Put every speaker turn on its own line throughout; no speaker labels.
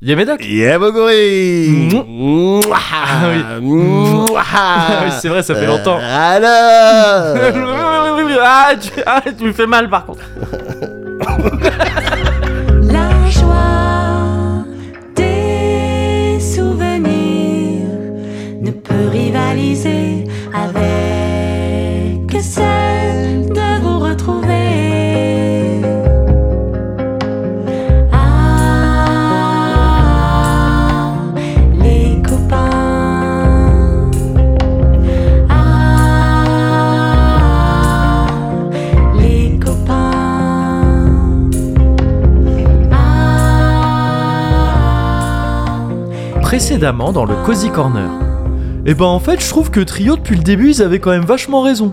Yamedoc
Yamogori
Mouah. Ah oui. Ah oui, c'est vrai, ça fait longtemps.
Euh, Alors
Ah tu, ah, tu me fais mal par contre.
La joie des souvenirs ne peut rivaliser avec celle de vous retrouver. Ah, les copains. Ah, les copains.
Précédemment dans le Cozy Corner. Et ben en fait, je trouve que Trio, depuis le début, ils avaient quand même vachement raison.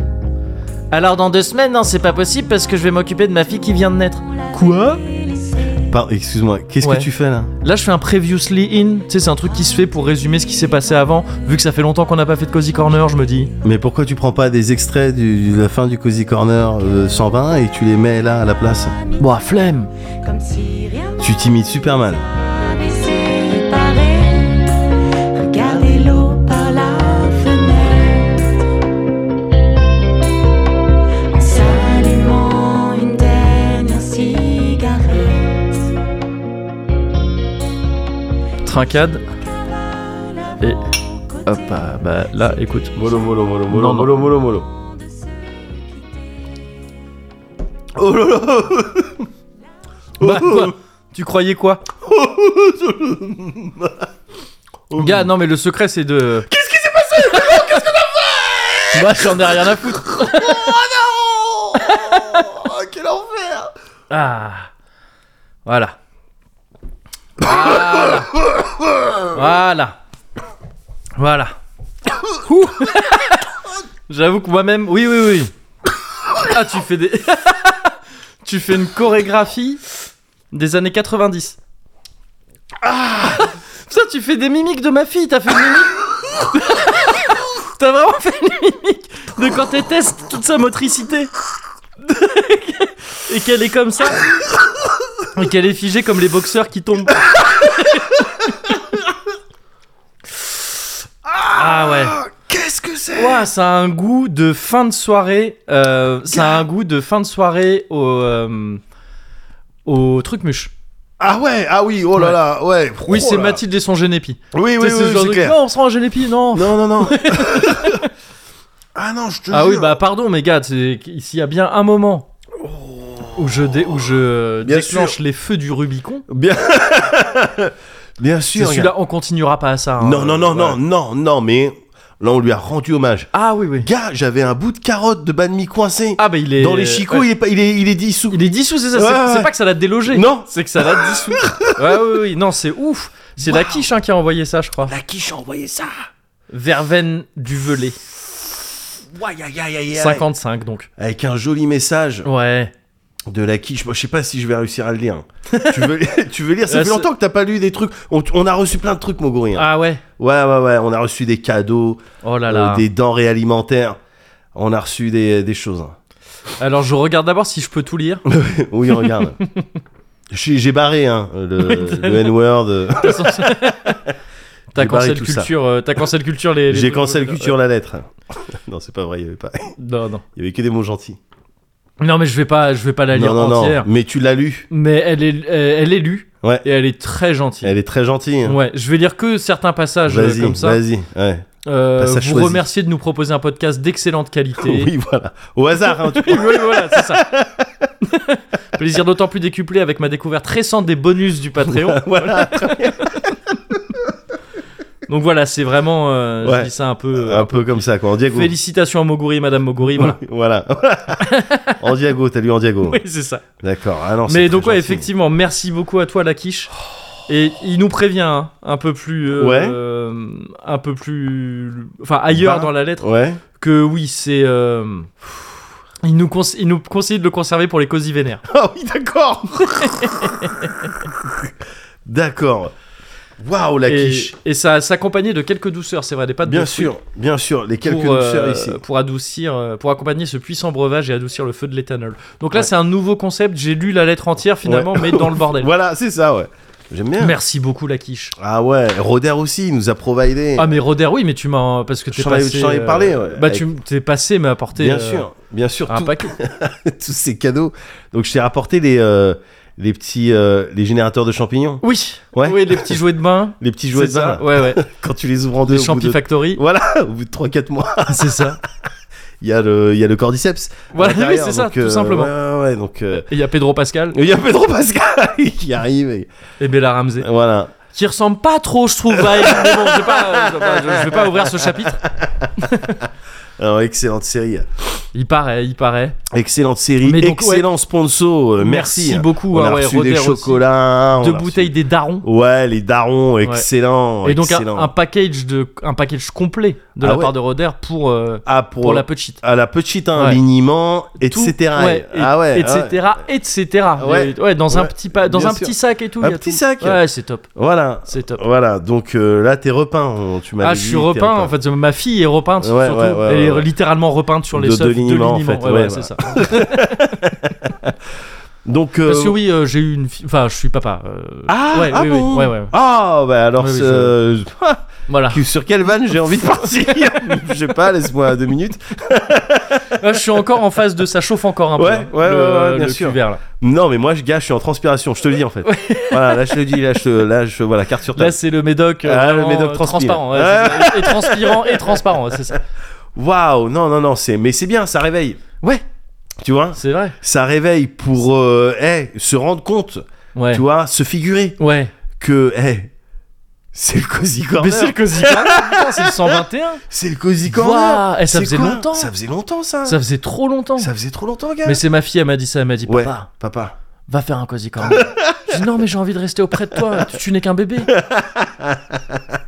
Alors dans deux semaines, non, c'est pas possible parce que je vais m'occuper de ma fille qui vient de naître. Quoi
Par- Excuse-moi, qu'est-ce
Ouais.
que tu fais là
Là, je fais un previously in. Tu sais, c'est un truc qui se fait pour résumer ce qui s'est passé avant. Vu que ça fait longtemps qu'on n'a pas fait de Cozy Corner, je me dis.
Mais pourquoi tu prends pas des extraits du- de la fin du Cozy Corner euh, 120 et tu les mets là à la place
Bah, flemme
Comme si rien
Tu t'imites super mal.
m'avait séparé. Regardez l'eau par la fenêtre. En s'allumant une dernière cigarette.
Trincade. Et hop, ah, bah là, écoute.
Molo, molo, molo,
molo, molo,
molo, molo. Oh là là
Bah, quoi Tu croyais quoi Gars, non, mais le secret, c'est de. Oh. Qu'est-ce qui s'est passé Qu'est-ce qu'on a fait Moi, j'en ai rien à foutre.
Oh Quel enfer
Ah. Voilà. Voilà. Voilà. Voilà. Ouh. J'avoue que moi-même, oui, oui, oui. Ah, tu fais des. tu fais une chorégraphie des années 90. Ah Ça, tu fais des mimiques de ma fille, t'as fait une mimique. t'as vraiment fait une mimique de quand elle teste toute sa motricité. Et qu'elle est comme ça. Et qu'elle est figée comme les boxeurs qui tombent. Ah ouais.
Qu'est-ce que c'est
Ouah, ça a un goût de fin de soirée. euh, ça a un goût de fin de soirée au euh, au truc muche.
Ah ouais, ah oui, oh là là, ouais.
Oui,
Oh
c'est
là.
Mathilde et son génépi.
Oui, oui, oui, c'est clair.
Non, on se rend à génépi, non.
Non, non, non. ah non, je te
ah
jure.
oui, bah pardon, mais gars, c'est s'il y a bien un moment où je dé- où je
Bien
déclenche les feux du Rubicon,
Bien, Bien
c'est
sûr. gars.
celui-là. On continuera pas à ça. hein.
Non, non, non,
Ouais.
non, non, non, mais là, on lui a rendu hommage.
Ah oui, oui.
Gars, j'avais un bout de carotte de banh mi coincé.
Ah bah il est
Dans les chicots,
ouais.
il, est pas, il, est, il est dissous.
il est dissous, c'est ça.
Ouais,
c'est
ouais,
c'est
ouais.
pas que ça l'a délogé.
Non
c'est que ça l'a dissous. ouais, oui, oui. Non, c'est ouf. C'est la quiche hein, qui a envoyé ça, je crois.
La quiche a envoyé ça.
Verveine du Velay.
Ouais, ouais, ouais, ouais, ouais.
55 donc.
Avec un joli message
Ouais.
de la quiche. Moi, je sais pas si je vais réussir à le lire. hein. tu, veux, tu veux lire Ça
Euh,
fait
c'est-
longtemps que t'as pas lu des trucs. On, on a reçu plein de trucs, Mogori. hein.
Ah ouais.
Ouais, ouais, ouais. On a reçu des cadeaux,
Oh là
euh,
là.
des denrées alimentaires. On a reçu des, des choses. hein.
Alors je regarde d'abord si je peux tout lire. De
Oui, regarde. J'ai j'ai barré hein, le, le N-word. euh,
toute façon, T'as
J'ai barré
cancel
tout ça.
culture, euh, t'as cancel culture les. les-
J'ai cancel culture la lettre. non, c'est pas vrai, il y avait pas.
Non non.
Il y avait que des mots gentils.
Non mais je vais pas, je vais pas la lire
non, non,
entière.
non. Mais tu l'as lu.
Mais elle est, elle, elle est lue
Ouais.
et elle est très gentille.
Elle est très gentille. hein.
Ouais, je vais lire que certains passages euh,
Vas-y,
comme ça.
vas-y. ouais.
Euh, vous
Passage choisi.
remercier de nous proposer un podcast d'excellente qualité.
Oui, voilà. Au hasard, hein, tu
Oui, voilà, c'est ça. Plaisir d'autant plus décuplé avec ma découverte récente des bonus du Patreon.
Voilà.
Donc voilà, c'est vraiment, euh, je
Ouais.
dis ça un peu. euh,
Un peu comme ça, quoi. En diago.
Félicitations à Moguri, Madame Moguri, voilà.
Voilà. en diago, t'as lu en diago.
Oui, c'est ça.
D'accord. Ah non, c'est
Mais
très
donc ouais,
gentil.
effectivement, merci beaucoup à toi, la quiche. Et il nous prévient hein, un peu plus, euh,
Ouais.
euh, un peu plus, enfin ailleurs
Bah.
dans la lettre
Ouais.
que oui, c'est. euh, Il nous, conse- il nous conseille de le conserver pour les cosy vénères.
Ah oui, d'accord. d'accord. Waouh, la
et,
quiche.
et ça s'accompagnait de quelques douceurs, c'est vrai, des pâtes
Bien
de fruits
sûr, bien sûr. Les quelques
pour, euh,
douceurs ici.
pour adoucir, euh, pour accompagner ce puissant breuvage et adoucir le feu de l'éthanol. Donc là, c'est un nouveau concept. J'ai lu la lettre entière finalement, mais dans le bordel.
Voilà, c'est ça, ouais. J'aime bien.
Merci beaucoup, la quiche.
Ah ouais, Roder aussi, il nous a providé.
Ah mais Roder oui mais tu m'as parce que t'es
J'en avais-
passé
j'en avais
euh,
parlé, ouais,
bah
avec-
tu m- t'es passé m'a apporté
bien
euh,
sûr, bien sûr,
un
tout-
paquet
tous ces cadeaux. Donc je t'ai rapporté les, euh, les petits euh, les générateurs de champignons,
oui
Ouais.
oui les petits jouets de bain
les petits jouets de
C'est ça.
bain. là.
ouais ouais
Quand tu les ouvres en deux,
les
au bout,
champi
de...
factory
voilà, au bout de 3-4 mois,
c'est ça
il y, a le- il y a le cordyceps. à
voilà oui
l'intérieur.
c'est ça
Donc,
tout
euh,
simplement
Ouais, ouais, ouais, donc. euh,
et il y a Pedro Pascal
Il y a Pedro Pascal qui arrive. et-
et Bella Ramsey
Voilà.
qui ressemble pas trop je trouve à elle. Mais bon, je vais pas, euh, je vais pas- je- je vais pas ouvrir ce chapitre
Alors, excellente série.
il paraît il paraît
Excellente série.
Mais donc,
Excellent sponsor. euh, merci.
Merci beaucoup,
On
ah
a
ouais,
reçu
Roder
des
aussi.
chocolats. on
deux
a reçu-
bouteilles des darons
Ouais, les darons. Excellent.
et donc un,
excellent.
un package de un package complet de
Ah
la
ouais.
part de Roder pour euh,
Ah, pour,
pour la petite
à la petite, hein,
Ouais.
liniment,
tout,
etc.
ouais, et-
ah ouais.
etc,
ouais. Ah
etc.
Ouais.
Et- ouais, dans un
Ouais,
petit pa- dans
bien
un
sûr.
petit sac et tout.
Un
il y a
petit
tout.
sac. Oh,
Ouais, c'est top,
Voilà.
c'est top.
Voilà. Donc euh, là, t'es repeint. on- Tu m'avais
Ah, je
dit,
suis
t'es
repeint. En fait, ma fille est repeinte
Ouais,
surtout.
ouais, ouais,
Elle est
ouais.
littéralement repeinte sur les
De-
seufs
de liniment, en
liniment.
fait,
Ouais,
ouais,
ouais,
voilà.
c'est ça.
Donc. euh,
Parce que oui, euh, j'ai eu une fille. Enfin, je suis papa. euh,
Ah,
ouais,
ah
oui,
bon
oui, ouais, ouais.
Ah, bah alors,
Oui, oui,
ce-
Voilà.
Que- Sur quelle vanne j'ai envie de partir Je sais pas, laisse-moi deux minutes.
Là, Ah, je suis encore en phase de ça chauffe encore un peu.
Ouais,
hein,
ouais,
le,
ouais, ouais, bien
le
sûr.
cuvert, là.
Non, mais moi, je gars, je suis en transpiration, je te le dis en fait. Voilà, là, je te le dis, là, je, te- là, je voilà, carte sur
Là,
table.
c'est le Médoc. euh,
Ah, le
vraiment,
Médoc
euh,
transpire.
transparent. ouais,
Ouais.
c'est ça. Et transpirant et transparent, c'est ça.
Waouh, non, non, non, c'est, mais c'est bien, ça réveille.
Ouais.
Tu vois,
C'est vrai.
ça réveille pour, euh, eh, se rendre compte,
Ouais.
tu vois, se figurer
Ouais.
que, eh, c'est le cosy corner.
Mais c'est le Cozy Corner, putain, Ah, c'est le 121.
C'est le cosy
Waouh,
corner.
eh, ça
C'est
faisait
quoi
longtemps.
Ça faisait longtemps, ça.
Ça faisait trop longtemps.
Ça faisait trop longtemps, gars.
Mais c'est ma fille, elle m'a dit ça, elle m'a dit
ouais,
papa,
papa.
va faire un cosy corner. J'ai dit non mais j'ai envie de rester auprès de toi, tu, tu n'es qu'un bébé.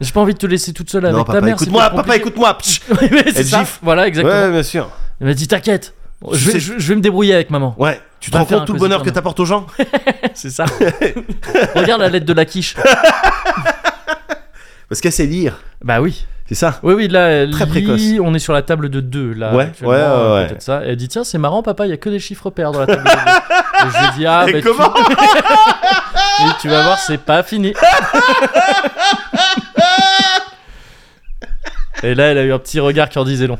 J'ai pas envie de te laisser toute seule avec
non,
ta
papa,
mère. c'est
écoute-moi,
plus
papa,
compliqué.
écoute-moi. Psst.
Oui, mais c'est
Elle
ça.
gifle.
Voilà exactement.
Ouais, bien sûr.
Elle m'a dit t'inquiète, je
Je
vais,
sais-
je, je vais me débrouiller avec maman.
Ouais, tu te
Va
rends
faire
compte
un
tout le
cosy
bonheur que
corner.
t'apportes aux gens
C'est ça. Regarde la lettre de la quiche.
Parce qu'elle sait lire,
Bah oui.
c'est ça
Oui oui là elle
Très
lit,
précoce.
on est sur la table de 2 là
Ouais,
actuellement,
ouais, ouais,
euh,
ouais.
peut-être ça. Et elle dit tiens, c'est marrant papa, il y a que des chiffres pairs dans la table de 2. Et je lui dis ah
Et
bah, tu-
comment
Et tu vas voir, c'est pas fini. Et là, elle a eu un petit regard qui en disait long.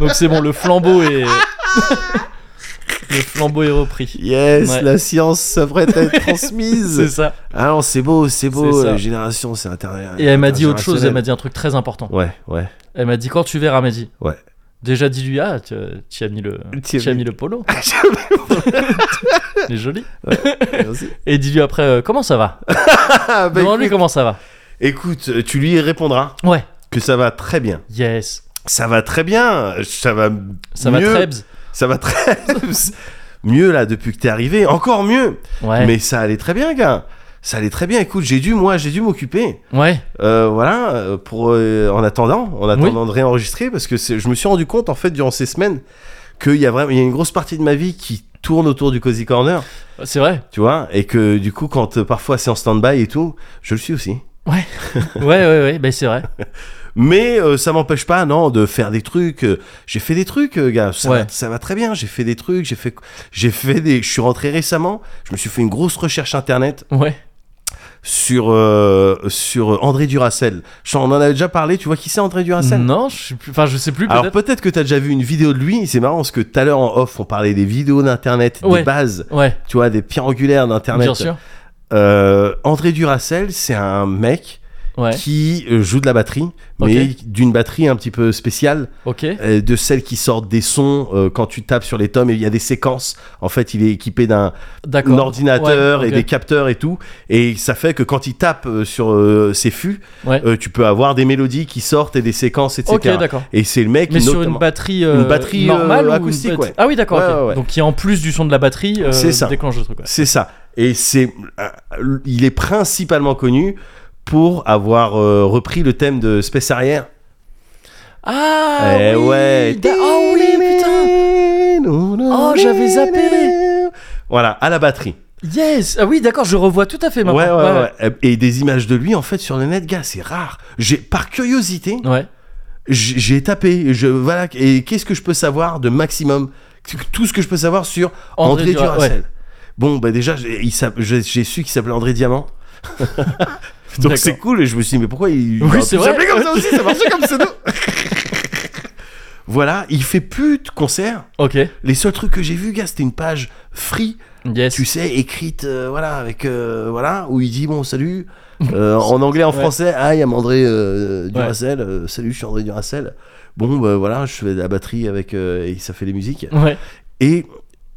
Donc c'est bon, le flambeau est. le flambeau est repris.
Yes,
Ouais.
la science s'apprête à être
C'est
transmise.
ça.
Ah non, c'est beau, c'est beau,
C'est ça.
la génération, c'est intérieur.
Et elle m'a dit autre chose, elle m'a dit un truc très important.
Ouais, ouais.
Elle m'a dit quand tu verras, elle m'a dit.
Ouais.
Déjà, dis-lui, ah, tu tu as mis le,
Tu as
tu as
mis-
mis le polo. Il est joli.
Merci.
Et dis-lui après, euh, comment ça va
Ah, bah,
Demande-lui
écoute,
comment ça va.
écoute, tu lui répondras
Ouais.
que ça va très bien.
Yes.
Ça va très bien, ça va
Ça
mieux.
va, Trebs
Ça va très mieux là depuis que t'es arrivé, encore mieux.
Ouais.
Mais ça allait très bien, gars. Ça allait très bien. Écoute, j'ai dû, moi, j'ai dû m'occuper.
Ouais.
Euh, voilà, euh, pour euh, en attendant, en attendant de réenregistrer, parce que c'est- je me suis rendu compte en fait durant ces semaines qu'il y a vraiment il y a une grosse partie de ma vie qui tourne autour du cozy corner,
C'est vrai.
tu vois, et que du coup quand euh, parfois c'est en stand-by et tout, je le suis aussi.
Ouais, ouais, ouais, bah c'est vrai.
Mais euh, ça m'empêche pas, non, de faire des trucs. euh, J'ai fait des trucs, euh, gars. Ça,
Ouais.
va, ça va très bien. J'ai fait des trucs. J'ai fait, j'ai fait des. Je suis rentré récemment. Je me suis fait une grosse recherche internet
Ouais.
sur euh, sur André Duracel. Je- On en avait déjà parlé. Tu vois qui c'est André Duracel
Non, je suis plus. Enfin, je sais plus
Alors
peut-être.
peut-être que t'as déjà vu une vidéo de lui, c'est marrant parce que tout à l'heure en off on parlait des vidéos d'internet,
Ouais.
des bases,
Ouais,
tu vois, des pierres angulaires d'internet.
bien sûr.
Euh, André Duracel, c'est un mec
Ouais.
qui euh, joue de la batterie, mais d'une batterie un petit peu spéciale,
Ok.
euh, de celles qui sortent des sons euh, quand tu tapes sur les tomes et il y a des séquences. En fait, il est équipé d'un
D'accord.
ordinateur
Ouais,
et
ok.
des capteurs et tout, et ça fait que quand il tape euh, sur euh, ses fûts,
Ouais.
euh, tu peux avoir des mélodies qui sortent et des séquences, etc.
Ok, d'accord.
et c'est le mec
Mais
qui
sur une
notamment-
batterie, euh,
Une batterie,
normale
euh,
ou une
acoustique,
batterie-
ouais.
Ah oui, d'accord.
Ouais,
ok.
ouais, ouais.
Donc qui en plus du son de la batterie euh,
C'est ça.
déclenche le truc. ouais.
C'est ça. Et c'est, euh, il est principalement connu pour avoir euh, repris le thème de Space Arrière.
Ah
Eh
oui.
ouais.
d'a- Ah oui, putain.
Oh,
j'avais zappé.
Voilà, à la batterie.
Yes. Ah oui, d'accord. Je revois tout à fait
Ouais,
maintenant.
ouais, ouais, Et des images de lui, en fait, sur le net, gars, c'est rare. J'ai, par curiosité,
ouais. Ouais.
j'ai j'ai tapé. Je, voilà, et qu'est-ce que je peux savoir de maximum Tout ce que je peux savoir sur André,
Dura-
Duracell.
ouais.
Bon, bah déjà, j'ai il s'app- j'ai- j'ai su qu'il s'appelait André Diamant. Donc
D'accord.
c'est cool, et je me suis dit, mais pourquoi il,
Oui,
il
c'est
pu
vrai.
s'appeler comme ça aussi, ça marchait comme pseudo Voilà, il fait plus de concerts.
Ok.
Les seuls trucs que j'ai vus, gars, c'était une page free,
Yes.
tu sais, écrite, euh, voilà, avec, euh, voilà, où il dit, bon, salut, euh, en anglais, en
Ouais.
français, hi, I'm André euh,
Ouais.
Duracell, euh, salut, je suis André Duracell. Bon, bah, voilà, je fais de la batterie avec, euh, et ça fait les musiques.
Ouais.
Et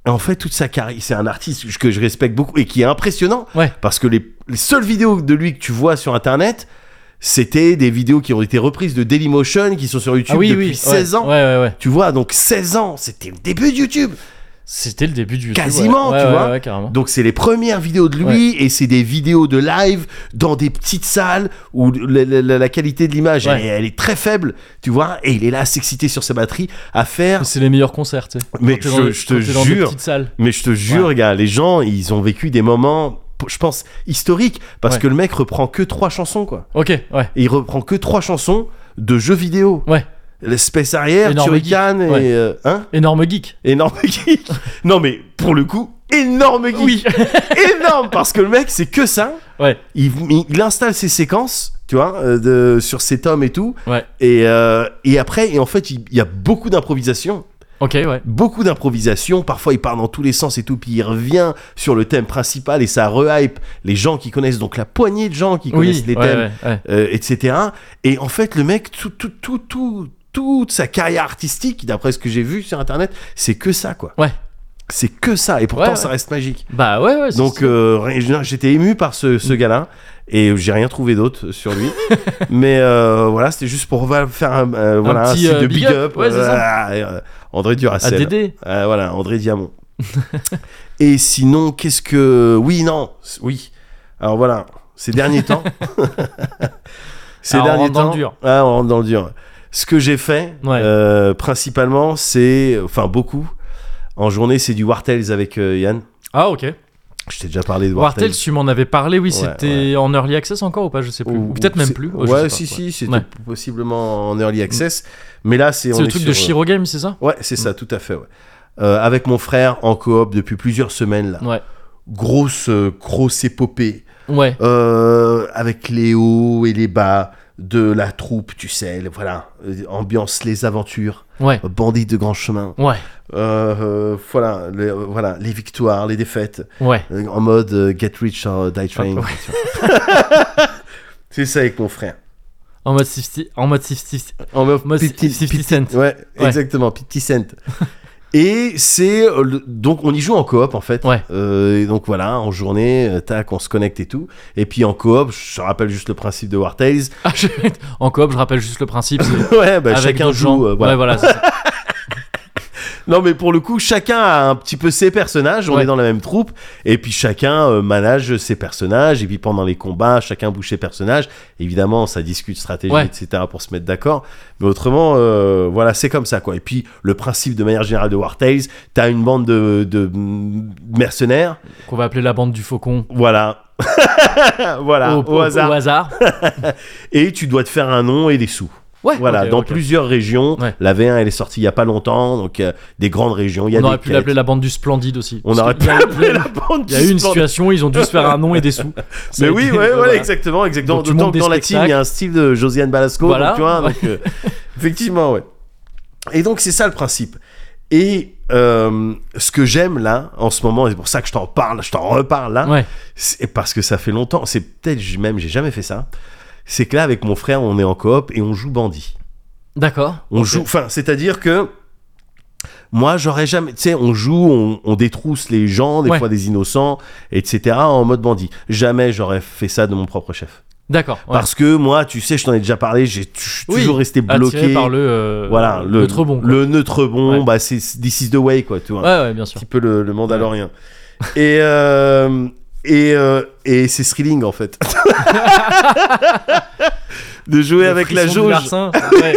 en fait, toute sa carrière, c'est un artiste que je respecte beaucoup et qui est impressionnant.
Ouais.
Parce que les, les seules vidéos de lui que tu vois sur Internet, c'était des vidéos qui ont été reprises de Dailymotion, qui sont sur YouTube
Ah oui,
depuis
oui.
16
ouais.
ans.
Ouais, ouais, ouais.
Tu vois, donc 16 ans, c'était le début de YouTube.
C'était le début du. YouTube,
Quasiment,
ouais. Ouais,
tu
ouais,
vois.
ouais, carrément.
Donc c'est les premières vidéos de lui et c'est des vidéos de live dans des petites salles où la, la- la- la qualité de l'image
Ouais.
elle, est- elle est très faible, tu vois. Et il est là à s'exciter sur sa batterie, à faire.
C'est les meilleurs concerts, tu sais.
Mais
Quand t'es dans
je-
des-
je
quand
te
t'es dans des
jure.
petites salles.
Mais je te jure, gars, les gens, ils ont vécu des moments, p- je pense, historiques, parce
Ouais.
que le mec reprend que trois chansons, quoi.
Ok, ouais.
Et il reprend que trois chansons de jeux vidéo.
Ouais.
L'espèce arrière,
Énorme
Turrican et.
geek, ouais.
euh, hein
Énorme geek.
Énorme geek Non, mais pour le coup, énorme geek
Oui.
Énorme Parce que le mec, c'est que ça.
ouais.
Il, il- il installe ses séquences, tu vois, euh, de, sur ses tomes et tout.
Ouais.
Et, euh, et après, et en fait, il il y a beaucoup d'improvisation
Ok, ouais.
beaucoup d'improvisation, parfois il part dans tous les sens et tout, puis il revient sur le thème principal et ça rehype les gens qui connaissent, donc la poignée de gens qui
Oui.
connaissent les
ouais,
thèmes,
ouais, ouais.
euh, etc. Et en fait, le mec, tout, tout, tout, tout, toute sa carrière artistique, d'après ce que j'ai vu sur internet, c'est que ça, quoi.
Ouais.
C'est que ça, et pourtant
Ouais,
ça reste magique.
Bah ouais, ouais. c'est- Mm.
Donc euh, rien- j'étais ému par ce, ce gars-là et j'ai rien trouvé d'autre sur lui. Mais euh, voilà, c'était juste pour va- faire un, euh, voilà, un
petit,
site
euh,
de
big
big
up,
up,
ouais, c'est
voilà, et, euh, André
à
Duracell.
DD.
Euh, voilà, André Diamant. et sinon, qu'est-ce que. Oui, non, c- oui. Alors voilà, ces derniers temps. ces
Ah, on
derniers
rentre
temps.
dans le dur.
Ah, on rentre dans le dur. Ce que j'ai fait,
Ouais.
euh, principalement, c'est. Enfin, beaucoup. En journée, c'est du Wartels avec euh, Yann.
Ah ok.
Je t'ai déjà parlé de Wartels.
Wartels, tu m'en avais parlé, oui,
Ouais,
c'était en early access encore ou pas, je sais plus.
Ou-
Ou Peut-être
ou
même
c'est-
plus. Oh,
Ouais,
je sais pas,
si,
ouais.
si, c'était
Ouais.
possiblement en early access. Mais là, c'est.
C'est
on
le
est
truc
sur- euh,
de Shiro Mm. Game, c'est ça
Ouais, c'est ça, tout à fait. ouais. Euh, avec mon frère en coop depuis plusieurs semaines là.
Ouais.
Grosse, euh, grosse épopée.
Ouais.
Euh, avec les hauts et les bas de la troupe, tu sais, le- voilà, Euh, ambiance les aventures,
Ouais.
euh, bandits de grand chemin,
Ouais.
Euh, euh, voilà, les, euh, voilà, les victoires, les défaites,
Ouais.
euh, en mode euh, get rich or die trying.
ouais.
tu vois. C'est ça avec mon frère.
En mode 50 en mode 50
En mode
en mode
petit-
50 cent.
Ouais,
Ouais.
exactement, petit cent. Et c'est euh, le- donc on y joue en coop en fait.
Ouais.
Euh, et donc voilà, en journée, euh, tac, on se connecte et tout. Et puis en coop, je rappelle juste le principe de War Tales.
Ah, je- En coop, je rappelle juste le principe, c'est
Ouais, bah,
avec
chacun
d'autres
joue.
gens.
euh, voilà.
Ouais, voilà, c'est ça.
Non, mais pour le coup, chacun a un petit peu ses personnages. On
Ouais.
est dans la même troupe. Et puis chacun euh, manage ses personnages. Et puis pendant les combats, chacun bouge ses personnages. Évidemment, ça discute stratégie,
Ouais.
etc. pour se mettre d'accord. Mais autrement, euh, voilà, c'est comme ça, quoi. Et puis le principe de manière générale de War Tales, t'as une bande de, de mm, mercenaires.
qu'on va appeler la bande du faucon.
Voilà. voilà,
au,
Bah, au, hasard.
Au hasard.
Et tu dois te faire un nom et des sous.
Ouais.
Voilà,
ok,
dans
ok.
plusieurs régions.
Ouais.
La V1, elle est sortie il y a pas longtemps, donc euh, des grandes régions. Il y a
On
des
aurait pu
quêtes.
l'appeler la bande du splendide aussi.
On
Parce
aurait
que
pu
il y a-
l'appeler la bande
Il y a eu une
du sport.
situation, ils ont dû se faire un nom et des sous. Ça
Mais
a
oui,
été-
ouais, voilà,
voilà.
exactement, exactement.
Donc, tu
D'autant
montes
que
des
dans la team, il y a un style de Josiane Balasco,
Voilà.
donc, tu vois, donc, euh, effectivement, ouais. Et donc c'est ça le principe. Et euh, ce que j'aime là, en ce moment, et c'est pour ça que je t'en parle, je t'en reparle là,
Ouais.
c'est parce que ça fait longtemps, c'est peut-être j- même, j'ai jamais fait ça. C'est que là, avec mon frère, on est en coop et on joue bandit.
D'accord.
On joue, enfin, c'est-à-dire que moi, j'aurais jamais, tu sais, on joue, on, on détrousse les gens, des
Ouais.
fois des innocents, etc., en mode bandit. Jamais j'aurais fait ça de mon propre chef.
D'accord. ouais.
Parce que moi, tu sais, je t'en ai déjà parlé, j'ai je suis
Oui,
toujours resté bloqué.
Attiré par le. euh,
voilà, le,
le trebon. quoi.
Le neutre bon,
Ouais.
bah, c'est c'est This is the way, quoi, tu vois.
Ouais, ouais, bien
Un
sûr.
petit peu le, le Mandalorien. Et, euh, et, euh, et c'est thrilling, en fait. de jouer
Le
avec la
frisson du
jauge
larcin, ouais.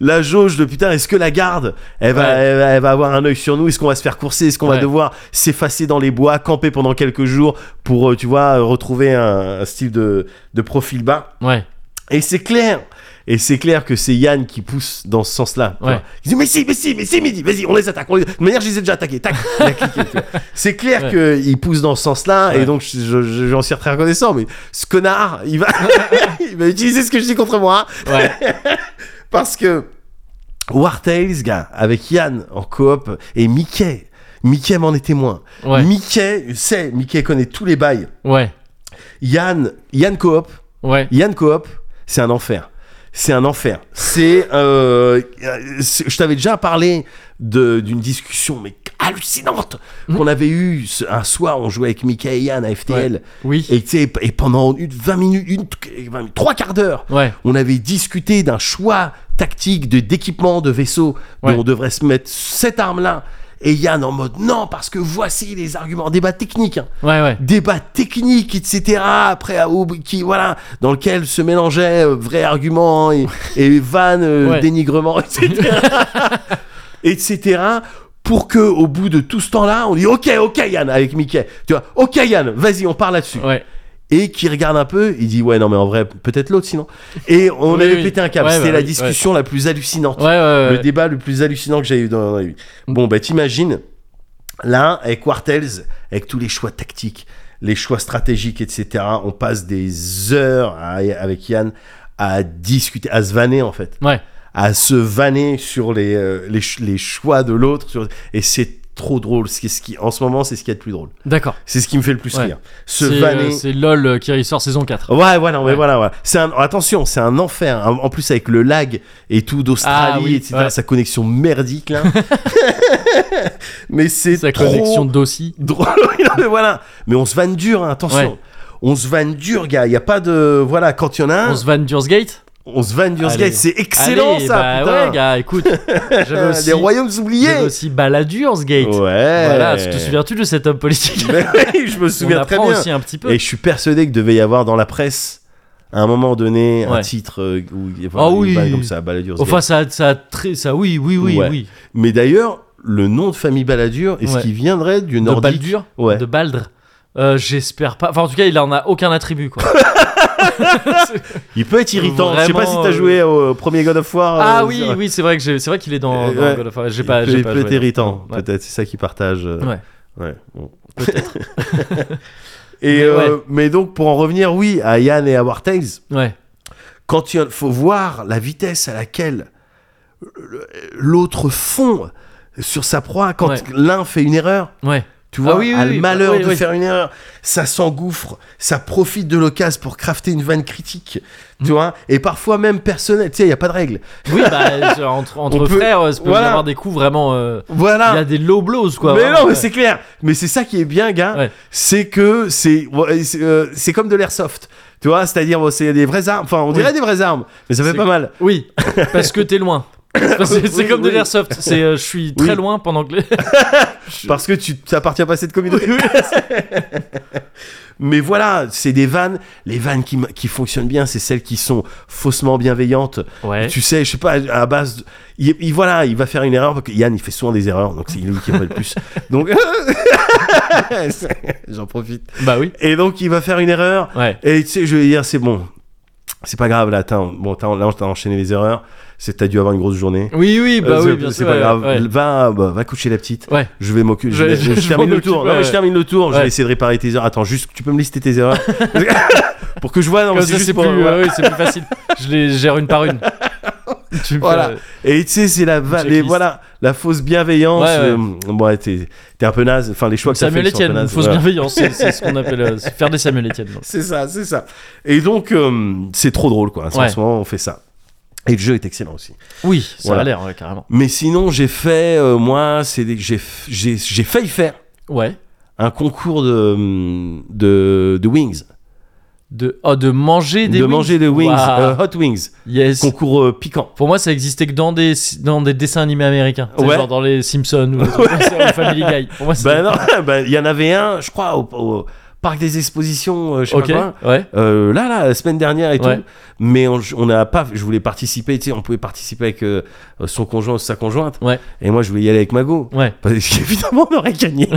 la jauge de putain, est-ce que la garde, elle va,
Ouais.
elle, va- elle va avoir un œil sur nous Est-ce qu'on va se faire courser Est-ce qu'on
Ouais.
va devoir s'effacer dans les bois, camper pendant quelques jours pour, euh, tu vois, euh, retrouver un, un style de, de profil bas
Ouais.
Et c'est clair Et c'est clair que c'est Yann qui pousse dans ce sens-là. tu
Ouais.
vois. Il dit mais si, mais si, mais si, Mehdi, vas-y, on les attaque. on les- De toute manière, je les ai déjà attaqués. Tac. Il a cliqué, tu vois. c'est clair qu'il pousse dans ce sens-là,
Ouais.
et donc je- je- je- j'en suis très reconnaissant. Mais ce connard, il va, il va utiliser ce que je dis contre moi,
Ouais.
parce que War Tales, gars, avec Yann en coop et Mickey. Mickey m'en est témoin.
Ouais.
Mickey sait, Mickey connaît tous les bails.
Ouais.
Yann, Yann coop,
Ouais.
Yann Coop, c'est un enfer. C'est un enfer. C'est, euh, c'est- je t'avais déjà parlé de- d'une discussion mais hallucinante qu'on avait eue ce- un soir. On jouait avec Mika et Yann à FTL.
Oui.
Et, tu sais, et pendant une, 20 minutes, une, 20 minutes, trois quarts d'heure,
Ouais.
on avait discuté d'un choix tactique de d'équipement de vaisseau dont
Ouais.
on devrait se mettre cette arme-là. Et Yann en mode non parce que voici les arguments débat technique. hein
Ouais, ouais.
débat technique, etc. Après, à Aube, qui voilà, dans lequel se mélangeaient euh, vrais arguments et, et vannes, euh,
Ouais.
dénigrements, etc. etc. Pour que, au bout de tout ce temps-là, on dit OK, OK, Yann, avec Mickey. Tu vois, OK, Yann, vas-y, on parle là-dessus.
Ouais.
Et qui regarde un peu, il dit ouais, non, mais en vrai, peut-être l'autre sinon. Et on
Oui,
avait
oui.
pété un câble.
Ouais,
C'était
bah
la
oui,
discussion la plus hallucinante
Ouais, ouais, ouais. Mm.
le débat le plus hallucinant que j'ai eu dans la vie. Bon, bah t'imagines, là, avec Wartels, avec tous les choix tactiques, les choix stratégiques, etc., on passe des heures à- avec Yann à discuter, à se vanner en fait,
Ouais.
à se vanner sur les, euh, les, ch- les choix de l'autre, sur- et c'est trop drôle. Ce qui, ce qui- en ce moment, c'est ce qui est le plus drôle.
D'accord.
C'est ce qui me fait le plus
Ouais.
rire. Se
C'est
vanner.
euh, c'est LOL euh, qui ressort saison 4.
Ouais, voilà, mais
Ouais.
voilà, voilà. C'est un, attention, c'est un enfer. hein. En en plus, avec le lag et tout d'Australie,
Ah oui,
etc.,
ouais.
sa connexion merdique, là. mais c'est
Sa
trop
connexion d'aussi.
drôle. Oui, non, mais voilà. Mais on se vanne dur, hein, attention.
Ouais.
On se vanne dur, gars. Il y a pas de. Voilà, quand il y en a un,
On se vanne Dursgate
on se vanne dur, ce
Allez.
gars. C'est Hein excellent,
Allez,
ça,
bah
putain.
ouais, gars, écoute. J'avais
Euh,
aussi,
Les royaumes oubliés.
j'avais aussi Baladursgate.
Ouais.
Voilà, te souviens-tu de cet homme politique
Mais oui, je me souviens
On
très
apprend
bien.
aussi un petit peu.
Et je suis persuadé que devait y avoir dans la presse à un moment donné un
Ouais.
titre euh, où il y avait
Ah
une
oui.
balle comme ça, Balladur.
Enfin, ça, ça, a très, ça, oui, oui, oui,
Ouais.
oui.
Mais d'ailleurs, le nom de famille Balladur est ce
Ouais.
qui viendrait du
De
nordique.
Baldur,
Ouais.
de Baldre. Euh, J'espère pas. Enfin, en tout cas, il en a aucun attribut, quoi.
Il peut être irritant. je sais pas si
Vraiment, euh,
t'as joué au premier God of War.
ah
euh,
oui,
sur-
oui, c'est vrai que j'ai- c'est vrai qu'il est dans,
Euh,
dans
ouais.
God of War. J'ai
Il
pas,
peut-
j'ai
il
pas
peut
joué.
être irritant,
Ouais.
peut-être. C'est ça qui partage. euh,
Ouais.
ouais, bon.
Peut-être.
Et,
Mais
euh, mais donc, pour en revenir, oui, à Yann et à Wartails,
Ouais.
quand il faut voir la vitesse à laquelle l'autre fond sur sa proie, quand
Ouais.
l'un fait une erreur,
Ouais.
Tu vois,
Ah oui, oui,
a le
oui,
malheur
oui,
de
oui.
faire une erreur. Ça s'engouffre, ça profite de l'occasion pour crafter une vanne critique. Tu
Mm.
vois, et parfois même personnelle. Tu sais, il n'y a pas de règle.
Oui, bah, je- entre, entre
On peut-
frères, euh, ça peut y
voilà.
avoir des coups vraiment. euh, Il y a
Voilà.
des low blows, quoi.
Ah. mais
vraiment,
non, mais
ouais.
c'est clair. Mais c'est ça qui est bien, gars.
Ouais.
C'est que c'est ouais, c'est euh, c'est comme de l'airsoft. Tu vois, c'est-à-dire, bon, c'est des vraies armes. Enfin, on dirait des vraies armes, mais ça fait
C'est-
pas mal.
Oui, parce que t'es loin. Enfin, C'est c'est
Oui,
comme
oui.
de l'airsoft. C'est, euh, je suis
Oui.
très loin pendant que.
Parce que tu t'appartiens pas à cette communauté. Mais voilà, c'est des vannes. Les vannes qui, m- qui fonctionnent bien, c'est celles qui sont faussement bienveillantes.
Ouais.
Tu sais, je sais pas, à la base, de- il, il- voilà, il va faire une erreur parce que Yann, il fait souvent des erreurs, donc c'est lui qui en fait le plus. Donc, j'en profite.
Bah oui.
Et donc, il va faire une erreur.
Ouais.
Et tu sais, je vais dire, c'est bon, c'est pas grave là. T'as, bon, t'as, là, t'as enchaîné les erreurs. C'est, t'as dû avoir une grosse journée.
Oui, oui, bah
Euh, c'est,
oui, bien
c'est
sûr.
pas
ouais,
grave.
ouais.
Va, bah, va coucher la petite.
Ouais.
Je vais m'occuper. Je,
Je-
vais-
je-
je
je
termine
m'en
le tour.
occupe,
Non, mais
ouais.
je termine le tour. Je
Ouais.
vais essayer de réparer tes erreurs. Attends, juste, tu peux me lister tes erreurs pour que je vois. Non,
Comme
mais c'est
ça,
juste
c'est
pour-
plus, euh,
voilà.
ouais, ouais, c'est plus facile. Je les gère une par une. Tu me
Voilà.
fais-
Et tu sais, c'est la, va- les-
checklist.
voilà, la fausse bienveillance.
Ouais, ouais.
euh, bon, ouais, t'es, t'es un peu naze. Enfin, les choix que
Samuel
t'as fait, ils sont un peu
Etienne,
nazes,
fausse
voilà.
bienveillance, c'est c'est ce qu'on appelle euh, c'est faire des Samuel Etienne. donc.
C'est ça, c'est ça. Et donc, euh, c'est trop drôle, quoi. En
Ouais.
ce moment, on fait ça. Et le jeu est excellent aussi.
Oui, ça
Voilà.
a l'air, ouais, carrément.
Mais sinon, j'ai fait, euh, moi, c'est des- j'ai, f- j'ai, j'ai failli faire
Ouais.
un concours de, hum, de, de wings,
De, oh, de manger des
de
wings.
manger des wings,
Waouh.
euh, hot wings,
Yes.
concours euh, piquant.
Pour moi, ça existait que dans des, dans des dessins animés américains. C'est
Ouais.
Genre dans les Simpsons ou, des trucs comme ça, ou Family Guy. Pour moi, c'est.
Ben non, ben, il y en avait un, je crois, au, au parc des expositions, euh, je sais
ok.
pas quoi.
ouais.
Euh, là, là, la semaine dernière et
Ouais.
tout. Mais on on n'a pas. Je voulais participer, tu sais, on pouvait participer avec euh, son conjoint ou sa conjointe.
Ouais.
Et moi, je voulais y aller avec Mago.
Ouais.
Parce qu'évidemment, on aurait gagné.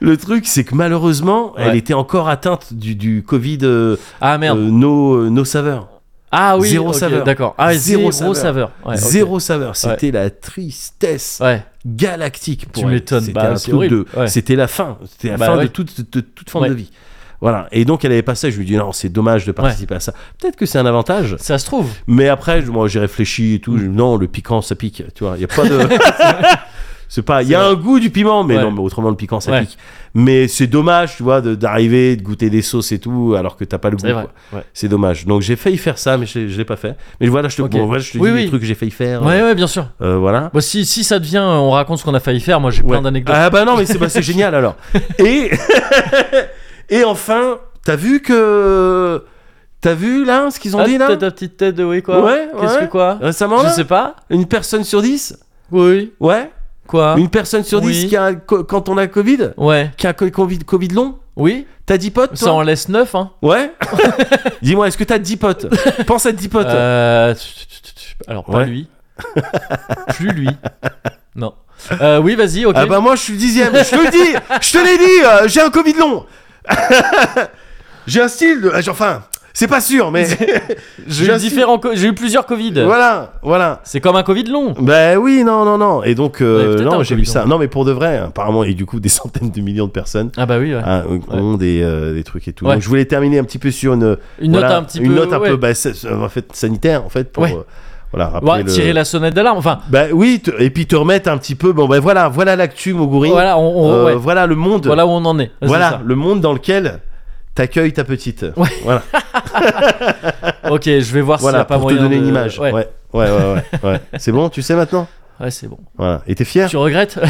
Le truc, c'est que malheureusement, elle
Ouais.
était encore atteinte du, du Covid euh,
Ah merde.
euh, no, euh, no saveur.
Ah oui,
Zéro
ok,
saveur.
D'accord. Ah,
Zéro
zéro,
saveur.
saveur. Ouais, ok.
Zéro saveur. C'était la tristesse
Ouais.
galactique pour
Tu
elle.
m'étonnes,
C'était
bah,
un
c'est
truc
horrible,
de-
ouais.
C'était la fin. C'était la
Bah
fin de
ouais.
toute, de- de toute forme
Ouais.
de vie. Voilà. Et donc, elle avait pas ça. Je lui dis non, c'est dommage de participer à ça. Peut-être que c'est un avantage.
Ça se trouve.
Mais après, je- moi, j'ai réfléchi et
Mm.
tout. Je- non, le piquant, ça pique. Tu vois, il y a pas de. c'est pas. Il y a un goût du piment, mais
Ouais.
non, mais autrement, le piquant, ça
Ouais.
pique. Mais c'est dommage, tu vois, de- d'arriver, de goûter des sauces et tout, alors que t'as pas le goût.
C'est vrai.
quoi.
Ouais.
C'est dommage. Donc, j'ai failli faire ça, mais je, je l'ai pas fait. Mais voilà, je te,
Ok.
bon, voilà, je te
Oui,
dis les
oui.
trucs que j'ai failli faire.
Ouais, ouais, bien sûr.
Euh, voilà.
Bon, si, si ça devient, euh, on raconte ce qu'on a failli faire. Moi, j'ai
Ouais.
plein d'anecdotes.
Ah bah non, mais c'est bah, c'est génial alors. Et et enfin, t'as vu que t'as vu là ce qu'ils ont dit là
ta petite tête de oui, quoi.
Ouais,
Qu'est-ce
ouais.
que quoi
récemment
Ah, Je
là
sais pas.
Une personne sur dix
Oui.
Ouais.
Quoi
Une personne sur dix
Oui.
qui a co- quand on a le Covid,
Ouais.
qui a co- Covid Covid long.
Oui.
T'as 10 potes
Ça
toi
en laisse 9, hein.
Ouais. Dis-moi, est-ce que t'as 10 potes Pense à 10 potes.
Euh, tu- tu- tu- tu- Alors, pas
Ouais.
lui. Plus lui. Non. Euh, oui, vas-y, ok.
Ah bah moi je suis le dixième, je te le dis, je te l'ai dit, euh, j'ai un Covid long. j'ai un style de... Enfin, c'est pas sûr, mais...
J'ai
j'ai
eu,
un style-
différents co- j'ai eu plusieurs Covid.
Voilà, voilà.
C'est comme un Covid long.
Ben oui, non, non, non. Et donc, euh,
Ouais, peut-être
non,
un
j'ai vu
Covid,
ça. Non, mais pour de vrai, apparemment, et du coup, des centaines de millions de personnes
Ah bah oui, ouais.
hein, ont des, euh, des trucs et tout.
Ouais.
Donc, je voulais terminer un petit peu sur une,
Une
voilà,
note un petit
une
peu.
note un
ouais.
peu, bah, c'est- en fait, sanitaire, en fait, pour
Ouais.
euh, voilà, rappeler
Ouais,
le-
Tirer la sonnette d'alarme. Enfin,
Ben oui, te- et puis te remettre un petit peu. Bon, ben voilà, voilà l'actu, Moguri.
voilà, on, on-
Euh,
ouais.
voilà le monde.
voilà où on en est. C'est
Voilà,
ça.
le monde dans lequel t'accueilles ta petite.
Ouais.
Voilà,
Ok, je vais voir s'il n'y
voilà
a pas
pour te
moyen.
donner
de-
une image.
Ouais,
Ouais, ouais, ouais. ouais, ouais. C'est bon, tu sais maintenant
Ouais, c'est bon.
Voilà. Et t'es fier
Tu regrettes
I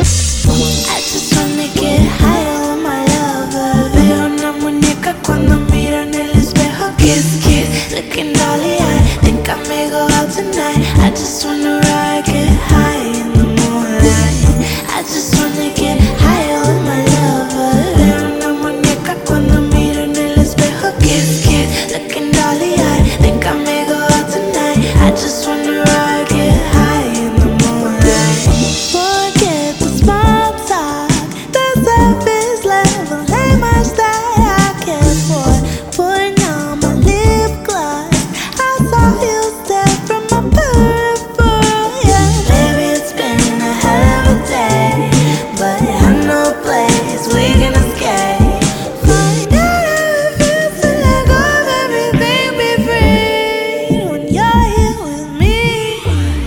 just wanna get high on my lover. Veo una muñeca cuando miro en el espejo. Kiss, kiss, looking dolly. I think I may go out tonight. I just wanna ride, get high in the moonlight. I just wanna get high on my lover. Veo una muñeca cuando miro en el espejo. Kiss, kiss, looking dolly. I think I may go out tonight. I just wanna ride, get high in the moonlight. Forget the small talk, the surface level language that I can afford. Putting on my lip gloss, I saw you step from my peripheral. Yeah, baby, it's been a hell of a day, but I know a place we can escape. Find out how it feels to let go of everything, be free when you're here with me.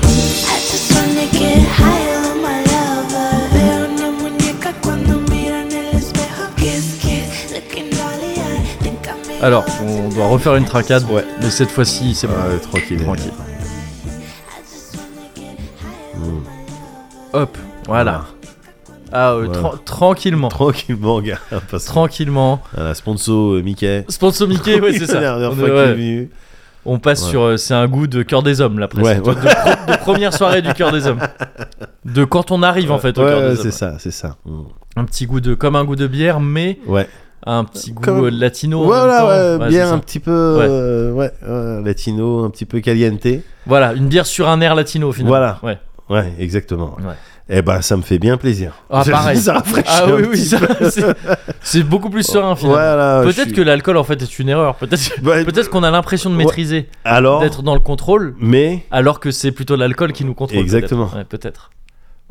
I just wanna get high on my lover. Veo una muñeca cuando miro en el espejo. Kiss, kiss, looking dolly. I think I may
Alors,
go out
on
tonight.
doit refaire une tracade.
Ouais.
Mais cette fois-ci, c'est bon.
Ah, Ouais, tranquille.
Tranquille.
I just wanna get high on my lover.
Hop, voilà. Ah, euh,
Voilà.
tra- tranquillement.
Tranquillement, gars. Parce que-
Tranquillement.
Voilà, sponsor euh, Mickey.
Sponsor Mickey, ouais, c'est ça.
La dernière
On,
fois
est-
qu'il
ouais.
est venu.
On passe
Ouais.
sur. euh, c'est un goût de cœur des hommes, là, presque.
Ouais, ouais.
De, de- de première soirée du cœur des hommes. De quand on arrive, en fait, au
Ouais,
cœur
ouais,
des
c'est
hommes.
ça, c'est ça. Mm.
Un petit goût de. Comme un goût de bière, mais
Ouais.
un petit goût
Comme-
euh, latino. en
voilà,
même temps.
ouais,
Ouais,
bien
c'est
un
ça.
petit peu euh, ouais. ouais, latino, un petit peu caliente.
Voilà, une bière sur un air latino, finalement.
Voilà.
Ouais.
Ouais, exactement.
Ouais.
Et ben, ça me fait bien plaisir.
Ah,
Ça-
pareil.
ça rafraîchit
Ah
un
oui,
petit
oui, ça, c'est- c'est beaucoup plus serein, finalement.
Voilà, je
Peut-être
suis-
que l'alcool en fait est une erreur. Peut-être
Bah,
peut-être qu'on a l'impression de
Ouais.
maîtriser,
alors,
d'être dans le contrôle,
mais
alors que c'est plutôt l'alcool qui nous contrôle.
Exactement.
peut-être. Ouais, Peut-être.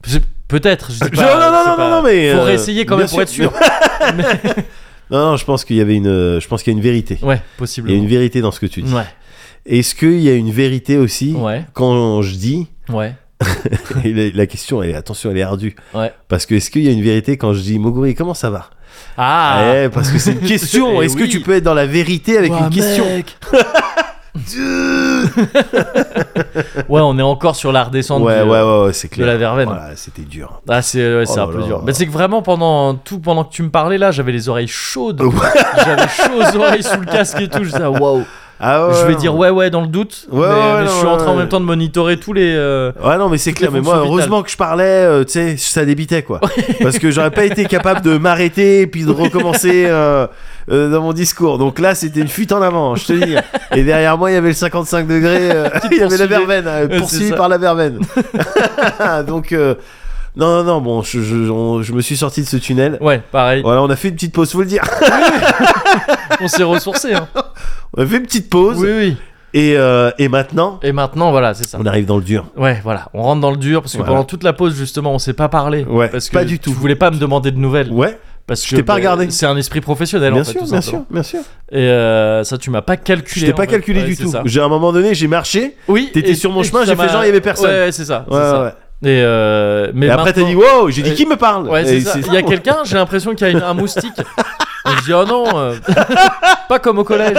C'est- Peut-être. Je dis
Je-
pas.
non, non,
c'est
non,
pas-
non, non, mais,
Faut
euh,
réessayer quand
bien
même pour être
sûr.
sûr.
non, non, je pense qu'il y avait une, euh, je pense qu'il y a une vérité.
ouais,
Il y a
possiblement.
une vérité dans ce que tu dis.
Ouais,
Est-ce qu'il y a une vérité aussi
ouais,
quand je dis
ouais.
Et la, la question, elle est, attention, elle est ardue.
Ouais.
Parce que est-ce qu'il y a une vérité quand je dis Moguri, comment ça va
Ah.
Eh, Parce que c'est une question.
Eh
est-ce que
oui.
tu peux être dans la vérité avec
Ouah,
une question
mec. ouais, on est encore sur la redescente
Ouais,
du-
ouais, ouais, ouais, c'est clair.
la verveine.
Voilà, c'était dur.
Ah, c'est ouais, c'est
Oh
un
là
peu
là.
dur. Mais c'est que vraiment, pendant tout pendant que tu me parlais là, j'avais les oreilles chaudes. j'avais chaud aux oreilles sous le casque et tout. Je disais, waouh.
Ah ouais,
je vais
non.
dire ouais, ouais, dans le doute.
Ouais,
mais
ouais,
mais je
non,
suis en train
ouais.
en même temps de monitorer tous les. euh,
Ouais, non, mais c'est
Toutes
clair.
les
Mais moi,
fonctions
heureusement que je parlais, euh, tu sais, ça débitait quoi. Parce que j'aurais pas été capable de m'arrêter et puis de recommencer euh, euh, dans mon discours. Donc là, c'était une fuite en avant, je te dis. Et derrière moi, il y avait le 55 degrés. euh, il y avait la
poursuivait.
verveine, euh,
Ouais, c'est
poursuivi
ça.
par la verveine. Donc, euh, non, non, non, bon, je, je, on- je me suis sorti de ce tunnel.
Ouais, pareil.
Voilà, on a fait une petite pause, faut le dire.
On s'est ressourcé. Hein.
On a fait une petite pause.
Oui, oui.
Et, euh, et maintenant,
Et maintenant, voilà, c'est ça.
on arrive dans le dur.
Ouais, voilà, on rentre dans le dur parce que
Voilà.
pendant toute la pause, justement, on s'est pas parlé.
Ouais,
parce que
pas du tout.
Tu voulais pas me demander de nouvelles.
Ouais,
parce que bah,
t'ai pas regardé.
C'est un esprit professionnel,
bien
en fait.
sûr,
tout
bien
simplement.
sûr, bien sûr.
Et euh, ça, tu m'as pas calculé.
Je t'ai pas
en fait.
calculé
Ouais,
du
c'est
tout.
ça.
J'ai à un moment donné, j'ai marché.
Oui.
T'étais
et-
sur mon
et
chemin,
ça
j'ai fait
m'a-
genre, il y avait personne.
Ouais, c'est ça. c'est
Ouais,
ça.
ouais, ouais.
Et, euh, mais
Et après, t'as
maintenant-
dit wow, j'ai dit
Ouais.
qui me parle
Ouais, c'est
Et
ça. Il y a quelqu'un, j'ai l'impression qu'il y a une- un moustique. On se dit, oh non, euh, pas comme au collège.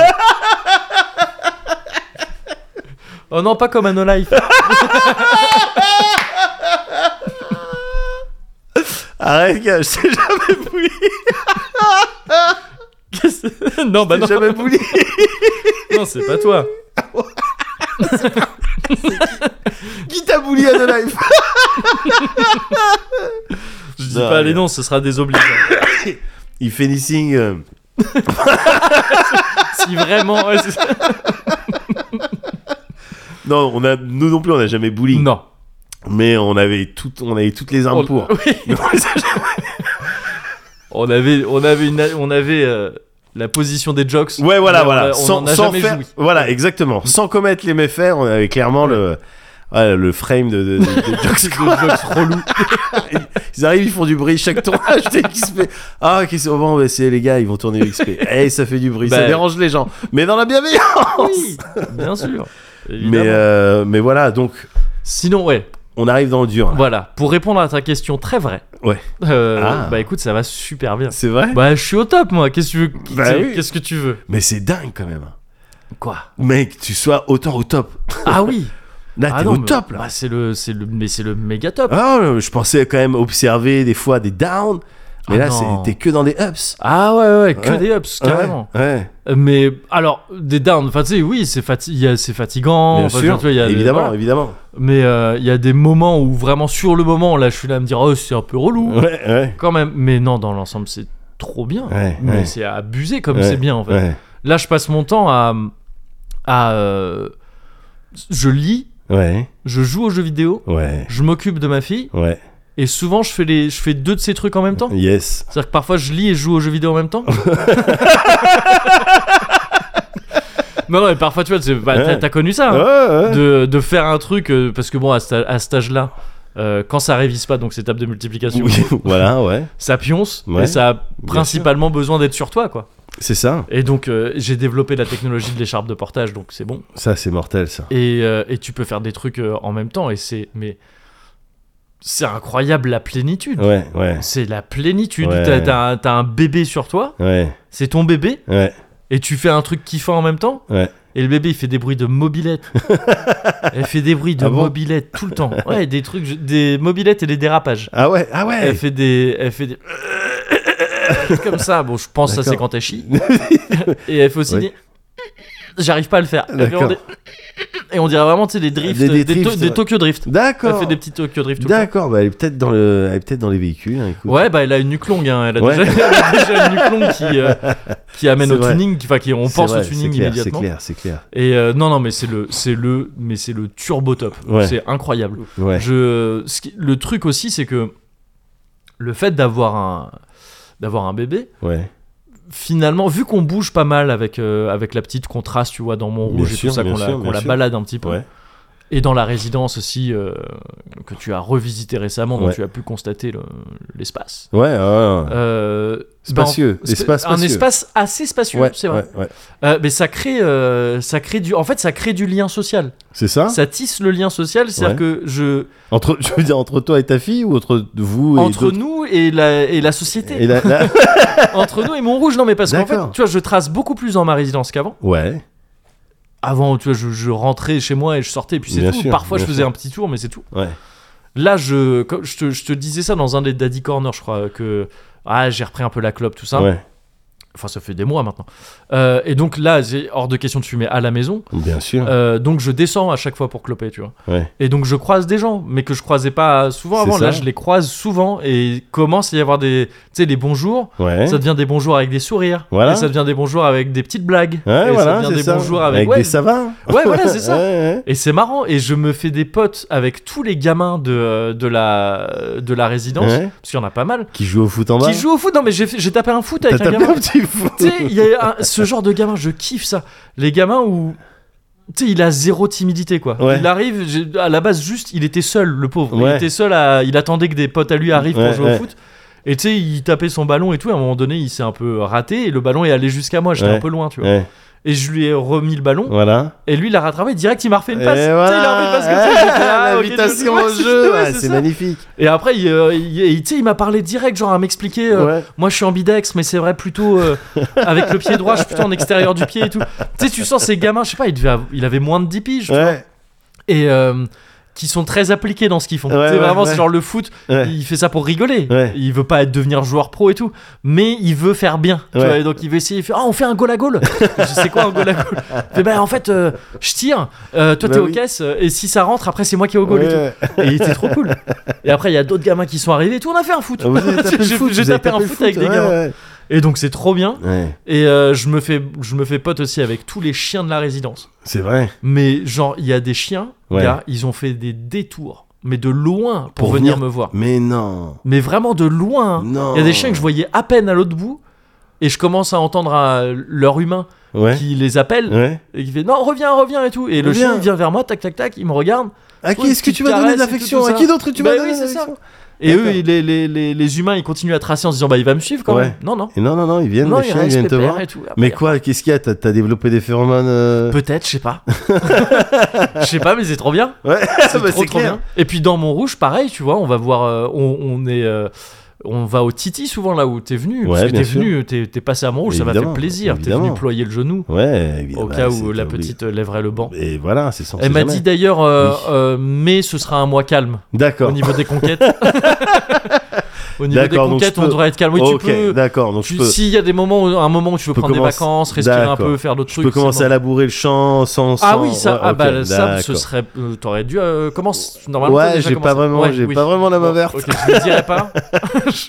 oh non, pas comme à No Life.
Arrête, gars, je t'ai jamais voulu.
Qu'est-ce que- non, bah
je
non,
t'ai jamais voulu.
non c'est pas toi.
Qui t'a bouli à The Life
Je dis
Non,
pas les
regarde.
noms, ce sera désobligeant.
Il finissing. euh,
si vraiment. ouais, c'est ça.
Non, on a... nous non Oh, plus, on n'a jamais bouli.
non.
Mais on avait, tout... on avait toutes les armes
On-
pour.
oui. on avait, on avait, une, on avait euh, la position des jocks.
Ouais, voilà,
Mais on
voilà.
a- on
sans
en a
sans
jamais
faire.
joui.
Voilà, exactement. Sans commettre les méfaits, on avait clairement le. ouais, le frame de, de, de- de Jock
Des
Squad.
jocks relous.
Ils arrivent, ils font du bruit chaque tournage de XP. Ah, qu'est-ce qu'on va essayer, les gars, ils vont tourner XP. Eh, ça fait du bruit, ça
Bah.
dérange les gens. Mais dans la bienveillance
Oui, bien sûr.
Ah mais,
Évidemment.
euh, mais voilà, donc,
Sinon, ouais,
on arrive dans le dur.
voilà. Pour répondre à ta question très vraie.
Ouais.
euh,
Ah.
Bah écoute, ça va super bien.
C'est vrai
Bah je suis au top moi. Qu'est-ce que tu veux
Bah oui.
Qu'est-ce que tu veux
Mais c'est dingue quand même.
Quoi
Mec, tu sois autant au top.
Ah oui.
Là,
ah
t'es
non,
au
mais-
top, là.
Bah, c'est le, c'est le, mais c'est le méga top.
Ah, je pensais quand même observer des fois des downs. Mais
Ah
là,
non.
c'est- t'es que dans des ups.
Ah ouais ouais, que
Ouais.
des ups carrément.
Ouais, ouais.
Mais alors, des downs, enfin, tu sais, oui, c'est fati- il y a- c'est fatigant.
bien
enfin,
sûr.
tu vois, il y a des-
évidemment,
voilà.
évidemment.
Mais euh, il y a des moments où vraiment, sur le moment, là, je suis là à me dire, oh, c'est un peu relou.
Ouais, ouais.
Quand même. Mais non, dans l'ensemble, c'est trop bien.
Ouais,
Mais
ouais.
c'est abusé comme
Ouais,
c'est bien, en fait.
Ouais,
Là, je passe mon temps à. à euh, je lis,
ouais,
je joue aux jeux vidéo,
ouais.
je m'occupe de ma fille,
Ouais,
et souvent, je fais, les, je fais deux de ces trucs en même temps.
yes.
C'est-à-dire que parfois je lis et je joue aux jeux vidéo en même temps. non, non, mais parfois tu vois, c'est- bah, t'as,
Ouais.
t'as connu ça,
Ouais,
hein,
ouais.
de, de faire un truc, euh, parce que bon, à, sta- à cet âge-là, euh, quand ça révise pas, donc c'est table de multiplication,
Oui, voilà, ouais.
ça pionce,
Ouais,
et ça a principalement besoin d'être sur toi, quoi.
C'est ça.
Et donc euh, j'ai développé la technologie de l'écharpe de portage, donc c'est bon.
Ça, c'est mortel, ça.
Et, euh, et tu peux faire des trucs euh, en même temps, et c'est. Mais. C'est incroyable la plénitude.
Ouais, ouais,
C'est la plénitude.
Ouais.
T'as, t'as un- t'as un bébé sur toi.
ouais,
c'est ton bébé
ouais.
et tu fais un truc kiffant en même temps
Ouais.
et le bébé il fait des bruits de mobilette elle fait des bruits de
Ah bon
mobilette tout le temps ouais des trucs des mobilettes et des dérapages
Ah ouais, ah
elle
ouais.
fait des elle fait des comme ça bon je pense que ça c'est
D'accord.
quand elle chie et elle fait aussi
Oui.
des j'arrive pas à le faire Elle fait
D'accord.
des- et on dirait vraiment tu sais des drifts
Des-
des,
des
to-
drifts,
des
ouais.
Tokyo Drift elle
D'accord.
fait des petits Tokyo Drift tout le temps.
D'accord, bah, elle est peut-être dans le, elle est peut-être dans les véhicules. hein, écoute.
Ouais, bah elle a une nuque longue, hein. elle, a
Ouais.
déjà, elle a déjà une nuque longue qui, euh, qui amène
C'est
au
vrai.
tuning, qui- enfin qui, on
C'est
pense
vrai,
au tuning
c'est clair,
immédiatement.
C'est clair, c'est clair.
Et euh, non, non, mais c'est le, c'est le, mais c'est le turbo top.
Ouais.
C'est incroyable.
Ouais.
Je, ce qui- le truc aussi, c'est que le fait d'avoir un, d'avoir un bébé,
Ouais.
finalement, vu qu'on bouge pas mal avec euh, avec la petite contraste, tu vois, dans mon
Bien
rouge et
sûr,
tout ça,
bien
qu'on la,
sûr,
qu'on
bien
la
sûr.
balade un petit peu.
Ouais.
Et dans la résidence aussi euh, que tu as revisité récemment, dont
Ouais.
tu as pu constater le- l'espace.
Ouais, ouais, ouais.
Euh,
Spacieux,
ben, en-
espace
un
spacieux.
espace assez spacieux,
Ouais,
c'est vrai.
ouais, ouais.
Euh, mais ça crée, euh, ça crée du, en fait, ça crée du lien social.
C'est ça
ça tisse le lien social, c'est-à-dire que je
Entre, je veux dire, entre toi et ta fille ou entre vous et
entre
d'autres-
nous et la et la société,
Et la- la-
entre nous et Montrouge, non mais parce qu'en fait,
D'accord.
tu vois, je trace beaucoup plus dans ma résidence qu'avant.
Ouais.
Avant, tu vois, je, je rentrais chez moi et je sortais et puis c'est
Bien
tout.
sûr,
Parfois, je
bien
faisais
sûr.
un petit tour, mais c'est tout.
Ouais.
Là, je comme- je te, je te disais ça dans un des Daddy Corner, je crois que ah j'ai repris un peu la clope tout ça.
Ouais.
Enfin, ça fait des mois maintenant. Euh, et donc là, c'est hors de question de fumer à la maison.
Bien sûr.
Euh, donc je descends à chaque fois pour cloper, tu vois.
Ouais.
Et donc je croise des gens, mais que je croisais pas souvent
C'est
avant. Là,
ça.
je les croise souvent et il commence à y avoir des, tu sais, les bonjours.
Ouais.
Ça devient des bonjours avec des sourires.
Voilà.
Et ça devient des bonjours avec des petites blagues.
Ouais,
et
voilà,
ça
c'est
devient des
ça.
bonjours avec, ouais,
des savants.
ouais, voilà, c'est ça.
Ouais,
Et c'est marrant. Et je me fais des potes avec tous les gamins de, de la de la
ouais.
résidence,
Ouais.
parce qu'il y en a pas mal.
Qui joue au foot en bas
Qui jouent au foot Non, mais j'ai fait- j'ai tapé un foot avec
T'as
un
tapé
gamin.
un petit tu fous
Tu sais, il y a un- ce genre de gamin, je kiffe ça. Les gamins où. Tu sais, il a zéro timidité, quoi.
Ouais.
Il arrive, j'ai- à la base, juste, il était seul, le pauvre. Il
Ouais.
était seul, à- il attendait que des potes à lui arrivent
Ouais,
pour jouer
ouais.
au foot. Et tu sais, il tapait son ballon et tout. Et à un moment donné, il s'est un peu raté. Et le ballon est allé jusqu'à moi, j'étais
Ouais.
un peu loin, tu vois.
Ouais,
Et je lui ai remis le ballon.
Voilà.
Et lui, il l'a rattrapé direct, il m'a refait une
Et
passe. Tu sais, il a remis une passe comme ça,
voilà.
j'ai fait, ah, ok,
L'invitation
ouais,
au
c'est-
jeu,
ouais,
ouais,
c'est
c'est
ça.
magnifique.
Et après, il, euh, il- il- tu sais, il m'a parlé direct, genre à m'expliquer. euh,
Ouais.
moi je suis ambidex, mais c'est vrai plutôt euh, avec le pied droit, je suis plutôt en extérieur du pied et tout. Tu sais, tu sens ces gamins, je sais pas, il, devait av- il avait moins de 10 piges
Ouais,
et euh, qui sont très appliqués dans ce qu'ils font.
Ouais,
tu sais,
ouais,
vraiment,
ouais.
c'est genre le foot,
ouais.
il fait ça pour rigoler.
Ouais.
Il veut pas être- devenir joueur pro et tout, mais il veut faire bien. tu
Ouais.
vois, et donc il veut essayer. Il fait, ah, on fait un goal à goal. je sais quoi un goal à goal. Il fait, bah, en fait, euh, je tire, euh, toi
Bah
t'es
oui.
aux caisses, euh, et si ça rentre, après c'est moi qui ai au goal. et tout.
Ouais.
Et il était trop cool. Et après, il y a d'autres gamins qui sont arrivés et tout. On a fait un foot.
Ah, Vous avez tapé le
J'ai-
foot,
J'ai
vous avez
tapé un
tapé
foot,
le
avec des
ouais,
gamins.
ouais.
Et donc, c'est trop bien.
Ouais,
Et euh, je, me fais, je me fais pote aussi avec tous les chiens de la résidence.
c'est vrai.
Mais genre, il y a des chiens,
Ouais.
gars, ils ont fait des détours, mais de loin, pour,
Pour
venir,
venir-
me voir.
Mais non.
Mais vraiment de loin. hein.
Non.
Il y a des chiens que je voyais à peine à l'autre bout. Et je commence à entendre euh, leur humain
Ouais.
qui les appelle
Ouais.
et qui fait non reviens reviens et tout et le
Reviens.
chien il vient vers moi tac tac tac il me regarde
À qui
Oui,
est-ce que
petite
tu vas donner
caresse
de
et
l'affection
tout, tout
À
ça.
qui d'autre tu
Bah
vas
oui,
donner de
c'est ça.
l'affection
Et eux,
D'accord.
les, les- les- les humains, ils continuent à tracer en se disant bah il va me suivre quand
Ouais.
même. Non, non.
Et Non, non, non, ils viennent,
Non, il
les chiens, ils
reste
viennent te
pépère
voir.
et tout. Ah, Après,
Mais quoi, qu'est-ce qu'il y a T'as t'as développé des phéromones euh,
Peut-être, je sais pas. Je sais pas, mais c'est trop bien.
Ouais,
C'est
bah,
trop,
c'est
trop
clair.
bien. Et puis dans mon rouge, pareil, tu vois, on va voir, euh, on, on est. euh, on va au Titi souvent là où t'es venu.
Ouais,
parce que
bien
t'es
sûr.
venu, t'es t'es passé à mon rouge, ça m'a fait
Évidemment,
plaisir. T'es
évidemment.
venu ployer le genou
Ouais, évidemment.
au cas
c'est
où la
obligé.
petite lèverait le banc.
Et voilà, c'est sans
Elle m'a dit d'ailleurs, euh, euh, mais ce sera un mois calme au
D'accord.
niveau des conquêtes. au niveau des
D'accord, donc je
conquêtes, on
peux-
devrait être calme. Oui,
Ok,
tu peux.
d'accord. Donc je
Tu-
peux,
S'il y a des moments, où- un moment où tu veux
peux
prendre des
commencer-
vacances, respirer un
D'accord.
peu, faire d'autres
je
trucs.
peux commencer
c'est
à labourer le champ sans.
bon. Ah
sans-
oui, ça,
ouais,
ah
ok,
bah ça, ce
d'accord.
serait, euh, t'aurais dû euh, commencer normalement. t'as
Ouais,
déjà
j'ai
commencé.
pas vraiment,
Ouais,
j'ai
oui.
pas vraiment la main
Bon,
verte.
ok, je le dirai pas.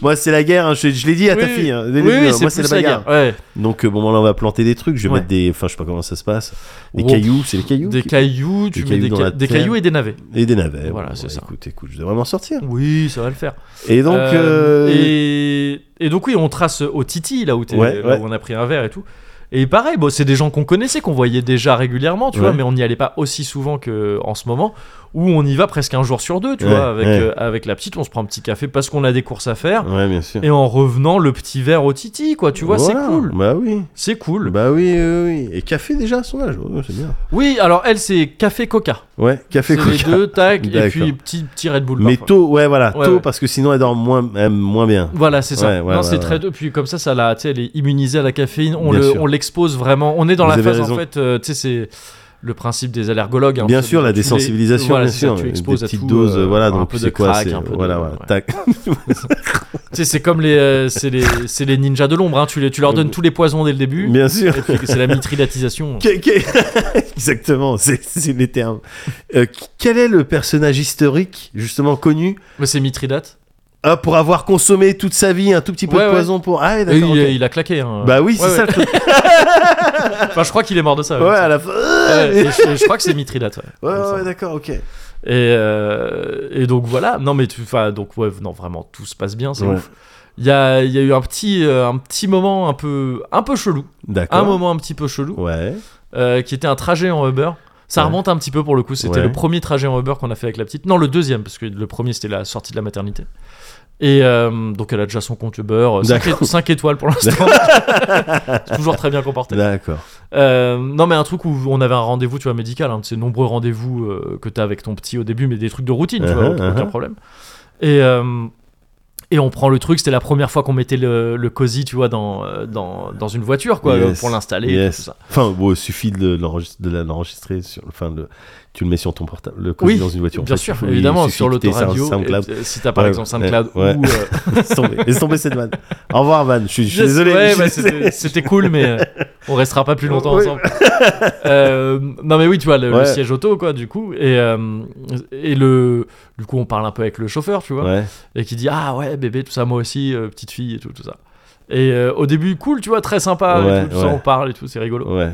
Moi, c'est la guerre. hein, je, je l'ai dit à ta
Oui,
fille. hein, dès
oui,
le début,
oui,
hein,
c'est
Moi, c'est
plus
la bagarre.
Ouais.
Donc euh, bon, bah, là, on va planter des trucs. Je vais
Ouais.
mettre des, enfin, je sais pas comment ça se passe. Des
Wow.
cailloux, c'est des cailloux.
Des
qui-
cailloux, tu
Des
mets des,
cailloux dans
ca-
la
des
terre.
cailloux et des navets.
Et des navets.
Voilà,
Bon,
c'est
bah,
ça.
Écoute, écoute, je devrais m'en sortir.
Oui, ça va le faire.
Et donc,
Euh,
euh,
et, et donc oui, on trace au Titi là où, t'es-
Ouais,
là où
ouais.
on a pris un verre et tout. Et pareil, bon, c'est des gens qu'on connaissait, qu'on voyait déjà régulièrement, tu vois,
Ouais.
mais on n'y allait pas aussi souvent que en ce moment, où on y va presque un jour sur deux, tu
Ouais,
vois, avec,
ouais.
euh, avec la petite, on se prend un petit café parce qu'on a des courses à faire,
ouais, bien sûr.
et en revenant, le petit verre au Titi, quoi, tu vois,
Voilà.
c'est cool,
Bah oui.
c'est cool.
Bah oui, oui, oui. Et café déjà à son âge, ouais, oh, c'est bien.
Oui, alors elle, c'est café-coca.
Ouais, café
C'est les
coca.
deux, tac, et
D'accord.
puis petit, petit Red Bull.
Mais
parfois.
tôt, ouais, voilà,
Ouais,
tôt
ouais.
parce que sinon elle dort moins, euh, moins bien.
Voilà, c'est ça.
Ouais, ouais,
non,
ouais,
c'est
ouais.
très deux. Puis comme ça, ça l'a, tu sais, elle est immunisée à la caféine. On
Bien
le-
sûr.
on l'expose vraiment. On est dans
Vous
la
avez
phase
raison.
en fait. euh, tu sais, c'est le principe des allergologues. hein.
bien
C'est-
sûr, la
tu les-
désensibilisation,
voilà,
bien
c'est ça,
sûr.
tu
Des
exposes à
petites
tout,
doses,
euh,
voilà, donc
un peu de
c'est quoi
crack,
c'est-
un peu de-
Voilà, voilà.
ouais.
Tac.
Tu sais, c'est comme les, euh, c'est les, c'est les ninjas de l'ombre. hein. Tu les, tu leur
Euh,
donnes tous les poisons dès le début.
Bien sûr.
Et puis c'est la mitridatisation.
Que- que- Exactement, c'est c'est les termes. Euh, quel est le personnage historique, justement connu,
Mais c'est mitridate.
ah, pour avoir consommé toute sa vie un tout petit peu
Ouais,
de
ouais.
poison pour. Ah, ouais,
Et il,
d'accord. ok.
il a claqué. hein.
Bah oui, c'est
Ouais,
ça
ouais.
le truc.
Enfin, je crois qu'il est mort de ça.
Ouais,
ouais.
à la fin.
Ouais, et je, et je crois que c'est mitridate. ouais.
Ouais,
Il me
ouais,
semble.
ouais, d'accord, ok.
Et, euh, et donc voilà, non mais tu, enfin donc ouais, non vraiment tout se passe bien, c'est
Ouais.
ouf. Il y a, il y a eu un petit, euh, un petit moment un peu, un peu chelou,
D'accord.
un moment un petit peu chelou,
Ouais.
euh, qui était un trajet en Uber. Ça
Ouais.
remonte un petit peu pour le coup, c'était
Ouais.
le premier trajet en Uber qu'on a fait avec la petite. Non, le deuxième, parce que le premier c'était la sortie de la maternité. Et euh, donc elle a déjà son compte Uber, euh, 5,
D'accord.
étoiles pour l'instant. Toujours très bien comporté.
D'accord.
Euh, non mais un truc où on avait un rendez-vous tu vois médical un de ces nombreux rendez-vous euh, que t'as avec ton petit au début mais des trucs de routine tu vois
Uh-huh,
aucun
uh-huh.
problème et euh, et on prend le truc c'était la première fois qu'on mettait le, le cosy tu vois dans euh, dans, dans une voiture quoi
Yes.
pour l'installer et
Yes.
tout ça
Enfin, bon, il suffit de l'enregistrer, de la- l'enregistrer sur, enfin, le, tu le mets sur ton portable, le cosy
Oui,
dans une voiture.
bien
En fait,
sûr
il faut- il
évidemment
suffit
sur
que t'aies ça,
l'autoradio
SoundCloud.
et- et si t'as par
Ouais,
exemple
ouais,
SoundCloud
ouais.
ou euh,
Laisse tomber, laisse tomber cette vanne. Au revoir, Van. Je suis, je suis
Yes,
désolé.
ouais,
je suis
bah,
désolé.
c'était, c'était cool, mais euh, on restera pas plus longtemps
Oui.
ensemble. Euh, non, mais oui, tu vois, le, le
Ouais.
siège auto, quoi, du coup. Et, euh, et le, du coup, on parle un peu avec le chauffeur, tu vois.
Ouais.
Et qui dit Ah ouais, bébé, tout ça, moi aussi, euh, petite fille et tout, tout ça. Et euh, au début, cool, tu vois, très sympa. et
Ouais,
tout, tout ça,
ouais.
on parle et tout, c'est rigolo.
Ouais.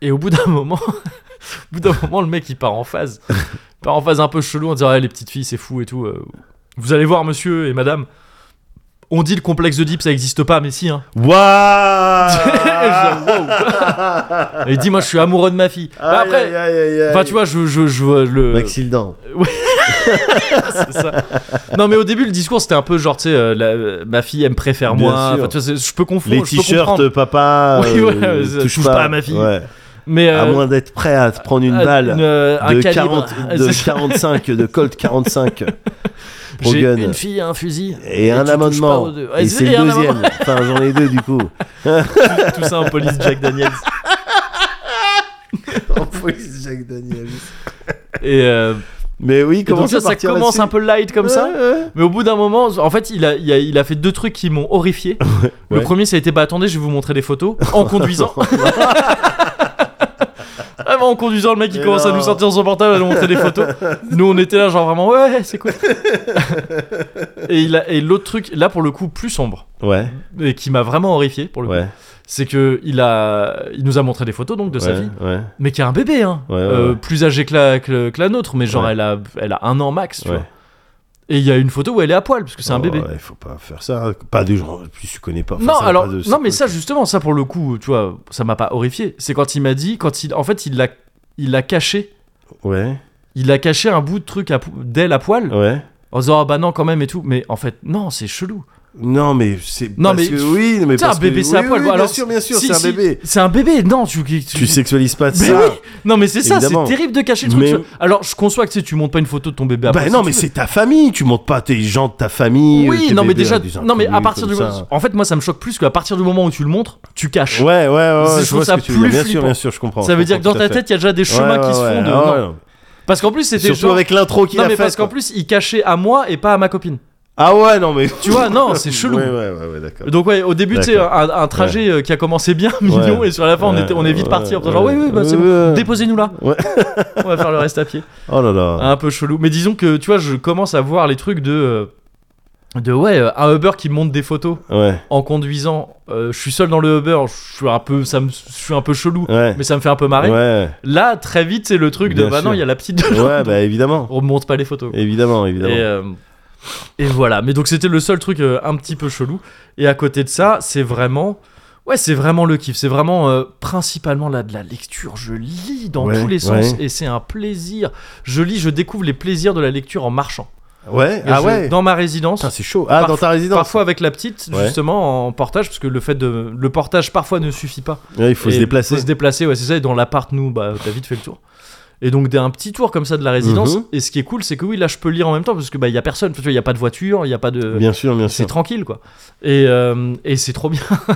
Et au bout d'un moment, au bout d'un moment, le mec, il part en phase. Il part en phase un peu chelou en disant Ah, les petites filles, c'est fou et tout. euh, vous allez voir, monsieur et madame. On dit le complexe de Deep, ça existe pas, mais si. Hein.
Waouh
Il dit, moi, je suis amoureux de ma fille. Bah,
Ah. Aïe,
après,
aïe, aïe, aïe, aïe.
enfin, tu vois, euh, je, je, je vois le.
Max Hildan.
C'est ça. Non, mais au début, le discours, c'était un peu genre, tu sais, euh, la- euh, ma fille, elle me préfère
Bien
moi.
sûr.
Enfin, tu vois, c'est- je peux confondre.
Les
je peux comprendre.
t-shirts, papa.
Oui,
euh,
ouais, ouais, ça touche pas à ma fille.
Ouais.
Mais
À
euh,
moins d'être prêt à te prendre une
à-
balle
une, euh, un
de,
calibre.
40, de 45, de Colt 45. Pro
J'ai
Gun.
une fille et un fusil.
Et,
tu
un
touches pas
amendement.
aux deux.
et c'est
et
le
un
deuxième.
amendement.
enfin, j'en ai deux du coup.
Tout ça en police Jack Daniels.
Jacques Daniel.
Et, euh,
Mais oui,
et
comment
donc ça, ça
partir
commence
là-dessus
un peu light comme ça.
Ouais, ouais.
Mais au bout d'un moment, en fait, il a, il a, il a fait deux trucs qui m'ont horrifié. Le
ouais.
premier, ça a été bah attendez, je vais vous montrer des photos en conduisant. Vraiment en conduisant, le mec il
Mais
commence à
non.
nous sortir son portable à nous montrer des photos. Nous on était là, genre vraiment ouais, c'est cool. et il a- et l'autre truc, là pour le coup, plus sombre
Ouais,
et qui m'a vraiment horrifié pour le coup,
ouais.
c'est que il a, il nous a montré des photos donc de sa
ouais,
fille,
Ouais,
mais qui a un bébé, hein,
Ouais, ouais,
Euh,
ouais.
plus âgée que la, que, que la nôtre, mais genre
Ouais.
elle a, elle a un an max, tu
ouais.
vois. Et il y a une photo où elle est à poil parce que c'est un
Oh,
bébé.
ouais, faut pas faire ça. Pas du genre. en Plus tu connais pas. Enfin,
Non,
ça a
alors,
pas de-
non, mais ça, justement, ça pour le coup, tu vois, ça m'a pas horrifié. C'est quand il m'a dit, quand il, en fait, il l'a, il a caché,
Ouais,
il a caché un bout de truc à pou- d'elle à poil,
ouais.
en disant, ah bah non, quand même et tout. Mais en fait, non, c'est chelou.
Non, mais c'est.
Non,
parce
mais-
que oui, mais
C'est un
parce
bébé,
que...
c'est à
oui,
poil.
oui,
Bon, alors,
bien sûr, bien sûr,
si,
c'est un
si,
bébé.
C'est un bébé, non, tu.
Tu sexualises pas de
Mais
ça.
oui, Non, mais c'est ça, c'est
Évidemment.
terrible de cacher le truc.
Mais-
tu vois. Alors, je conçois que tu sais, tu montes pas une photo de ton bébé à
Bah
poil,
non,
si
mais
tu veux.
c'est ta famille. Tu montes pas tes gens de ta famille. euh,
Oui,
tes
non, mais
bébés
déjà.
à des
Non, mais à
inconnus
partir du
comme ça.
moment. En fait, moi, ça me choque plus qu'à partir du moment où tu le montres, tu caches.
Ouais, ouais, ouais,
Je
je
trouve
vois ce
ça
que tu veux dire.
plus
Bien sûr,
flippant.
bien sûr, je comprends.
Ça
je
veut dire que
comprends
dans
tout à
ta
fait.
tête, il y a déjà des chemins
Ouais,
qui se
ouais,
font. de-
ouais,
non.
ouais.
Parce qu'en plus, c'était
Surtout
genre.
avec l'intro qu'il
Non
a
mais
fait.
parce qu'en plus il cachait à moi et pas à ma copine.
Ah ouais, non mais
Tu vois, non, c'est chelou.
Ouais, ouais, ouais, ouais, d'accord.
Donc ouais, au début tu sais un,
D'accord.
un trajet euh, qui a commencé bien mignon et sur la fin on,
Ouais,
était, on est vite
ouais,
parti en
ouais,
disant genre oui oui bah, c'est
ouais,
bon,
ouais.
déposez-nous là.
Ouais.
on va faire le reste à pied.
Oh là là.
Un peu chelou. Mais disons que tu vois je commence à voir les trucs de euh, de ouais euh, un Uber qui monte des photos
Ouais.
en conduisant. Euh, je suis seul dans le Uber, je suis un peu ça me, je suis un peu chelou.
Ouais.
Mais ça me fait un peu marrer.
Ouais.
Là, très vite, c'est le truc de
Bien
bah non,
sûr.
il y a la petite de
Ouais, bah évidemment.
on monte pas les photos.
Évidemment,
Et,
évidemment.
euh, et voilà. Mais donc c'était le seul truc euh, un petit peu chelou. Et à côté de ça, c'est vraiment. Ouais, c'est vraiment le kiff. C'est vraiment euh, principalement là de la lecture. Je lis dans
Ouais,
tous les sens
ouais.
et c'est un plaisir. Je lis, je découvre les plaisirs de la lecture en marchant.
Ouais,
Et
ah
je-
ouais.
Dans ma résidence.
Putain, c'est chaud. Ah, dans ta résidence.
Parfois avec la petite,
Ouais.
justement, en portage, parce que le fait de. Le portage parfois ne suffit pas.
Ouais, il faut se
Et
déplacer.
Faut se déplacer, ouais, c'est ça. Et dans l'appart, nous, bah, t'as vite fait le tour. Et donc, d'un petit tour comme ça de la résidence.
Mhm.
Et ce qui est cool, c'est que oui, là, je peux lire en même temps parce que bah, il y a personne. Tu vois, il y a pas de voiture, il y a pas de.
Bien sûr, bien
c'est
sûr.
tranquille, quoi. Et, euh, et c'est trop bien.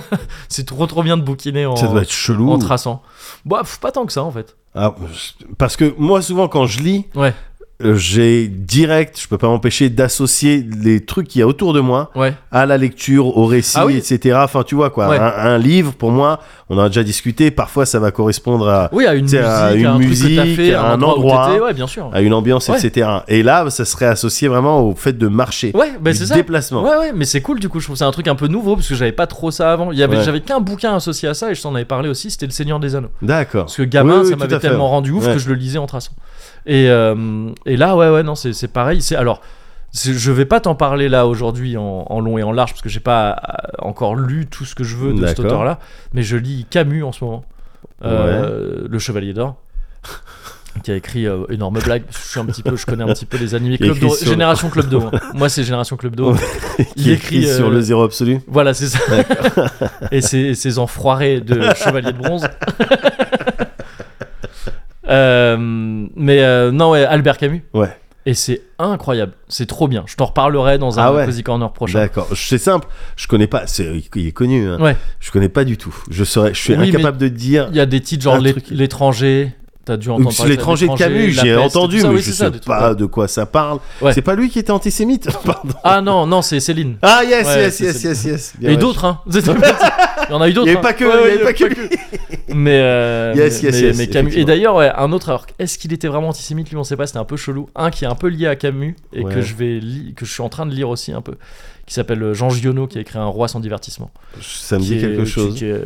c'est trop, trop bien de bouquiner en,
Ça doit être
en
chelou.
traçant. Bah, pff, pas tant que ça, en fait.
Ah, je- parce que moi, souvent, quand je lis,
Ouais.
euh, j'ai direct, je peux pas m'empêcher d'associer les trucs qu'il y a autour de moi
Ouais.
à la lecture, au récit,
Ah oui.
etc. Enfin, tu vois quoi.
Ouais.
Un, un livre, pour moi, on en a déjà discuté. Parfois, ça va correspondre à,
Oui, à une musique,
C'est à
à
une
un truc que t'as
musique,
fait,
à
un
un
endroit. où
endroit.
t'étais, ouais, bien sûr.
à une ambiance,
Ouais.
etc. Et là, ça serait associé vraiment au fait de marcher,
Ouais, bah,
du
c'est ça.
déplacement.
Ouais, ouais, mais c'est cool du coup. Je trouve que c'est un truc un peu nouveau parce que j'avais pas trop ça avant. Il y avait,
Ouais.
j'avais qu'un bouquin associé à ça et je t'en avais parlé aussi. C'était Le Seigneur des Anneaux.
D'accord.
Parce que gamin,
Oui, oui,
ça
tout
m'avait
à fait.
tellement rendu ouf
Ouais.
que je le lisais en traçant. Et, euh, et là, ouais, ouais, non, c'est c'est pareil. C'est alors. c'est- Je vais pas t'en parler là aujourd'hui en, en long et en large parce que j'ai pas euh, encore lu tout ce que je veux de cet
D'accord.
auteur-là, mais je lis Camus en ce moment, Euh, Le Chevalier d'Or, qui a écrit euh, énorme blague. parce que Je suis un petit peu, je connais un petit peu les animés
Il
Club
écrit
d'eau-
sur-
Génération Club d'eau. hein. Moi, c'est Génération Club d'eau.
Qui écrit
euh,
sur le zéro absolu.
voilà, c'est ça. et ses, ses enfoirés de chevalier de bronze. Euh, mais euh, non, ouais, Albert Camus.
Ouais.
Et c'est incroyable. C'est trop bien. Je t'en reparlerai dans un
Ah ouais.
Cozy Corner prochain.
D'accord. C'est simple. Je connais pas. c'est- il est connu. hein.
Ouais.
Je connais pas du tout. Je serais. Je suis
Oui,
incapable de dire.
Il y a des titres genre
Un
l'é-
truc.
l'étranger. T'as dû entendre
Sur
parler de ça,
l'étranger de Camus,
La
j'ai
Peste,
entendu,
tout ça.
mais
Oui,
je
c'est ça,
sais
des trucs
pas
comme-
de quoi ça parle.
Ouais.
C'est pas lui qui était antisémite Pardon.
Ah non, non, c'est Céline.
Ah yes,
Ouais,
yes,
c'est
yes,
ça.
yes, yes. Bien
Et
ouais.
d'autres, hein. C'était pas- Il y en a eu
Il
d'autres.
n'y
hein.
avait pas que,
Ouais,
il y
ouais,
avait pas que lui.
Mais, euh,
Yes,
mais-
yes,
mais-
yes,
mais Camus. Et
effectivement.
d'ailleurs, ouais, un autre. Alors, est-ce qu'il était vraiment antisémite Lui, on sait pas. C'était un peu chelou. Un qui est un peu lié à Camus et que
Ouais.
je vais li- que je suis en train de lire aussi un peu, qui s'appelle euh, Jean Giono, qui a écrit Un roi sans divertissement.
Ça me
qui
dit
est-
quelque
qui-
chose.
Qui est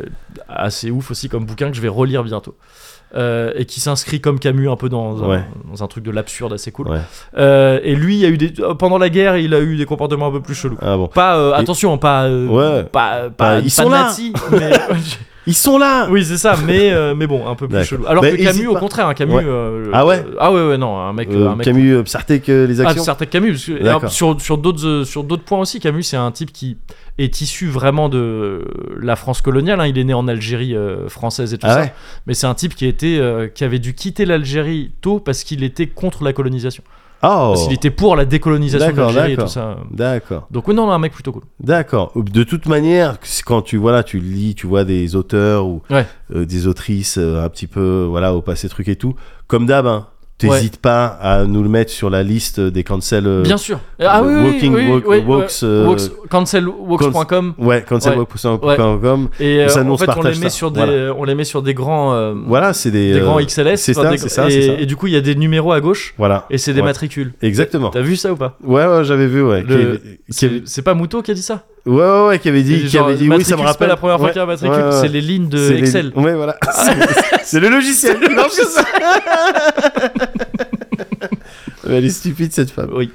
assez ouf aussi comme bouquin que je vais relire bientôt. Euh, et qui s'inscrit comme Camus un peu dans un,
Ouais.
dans un truc de l'absurde assez cool.
Ouais.
Euh, et lui, il y a eu des, pendant la guerre, il a eu des comportements un peu plus chelous.
Ah bon.
Pas euh, attention, pas, euh,
Ouais.
pas, pas,
Bah, ils
pas
sont là.
nazi, mais-
Ils sont là
Oui, c'est ça, mais, euh, mais bon, un peu plus
D'accord.
chelou. Alors
Bah,
que
hésite
Camus, au
pas.
contraire, un Camus.
Ouais.
euh,
Ah ouais
euh, Ah ouais, ouais, non, un mec.
Euh,
un mec
Camus, euh, Psarté que les
ah,
actions
certains Camus, parce que- et,
D'accord.
euh, sur, sur d'autres euh, sur d'autres points aussi, Camus c'est un type qui est issu vraiment de la France coloniale. hein. Il est né en Algérie euh, française et tout
Ah
ça,
ouais
mais c'est un type qui était euh, qui avait dû quitter l'Algérie tôt parce qu'il était contre la colonisation.
Oh
Parce qu'il était pour la décolonisation de
D'accord,
l'Algérie et tout
d'accord.
ça.
D'accord,
Donc oui, non, non, un mec plutôt cool.
d'accord. De toute manière, c'est quand tu voilà, tu lis, tu vois des auteurs ou
Ouais.
euh, des autrices euh, un petit peu voilà au passé truc et tout, comme d'hab, hein, t'hésites pas à nous le mettre sur la liste des cancel. euh,
Bien sûr. Ah oui, oui,
Walking,
oui,
walk-
oui,
walks,
ouais.
euh,
Walks- cancelwalks.com.
Ouais, cancel
Ouais.
walk.com.
Et euh,
Ça, nous,
en
on se
fait, on les
partage
met
ça.
sur des
Voilà.
on les met sur des grands euh,
Voilà, c'est des,
des
euh,
grands XLS.
C'est
enfin,
ça,
des-
c'est ça,
et,
c'est ça.
et du coup, il y a des numéros à gauche
Voilà.
et c'est des
Ouais.
matricules.
Exactement.
T'as vu ça ou pas
Ouais, ouais, j'avais vu, ouais.
Le-
Qui- qui-
C'est c'est pas Moutot qui a dit ça
Ouais, ouais, ouais, qui avait dit,
Genre,
qui avait dit oui,
matricule,
ça me
c'est
rappelle.
pas la première fois
Ouais,
qu'il y a un matricule,
ouais, ouais.
c'est les lignes de
C'est les-
Excel. Ah,
Ouais, voilà. C'est- c'est le logiciel. Non, c'est ça. Mais Elle est stupide, cette femme.
Oui.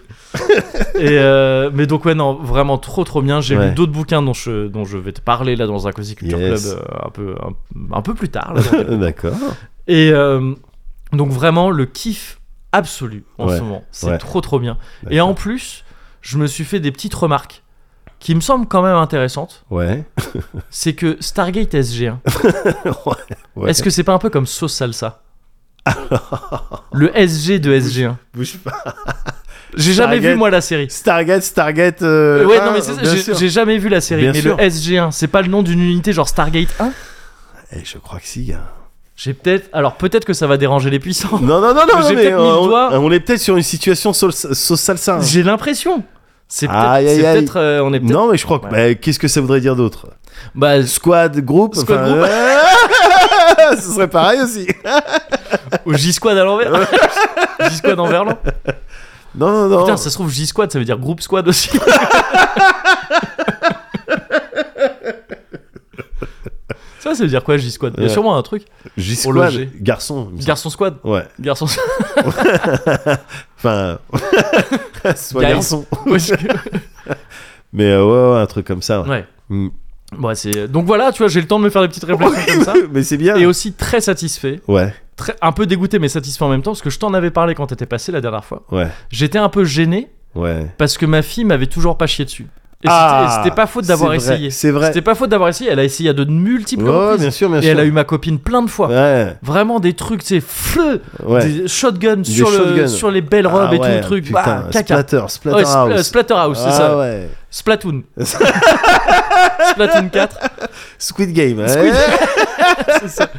Et euh, mais donc ouais non vraiment trop trop bien. J'ai
Ouais.
lu d'autres bouquins dont je dont je vais te parler là dans un cozy culture
Yes.
club euh, un peu un, un peu plus tard. là, dans-
Euh, D'accord.
Et euh, donc vraiment le kiff absolu en
Ouais.
ce moment. C'est
Ouais.
trop trop bien. Et en plus je me suis fait des petites remarques qui me semblent quand même intéressantes.
Ouais.
C'est que Stargate SG1
Ouais.
Est-ce que c'est pas un peu comme sauce salsa Le SG de SG1.
Bouge pas.
J'ai jamais vu
Stargate.
moi la série.
Stargate, Stargate. euh,
ouais,
un,
non mais c'est ça,
bien
j'ai
sûr.
j'ai jamais vu la série.
Bien
mais
sûr.
le SG1, c'est pas le nom d'une unité genre Stargate 1
Eh, je crois que si, gars.
J'ai peut-être. Alors peut-être que ça va déranger les puissants.
Non, non, non, non,
J'ai
non, mais euh,
peut-être mis le
on,
doigt.
on est peut-être sur une situation sauce sauce salsa. hein.
J'ai l'impression. C'est peut-être.
Aïe,
c'est
aïe, aïe.
peut-être, euh, on est peut-être.
Non, mais je crois que. bah, Qu'est-ce que ça voudrait dire d'autre
Bah,
Squad, groupe.
Squad,
enfin,
groupe.
euh, Ce serait pareil aussi.
au J-Squad à l'envers. J-Squad en verlan.
Non, non, non.
Putain, ça se trouve J-Squad, ça veut dire groupe squad aussi. ça, ça veut dire quoi J-Squad Il y a
Ouais.
sûrement un truc. Pour
J-Squad,
loger.
garçon. il me semble.
Garçon squad
Ouais.
Garçon squad.
Enfin. soit
Guys.
garçon. Mais euh, ouais, ouais, un truc comme ça. ouais.
ouais.
Mm.
Bon, c'est... Donc voilà, tu vois, j'ai le temps de me faire des petites réflexions comme ça.
Mais c'est bien.
Et aussi très satisfait,
Ouais,
très, un peu dégoûté mais satisfait en même temps, parce que je t'en avais parlé quand t'étais passé la dernière fois.
ouais,
J'étais un peu gêné
ouais.
parce que ma fille m'avait toujours pas chié dessus. Et
Ah,
c'était, et c'était pas faute d'avoir
c'est vrai,
essayé.
c'est vrai.
C'était pas faute d'avoir essayé, elle a essayé à de multiples
Ouais,
reprises.
bien sûr, bien
et
sûr.
elle a eu ma copine plein de fois.
Ouais,
Vraiment des trucs, tu sais, fleu,
ouais.
des shotguns sur, le,
shotguns.
sur les belles robes
Ah
et tout
ouais,
le truc.
Putain,
bah, caca.
Splatter,
Ouais, Spl- euh,
Splatterhouse.
Splatterhouse, c'est
ah,
ça.
ouais.
Splatoon. Splatoon 4.
Squid Game. ouais.
Squid- C'est ça.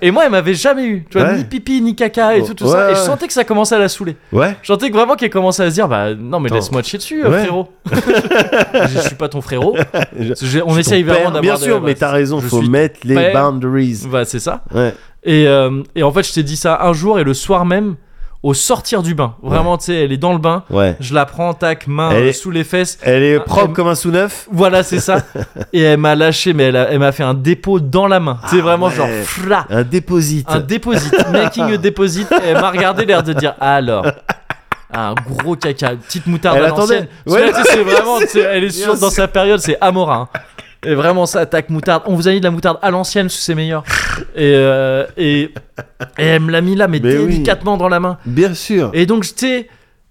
Et moi, elle m'avait jamais eu. Tu vois,
Ouais.
ni pipi, ni caca et tout, tout
Ouais,
ça. Et je
ouais.
sentais que ça commençait à la saouler.
Ouais.
Je sentais que vraiment qu'elle commençait à se dire Bah non, mais
Attends.
laisse-moi te chier dessus, euh,
Ouais.
frérot. je, je suis pas ton frérot.
Je-
Je- on
Ton
essaye
père,
vraiment d'avoir.
Bien
des-
sûr,
voilà,
mais t'as raison,
je
faut
suis
mettre les
père.
boundaries.
Bah, c'est ça.
Ouais,
Et, euh, et en fait, je t'ai dit ça un jour et le soir même, au sortir du bain. Vraiment, tu sais, elle est dans le bain.
ouais.
Je la prends, tac, main
Elle
euh,
est-
sous les fesses.
Elle est
Ah,
propre
elle-
comme un sous-neuf.
Voilà, c'est ça. et elle m'a lâché, mais elle a- elle m'a fait un dépôt dans la main. C'est
Ah
vraiment
ouais.
genre, fla.
Un déposit.
Un déposit, making a deposit. Et elle m'a regardé l'air de dire alors. Un gros caca, une petite moutarde
Elle
à
attendait.
l'ancienne. Parce que
Ouais.
là, tu sais, c'est vraiment, tu sais, elle est
Bien
sûre dans
sûr.
sa période, c'est Amorin. Et vraiment, ça attaque moutarde. On vous a mis de la moutarde à l'ancienne, c'est meilleur. Et, euh, et, et elle me l'a mis là, mais,
Mais oui.
délicatement dans la main.
Bien sûr.
Et donc, j'étais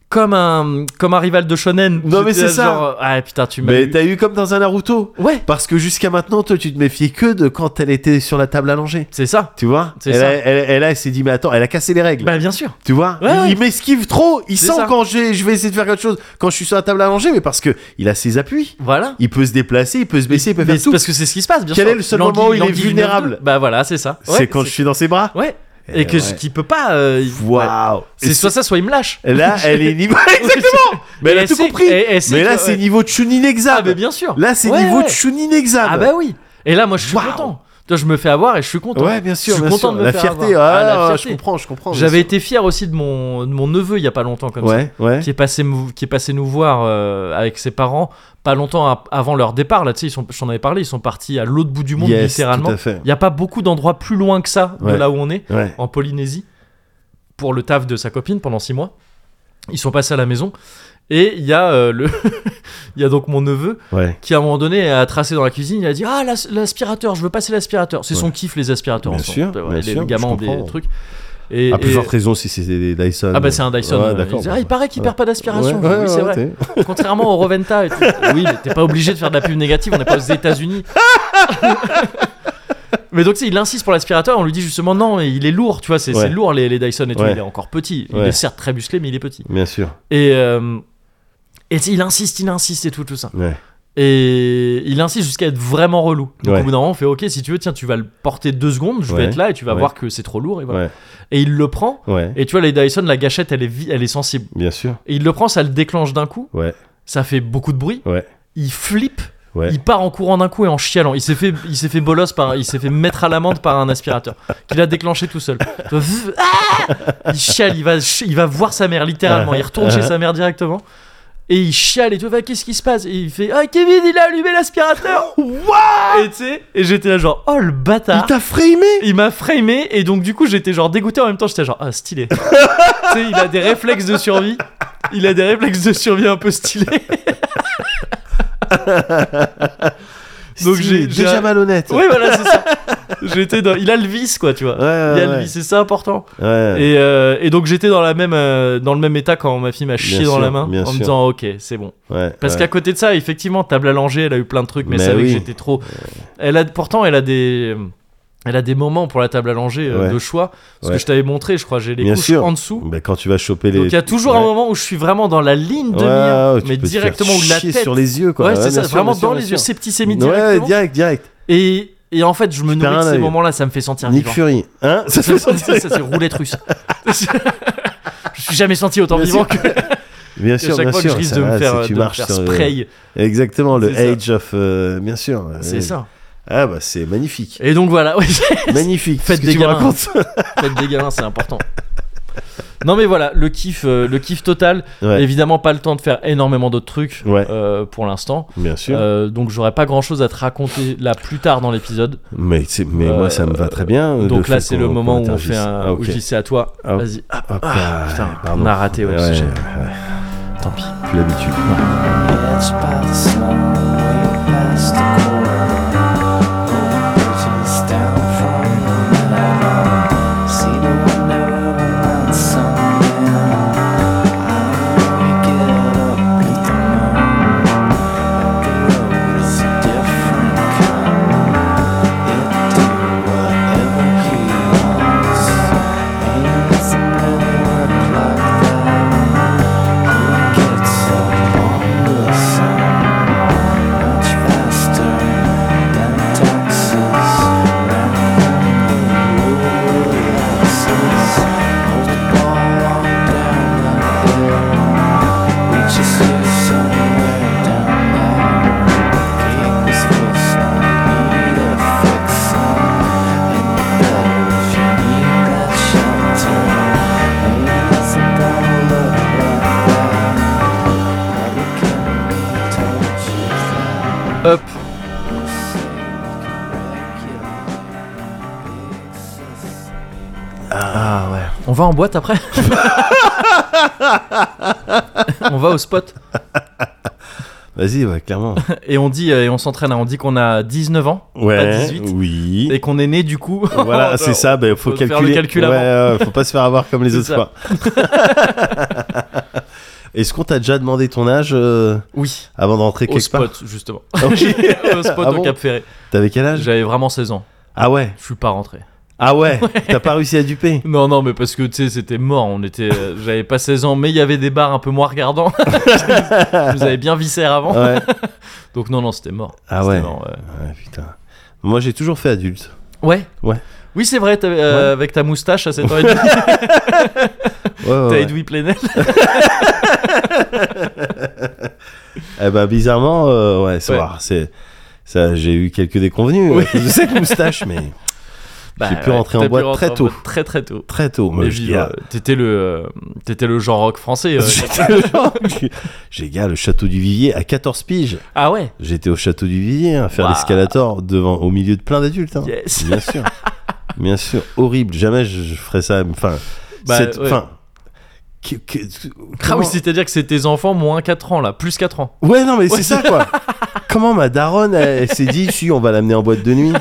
comme un, comme un rival de Shonen.
Non, mais
J'étais
c'est ça.
genre, ah putain, tu m'as.
Mais
eu.
t'as eu comme dans un Naruto.
Ouais,
Parce que jusqu'à maintenant, toi, tu te méfiais que de quand elle était sur la table allongée.
c'est ça.
Tu vois
C'est
elle,
ça.
a- elle, elle, a- elle s'est dit, mais attends, elle a cassé les règles.
Bah, bien sûr.
tu vois
Ouais, ouais.
Il m'esquive trop. Il
C'est
sent
ça.
quand j'ai- je vais essayer de faire quelque chose, quand je suis sur la table allongée, mais parce que il a ses appuis.
Voilà.
Il peut se déplacer, il peut se baisser, il peut
Mais
faire
c'est
tout.
parce que c'est ce qui se passe, bien
Quel
sûr.
est le seul
L'anguille-
moment où il est
l'anguille
vulnérable
nerve bleue. Bah voilà, c'est ça.
c'est quand je suis dans ses bras.
Ouais.
Eh
Et que ce
ouais.
qui peut pas. euh, il- ouais.
Waouh.
C'est
Et
soit ça, soit il me lâche.
Là, elle est niveau. Exactement. Mais
Et
elle a
elle
tout
sait-
compris.
et- elle sait
Mais là,
que-
c'est
ouais.
niveau Chunin
Ah,
Exam.
mais bien sûr.
Là, c'est
Ouais,
niveau
ouais.
Chunin Exam.
Ah, bah oui. Et là, moi, je suis
Waouh.
content. Toi, je me fais avoir et je suis content.
Ouais, bien sûr.
Je suis
bien
content
sûr.
de me
la
faire
fierté,
avoir.
ouais,
Ah, la
ouais,
fierté.
je comprends, je comprends. bien
J'avais
sûr.
été fier aussi de mon, de mon neveu il y a pas longtemps comme ça,
Ouais, ouais.
qui est passé me- qui est passé nous voir euh, avec ses parents pas longtemps ap- avant leur départ là. Tu sais, ils sont, j'en avais parlé, ils sont partis à l'autre bout du monde
Yes,
littéralement.
Tout à fait.
Il y a pas beaucoup d'endroits plus loin que ça de
Ouais.
là où on est
Ouais.
en Polynésie pour le taf de sa copine pendant six mois. Ils sont passés à la maison et il y a euh, le il y a donc mon neveu
Ouais.
qui à un moment donné a tracé dans la cuisine, il a dit ah l'as- l'aspirateur, je veux passer l'aspirateur. C'est son
Ouais.
kiff les aspirateurs.
Bien
ensemble.
sûr,
Ouais,
bien
les
sûr,
gamins
je
ont des
comprends.
trucs. Et,
À plus
et-
forte raison si c'est des Dyson.
ah bah c'est un Dyson.
Ouais,
euh,
d'accord. bah.
il, dit, ah, il paraît qu'il perd pas
Ouais,
d'aspiration. Je dis,
ouais,
oui, c'est
ouais,
vrai.
t'es-
Contrairement au Roventa et tout. Oui, mais t'es pas obligé de faire de la pub négative, on n'est pas aux États-Unis. mais donc, tu sais, il insiste pour l'aspirateur, on lui dit justement non, mais il est lourd, tu vois, c'est
Ouais.
c'est lourd les, les Dyson et tout,
Ouais.
il est encore petit. Il
Ouais.
est certes très musclé, mais il est petit.
Bien sûr.
Et, euh, et tu sais, il insiste, il insiste et tout, tout ça.
Ouais.
Et il insiste jusqu'à être vraiment relou. Donc,
Ouais.
au bout d'un moment, on fait ok, si tu veux, tiens, tu vas le porter deux secondes, je
Ouais.
vais être là et tu vas
Ouais.
voir que c'est trop lourd. Et, voilà.
Ouais.
et il le prend.
Ouais.
Et tu vois, les Dyson, la gâchette, elle est, vi- elle est sensible.
Bien sûr.
Et il le prend, ça le déclenche d'un coup.
Ouais.
Ça fait beaucoup de bruit.
Ouais.
Il flippe.
Ouais.
Il part en courant d'un coup et en chialant. Il s'est fait, il s'est fait bolos par, il s'est fait mettre à l'amende par un aspirateur qu'il a déclenché tout seul. Ah il chiale, il va, ch- il va voir sa mère littéralement. Il retourne chez sa mère directement et il chiale et tout. va Qu'est-ce qui se passe Et il fait Ah Kevin, il a allumé l'aspirateur. et tu sais, et j'étais là genre Oh le bâtard.
Il t'a framé
Il m'a framé et donc du coup j'étais genre dégoûté en même temps j'étais genre ah stylé. tu sais il a des réflexes de survie. Il a des réflexes de survie un peu stylés. Donc
Si,
j'ai- j'ai-
déjà malhonnête.
oui voilà c'est ça. J'étais dans il a le vice quoi tu vois.
Ouais, ouais,
il a le
ouais.
vice et c'est important.
Ouais.
Et, euh, et donc j'étais dans la même euh, dans le même état quand ma fille m'a chié
Bien
dans
sûr,
la main en
bien
me
sûr.
disant ok c'est bon.
ouais.
Parce
ouais.
qu'à côté de ça, effectivement, table allongée, elle a eu plein de trucs, mais,
Mais
elle savait
oui.
que j'étais trop. Elle a pourtant, elle a des, elle a des moments pour la table allongée euh,
Ouais.
de choix. Ce
Ouais.
que je t'avais montré, je crois, j'ai les
Bien
couches
sûr.
en dessous.
Bah, quand tu vas choper les.
Donc il y a toujours un
Ouais.
moment où je suis vraiment dans la ligne de
Ouais,
mire,
ouais, tu
mais
peux te faire
directement où la
chier
tête.
sur les yeux quoi.
ouais, c'est
bien
ça,
sûr,
vraiment
bien sûr,
dans
bien
les
sûr.
yeux, septicémie
Ouais,
directement.
direct, direct.
Et, et en fait, je me
Tu perds
nourris de
un
ces
œil.
moments-là, ça me fait sentir
Nick
vivant.
Fury, hein Ça fait
ça,
sentir.
c'est roulette russe. je suis jamais senti autant
Bien
vivant
sûr,
que que
Bien
chaque
sûr, bien
fois
sûr.
que je risque
ça
de me
va,
faire,
si
de
tu
me
marches
faire
sur- euh,
spray.
Exactement, le
C'est ça.
Age of, euh, bien sûr.
C'est
Euh,
ça.
Ah bah c'est magnifique,
Et donc voilà, ouais,
magnifique.
Faites
ce que
des
tu me
gamins.
racontes.
Faites des gamins, c'est important. Non mais voilà, le kiff, euh, le kiff total.
Ouais,
Évidemment, pas le temps de faire énormément d'autres trucs
Ouais.
euh, pour l'instant.
bien sûr.
Euh, donc j'aurais pas grand chose à te raconter là plus tard dans l'épisode.
mais c'est- mais moi ça me va très bien. euh,
Donc
le
là,
fait
c'est
qu'on-
le
qu'on
moment où on
interagisse.
fait un,
Ah,
où
ok.
je dis c'est à toi.
Ah,
Vas-y. Ah,
Hop
ah,
là,
putain,
pardon.
on a raté. ouais,
Ouais,
c'est
ouais,
génial. Tant pis.
plus l'habitude.
Edged by the sun, way past the corner. Over bridges down from the meadow. See the window of a night sundown. I wanna get up with the moon. And the road is a different kind. It do whatever he wants. And it doesn't really work like that. Shelter.
Hop. Ah ouais. On va en boîte après. on va au spot
Vas-y, ouais, clairement.
et on dit euh, et on s'entraîne. hein. On dit qu'on a 19 ans, pas
Ouais,
18.
oui.
et qu'on est né du coup.
Voilà, c'est ça, il faut,
faut faire
calculer.
le calcul
Ouais,
avant.
ouais, ouais, faut pas se faire avoir comme les
C'est ça.
autres fois. Est-ce qu'on t'a déjà demandé ton âge euh,
Oui,
avant d'entrer
au
quelque part
spot justement.
Ok.
au spot
Ah
au
bon Ah
Cap Ferré.
T'avais quel âge
J'avais vraiment 16 ans.
Ah ouais,
Je suis pas rentré.
ah ouais, t'as pas réussi à duper
Non, non, mais parce que tu sais, c'était mort. On était, euh, j'avais pas 16 ans, mais il y avait des bars un peu moins regardants. Je vous avais bien viscère avant.
Ouais.
Donc non, non, c'était mort.
Ah
C'était
ouais.
mort, ouais.
Ouais, putain. Moi j'ai toujours fait adulte.
Ouais.
Ouais.
Oui, c'est vrai, t'avais, euh,
Ouais.
avec ta moustache à 7 ans et demi,
Ouais, ouais,
t'as
ouais.
Edoui Plenel.
Eh ben bizarrement, euh, ouais, ça
Ouais.
va, c'est. Ça, j'ai eu quelques déconvenus
Oui.
à cause de cette moustache, mais
Bah,
J'ai pu
ouais,
rentrer en
t'as pu
boîte
rentrer
très
en
tôt.
boîte Très très tôt.
très tôt. moi,
Mais
je
puis,
dis, ah,
euh, t'étais le, euh, t'étais le genre rock français. euh.
J'étais le genre- J'ai gars, le château du Vivier à 14 piges.
ah ouais.
J'étais au château du Vivier hein, à faire
Waouh.
l'escalator devant, au milieu de plein d'adultes. hein.
Yes.
Bien sûr, bien sûr, horrible. Jamais je, je ferais ça. Enfin,
Bah,
cette-
ouais.
enfin, que- que-
Ah
comment-
oui, c'est-à-dire que c'est tes enfants moins 4 ans là, plus 4 ans.
Ouais, non, mais c'est ça quoi. Comment ma daronne, elle, elle s'est dit, si on va l'amener en boîte de nuit.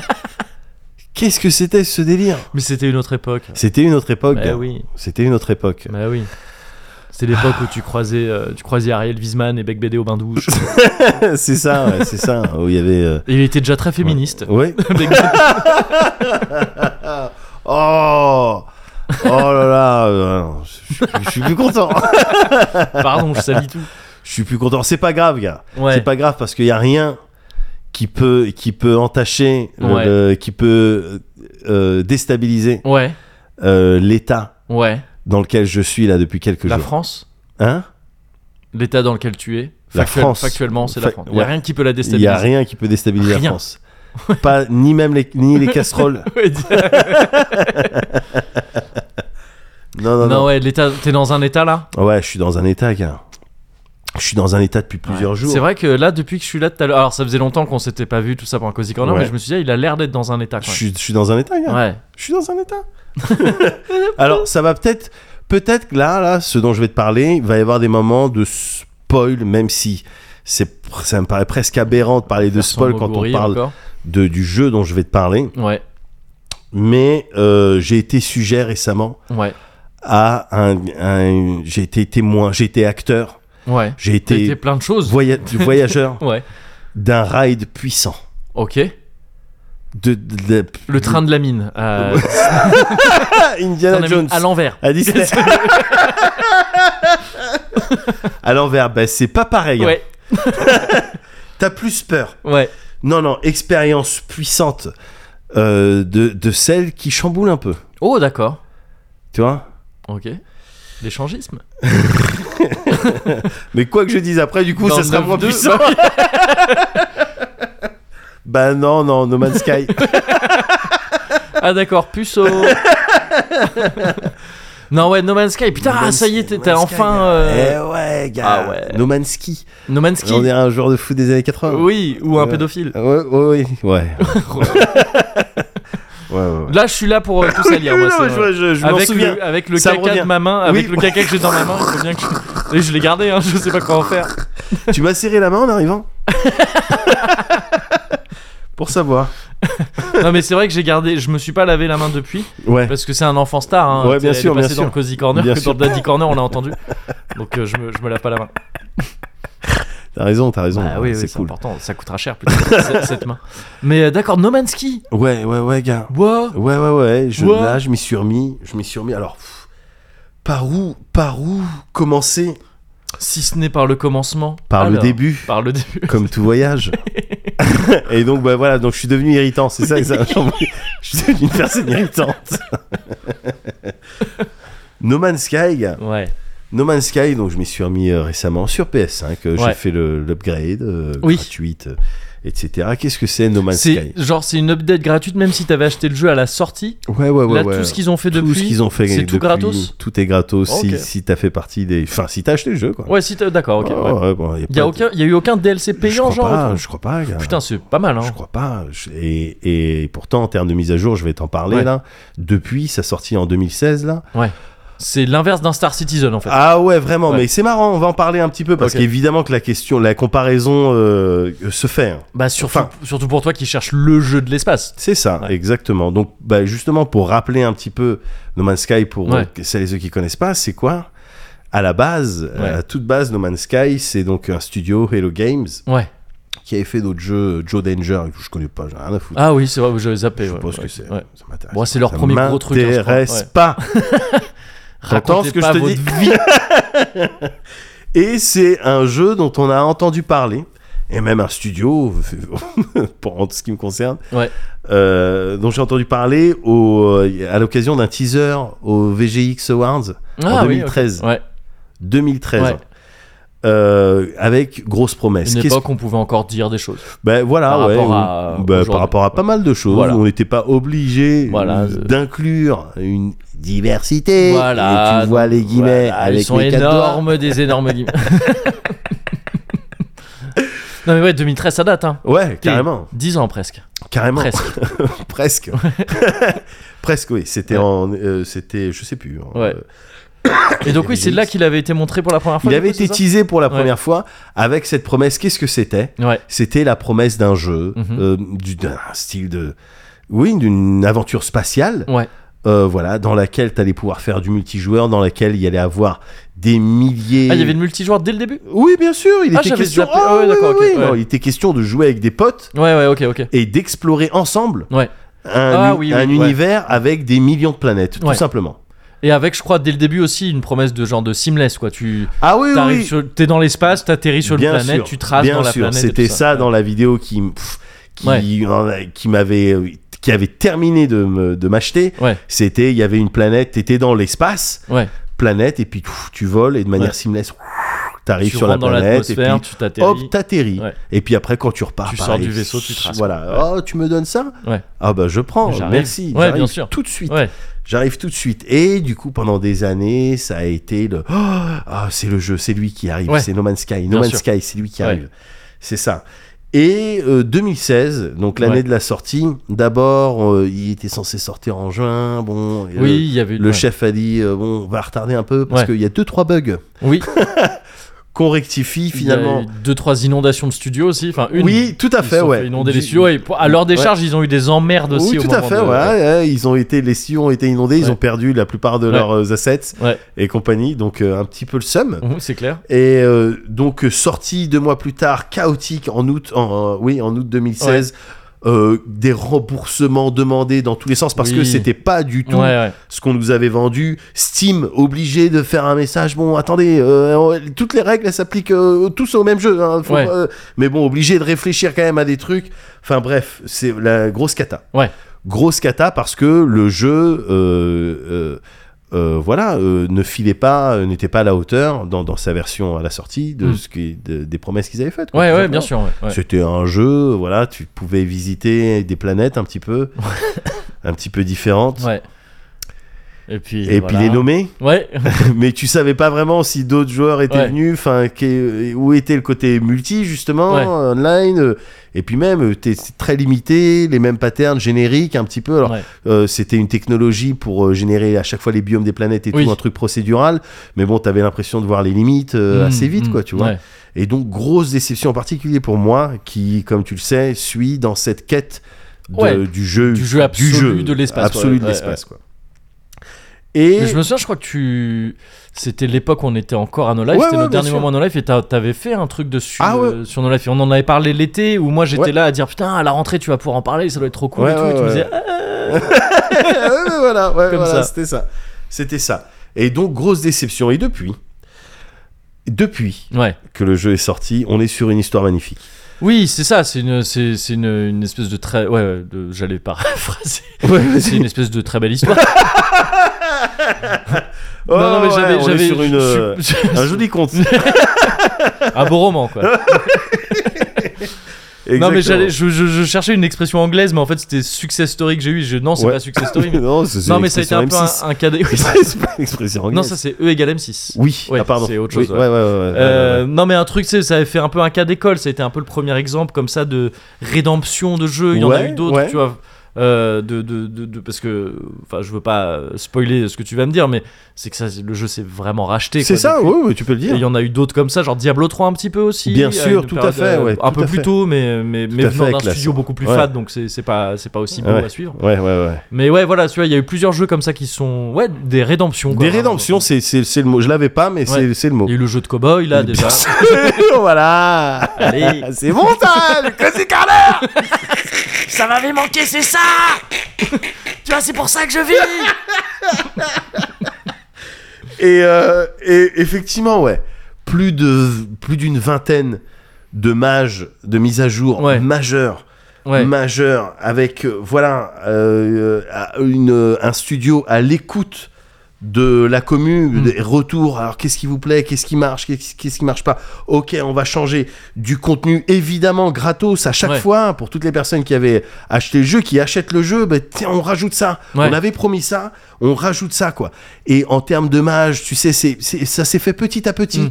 Qu'est-ce que c'était ce délire
Mais c'était une autre époque.
C'était une autre époque.
Bah
gars.
oui,
C'était une autre époque.
bah oui. C'est l'époque où tu croisais, euh, tu croisais Ariel Wiesman et Bec Bédé au bain de douche.
c'est ça, ouais, c'est ça. Où il y avait. euh,
Et il était déjà très féministe.
Ouais.
Bec Bédé.
Oh Oh là là euh, non, je- je je suis plus content.
Pardon, je salis tout.
Je suis plus content. C'est pas grave, gars.
Ouais.
C'est pas grave parce qu'il y a rien qui peut qui peut entacher, le-
Ouais.
le- qui peut euh, déstabiliser
Ouais.
euh, l'état
Ouais.
dans lequel je suis là depuis quelques
La
jours.
France,
Hein
l'état dans lequel tu es.
La
factuel-
France.
Factuellement, c'est la
Fa-
France. Il y a
ouais.
rien qui peut la
Il y a
déstabiliser.
rien qui peut déstabiliser la
Rien.
France. Pas ni même les ni les casseroles. Non non
non,
non.
ouais, l'état, t'es dans un état là
ouais. je suis dans un état, gars. Je suis dans un état depuis plusieurs jours.
C'est vrai que là, depuis que je suis là tout à l'heure, alors ça faisait longtemps qu'on s'était pas vu tout ça pour un Cozy Corner,
Ouais.
mais je me suis dit, ah, il a l'air d'être dans un état.
Je
Quoi.
suis, je suis dans un état, gars.
Ouais.
Je suis dans un état. Alors, ça va peut-être. Peut-être que là, là, ce dont je vais te parler, il va y avoir des moments de spoil, même si c'est, pr- ça me paraît presque aberrant de parler de
Faire son
spoil quand on
Moguri
parle
encore.
de, du jeu dont je vais te parler.
Ouais.
Mais euh, j'ai été sujet récemment
Ouais.
à un. un- j'ai été témoin, j'ai été acteur,
Ouais.
j'ai
T'as
été
été plein de choses.
voya- voyageur
Ouais.
d'un ride puissant.
Ok.
De, de- de-
Le train de la mine. euh,
Ah,
train de
Indiana
la mine
Jones.
à l'envers.
À Disney. à l'envers, bah, c'est pas pareil. hein.
Ouais.
T'as plus peur.
Ouais.
Non, non, expérience puissante euh, de, de celle qui chamboule un peu.
Oh, d'accord.
Tu vois
Ok. L'échangisme.
Mais quoi que je dise après, du coup,
Dans
ça sera
9-2,
moins puissant. bah non, non, No Man's Sky.
Ah, d'accord. Puceau. non, ouais, No Man's Sky. Putain,
No
ah,
Man's-
ça y est, t'es-
No
t'es
Man's
enfin.
Sky,
euh,
gars. Eh ouais, gars.
Ah ouais.
No Man's Ski.
No Man's Sky.
On est un joueur de foot des années 80.
Oui, ou un
Ouais.
pédophile.
Ouais, ouais, ouais. Ouais, ouais, ouais.
Là, je suis là pour euh, tout
Oui,
salir.
oui,
moi,
non,
c'est-
je, je- je m'en
avec
souviens.
le, avec le
Ça me
caca de
revient.
ma main, avec
Oui.
le caca que j'ai dans ma main, il faut bien que je, Et je l'ai gardé, hein, je sais pas quoi en faire.
Tu m'as serré la main en arrivant Pour savoir.
Non mais c'est vrai que j'ai gardé, je me suis pas lavé la main depuis,
Ouais.
parce que c'est un enfant star. Hein,
Ouais, bien
Elle est
sûr,
passée
bien
dans
sûr.
le Cozy Corner,
Bien
que
sûr.
dans le Daddy Corner, on l'a entendu. Donc euh, je, me, je me lave pas la main.
T'as raison, t'as raison.
Bah oui, oui,
Ah c'est
c'est
cool.
important, ça coûtera cher plutôt, cette, cette main. Mais euh, d'accord, No Man's Sky.
Ouais, ouais, ouais, gars.
Wow.
Ouais, ouais, ouais. Je,
Ouais.
Là, je m'y suis remis. Je m'y suis remis. Alors, pff, par où, par où commencer
Si ce n'est par le commencement.
Par le
alors,
début,
Par le début.
comme tout voyage. Et donc, bah voilà. Donc, je suis devenu irritant. C'est ça, ça. Je suis devenu une personne irritante. no Man's Sky, gars.
Ouais.
No Man's Sky, donc je m'y suis remis euh, récemment sur PS5. euh,
Ouais.
J'ai fait le- l'upgrade euh,
Oui.
gratuite, euh, etc. Qu'est-ce que c'est No Man's Sky
C'est genre c'est une update gratuite même si t'avais acheté le jeu à la sortie.
Ouais, ouais, Ah ouais.
Là
ouais.
tout ce qu'ils ont fait
Tout
depuis.
ce qu'ils ont fait
c'est tout
depuis,
gratos
Tout est gratos
Ok.
si, si t'as fait partie des. Enfin, si t'as acheté le jeu, quoi.
Ouais, si t'as- d'accord, ok. ouais.
Ah, ouais, bon, y a
Il y a
pas-
aucun, il y a eu aucun DLC
je
payant
crois
genre.
pas,
autour.
Je crois pas, gars.
Putain, c'est pas mal hein.
Je crois pas. Je- Et, et pourtant, en termes de mise à jour, je vais t'en parler
Ouais.
là. Depuis sa sortie en 2016, là.
C'est l'inverse d'un Star Citizen en fait.
Ah ouais, vraiment.
Ouais.
Mais c'est marrant, on va en parler un petit peu parce
Ok.
qu'évidemment que la question, la comparaison euh, se fait. hein.
bah surtout,
enfin-
surtout pour toi qui cherche le jeu de l'espace.
C'est ça,
Ouais.
exactement. Donc, bah, justement, pour rappeler un petit peu No Man's Sky, pour
Ouais.
euh, celles et ceux qui connaissent pas, c'est quoi À la base, euh,
Ouais.
à la toute base, No Man's Sky, c'est donc un studio, Hello Games,
Ouais. que
qui avait fait d'autres jeux, Joe Danger, que je connais pas, j'ai rien à foutre.
Ah oui, c'est vrai, j'avais zappé.
je sais
ouais,
pas ce
ouais,
que c'est.
ouais.
Ça m'intéresse.
Bon, c'est leur
Ça
premier gros truc, hein, je crois.
m'intéresse
Ouais.
pas. T'entends
Racontez
ce que
pas
je te
votre
dis
vie.
Et c'est un jeu dont on a entendu parler, et même un studio, pour en ce qui me concerne,
Ouais.
euh, dont j'ai entendu parler au, euh, à l'occasion d'un teaser au VGX Awards
Ah
en
oui,
2013.
ok. Ouais.
2013.
Ouais.
euh, avec grosse promesse.
Une
Qu'est-ce-
époque, on pouvait encore dire des choses.
Ben voilà,
par
ouais,
rapport
on-
à-
ben,
aujourd'hui.
par rapport à pas mal de choses,
Voilà.
on n'était pas obligé
Voilà,
euh,
c'est-
d'inclure une diversité.
Voilà,
Et tu vois
donc,
les guillemets
voilà,
avec
ils sont
les quatre doigts.
énormes, des énormes guillemets. non mais ouais, 2013 ça date, hein.
Ouais, carrément,
10 ans presque.
carrément,
Presque.
presque, presque, oui. C'était
Ouais.
en, euh, c'était, je sais plus. en-
Ouais.
euh,
Et donc oui, c'est là qu'il avait été montré pour la première fois.
Il
du
avait
coup, c'est
été
ça
teasé pour la
Ouais.
première fois avec cette promesse. Qu'est-ce que c'était
Ouais.
C'était la promesse d'un jeu,
Mhm.
euh, du- d'un style de, oui, d'une aventure spatiale.
Ouais.
Euh, voilà, dans laquelle tu allais pouvoir faire du multijoueur, dans laquelle il y allait avoir des milliers.
Ah, il y avait le multijoueur dès le début.
Oui, bien sûr, il
Ah,
était
j'avais
question.
zappé. Ah ouais,
oui,
d'accord,
oui,
ok,
oui. Non,
ouais.
il était question de jouer avec des potes
Ouais, ouais, ok, ok.
et d'explorer ensemble
Ouais.
un,
Ah,
u-
oui, oui,
un
ouais.
univers avec des millions de planètes,
Ouais.
tout simplement.
Et avec, je crois, dès le début aussi, une promesse de genre de seamless, quoi. Tu
Ah oui, oui,
t'arrives
oui.
sur- t'es dans l'espace, t'atterris sur
Bien
une planète,
sûr,
tu traces
bien
dans la
sûr.
planète. et
C'était
tout
ça, dans la vidéo qui, m- pff, qui,
Ouais.
euh, qui m'avait, euh, qui avait terminé de, me- de m'acheter.
Ouais.
C'était, il y avait une planète, t'étais dans l'espace,
Ouais.
planète, et puis pff, tu voles et de manière
Ouais.
seamless, pff, t'arrives
Tu
sur la
rentres dans
planète et puis
l'atmosphère, tu
hop,
t'atterris.
t'atterris.
Ouais.
Et puis après, quand tu repars,
Tu
pareil,
sors du vaisseau, tu traces.
Voilà. Oh, tu me donnes ça
Ouais.
Ah bah je prends.
J'arrive.
Merci.
Ouais,
J'arrive
bien sûr.
Tout de suite.
Ouais.
J'arrive tout de suite. Et du coup, pendant des années, ça a été le. Oh, ah, c'est le jeu, c'est lui qui arrive.
Ouais.
C'est No Man's Sky. No
Bien
Man's
sûr.
Sky, c'est lui qui
Ouais.
arrive. C'est ça. Et euh, 2016, donc l'année
Ouais.
de la sortie, d'abord, euh, il était censé sortir en juin. Bon, et
Oui, il y avait
le, le
ouais.
chef a dit euh, bon, on va retarder un peu parce
Ouais.
qu'il y a deux trois bugs
Oui.
qu'on rectifie finalement.
Il y a eu deux trois inondations de studios aussi, enfin une.
Oui, tout à
Ils
fait,
se sont
ouais.
fait inonder
Du-
les studios et pour- à leur décharge, ils ont eu des emmerdes aussi
Oui,
au
tout à
moment
fait.
de-
ouais, ouais, ils ont été, les studios ont été inondés,
Ouais.
ils ont perdu la plupart de
Ouais.
leurs euh, assets
Ouais.
et compagnie, donc euh, un petit peu le seum.
Mhm, c'est clair.
Et euh, donc euh, sorti deux mois plus tard, chaotique en août, en, euh, oui, en août 2016. euh, des remboursements demandés dans tous les sens parce
Oui.
que c'était pas du tout
Ouais, ouais.
ce qu'on nous avait vendu. Steam obligé de faire un message. Bon, attendez, euh, on- toutes les règles elles s'appliquent euh, tous au même jeu. hein. Faut
Ouais.
pas, euh, mais bon, obligé de réfléchir quand même à des trucs. Enfin bref, c'est la grosse cata.
Ouais.
Grosse cata parce que le jeu, euh, euh, euh, voilà, euh, ne filait pas, euh, n'était pas à la hauteur dans, dans sa version à la sortie de
Mm.
ce qui, de- des promesses qu'ils avaient faites. quoi,
Ouais,
tout
ouais,
simplement.
bien sûr. ouais, ouais.
C'était un jeu, voilà, tu pouvais visiter des planètes un petit peu, un petit peu différentes.
Ouais. Et puis.
Et
voilà.
puis les nommer,
Ouais.
mais tu savais pas vraiment si d'autres joueurs étaient
Ouais.
venus, enfin qu'est- où était le côté multi justement
Ouais.
online, euh, et puis même euh, t'es c'est très limité, les mêmes patterns génériques un petit peu. Alors
Ouais.
euh, c'était une technologie pour euh, générer à chaque fois les biomes des planètes et
Oui.
tout un truc procédural, mais bon t'avais l'impression de voir les limites euh,
Mhm,
assez vite
mhm,
quoi, tu vois.
ouais.
Et donc grosse déception en particulier pour moi qui, comme tu le sais, suis dans cette quête de-
Ouais.
du jeu,
Du jeu absolu de l'espace,
absolu
ouais,
de
ouais,
l'espace quoi. Et
Mais je me souviens, je crois que tu. C'était l'époque où on était encore à No Life,
Ouais,
c'était
ouais,
le
bien
dernier
sûr.
moment à No Life, et t'as- t'avais fait un truc dessus
Ah ouais.
euh, sur No Life. Et on en avait parlé l'été, où moi j'étais
Ouais.
là à dire putain, à la rentrée tu vas pouvoir en parler, ça doit être trop cool
Ouais,
et tout.
ouais,
et tu me
ouais.
disais, ah,
Ouais, Ah ouais, voilà, ouais,
Comme ça.
voilà, c'était ça. C'était ça. Et donc, grosse déception. Et depuis, depuis
ouais.
que le jeu est sorti, on est sur une histoire magnifique.
Oui, c'est ça, c'est une, c'est, c'est une, une espèce de très. Ouais, ouais, de- j'allais paraphraser. c'est une espèce de très belle histoire.
Oh, ouais, on est sur une, euh,
je-
un joli conte.
un beau roman, quoi. Non, mais j'allais, je, je- je cherchais une expression anglaise, mais en fait c'était success story que j'ai eu. Je, non, c'est
Ouais.
pas success story. Mais...
non, c'est- c'est
non, mais ça a été un peu
l'expression
un, un cadet. oui,
M6. c'est pas l'expression
Non,
anglaise.
ça c'est E égale M6.
Oui,
Ouais,
ah, pardon.
c'est autre
Oui,
chose,
ouais,
ouais.
ouais, ouais, ouais, ouais,
Euh,
ouais.
Non mais un truc, c'est ça avait fait un peu un cas d'école, ça a été un peu le premier exemple comme ça de rédemption de jeu, il y en a
Ouais,
eu d'autres,
ouais.
tu vois. euh, de, de- de- de- parce que enfin je veux pas spoiler ce que tu vas me dire mais c'est que ça c'est- le jeu s'est vraiment racheté
C'est
quoi,
ça,
depuis.
ouais, ouais, tu peux le
Et il
dire.
y en a eu d'autres comme ça genre Diablo 3 un petit peu aussi
Bien
à
sûr,
une euh,
tout à fait, ouais,
un
tout
peu
à
plus
fait.
tôt mais mais, mais
à fait,
venant d'un
avec la
studio
sorte.
beaucoup plus
Ouais.
fade donc c'est c'est pas c'est pas aussi beau
Ouais.
à suivre
Ouais, ouais, ouais.
mais ouais voilà tu vois il y a eu plusieurs jeux comme ça qui sont ouais des rédemptions quoi,
Des
vraiment.
rédemptions, c'est c'est- c'est le mot. Je l'avais pas, mais c'est c'est le mot.
il y a eu le jeu de cowboy là déjà Ah
voilà.
Allez.
C'est bon, ça, le Cozy Corner
Ça m'avait manqué, c'est ça Tu vois, c'est pour ça que je vis
Et, euh, et effectivement, ouais, plus de plus d'une vingtaine de mages de mise à jour
Ouais.
majeurs,
ouais
euh, majeurs, avec euh, voilà euh, euh, une, un studio à l'écoute de la commu,
Mm.
des retours. Alors, qu'est-ce qui vous plaît Qu'est-ce qui marche Qu'est-ce qu'est-ce qui marche pas Ok, on va changer du contenu évidemment gratos à chaque
Ouais.
fois hein, pour toutes les personnes qui avaient acheté le jeu, qui achètent le jeu. bah, tiens, on rajoute ça.
Ouais.
On avait promis ça, on rajoute ça quoi. Et en termes de mage, tu sais, c'est c'est- ça s'est fait petit à petit.
Mm.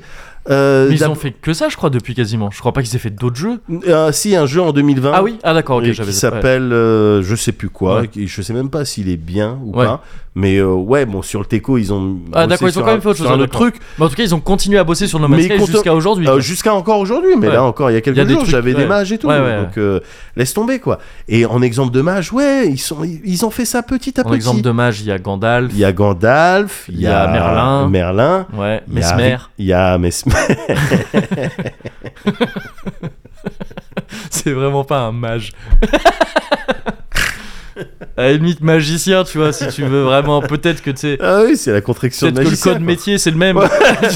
Euh,
Mais ils
d'ab-
ont fait que ça, je crois, depuis quasiment. Je crois pas qu'ils aient fait d'autres jeux.
euh, si un jeu en 2020
Ah oui Ah d'accord, ok,
et
j'avais
qui s'appelle euh, je sais plus quoi
Ouais.
qui- je sais même pas s'il est bien ou
Ouais.
pas mais euh, ouais bon sur le Teco ils ont
Ah,
bossé
d'accord, ils ont
sur
quand
un-
même fait autre
sur
chose, ah,
un
d'accord.
truc
Mais en tout cas, ils ont continué à bosser sur No Man's
Mais
Sky
contre-
jusqu'à aujourd'hui.
euh,
quoi.
jusqu'à encore aujourd'hui mais
Ouais.
là encore il y a quelques
Il y a des
jours
trucs,
j'avais des
ouais.
mages et tout
Ouais, ouais,
donc euh, laisse tomber quoi et en exemple de mage ouais ils sont ils, ils ont fait ça petit à
en
petit
exemple de mage, il y a Gandalf.
il y a Gandalf il y,
Il y a Merlin.
Merlin
Ouais,
il y a-
Mesmer.
il y a Mesmer
C'est vraiment pas un mage. à la limite magicien, tu vois, si tu veux vraiment. Peut-être que tu sais.
ah oui c'est la contraction de
Peut-être que le
magicien
code
quoi.
métier, c'est le même.
Ouais.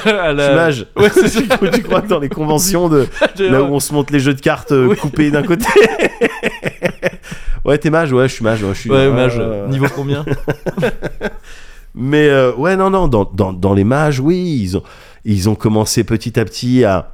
À
Je
la-
suis mage
Ouais, c'est ça.
tu crois que dans les conventions de Là où on se montre les jeux de cartes euh,
Oui.
coupés d'un côté. ouais, t'es mage, ouais, je suis mage, ouais, je suis. Ah.
Ouais,
ouais,
mage.
ouais, ouais.
Niveau combien
Mais euh, ouais, non, non, dans, dans, dans les mages, oui, ils ont, ils ont commencé petit à petit à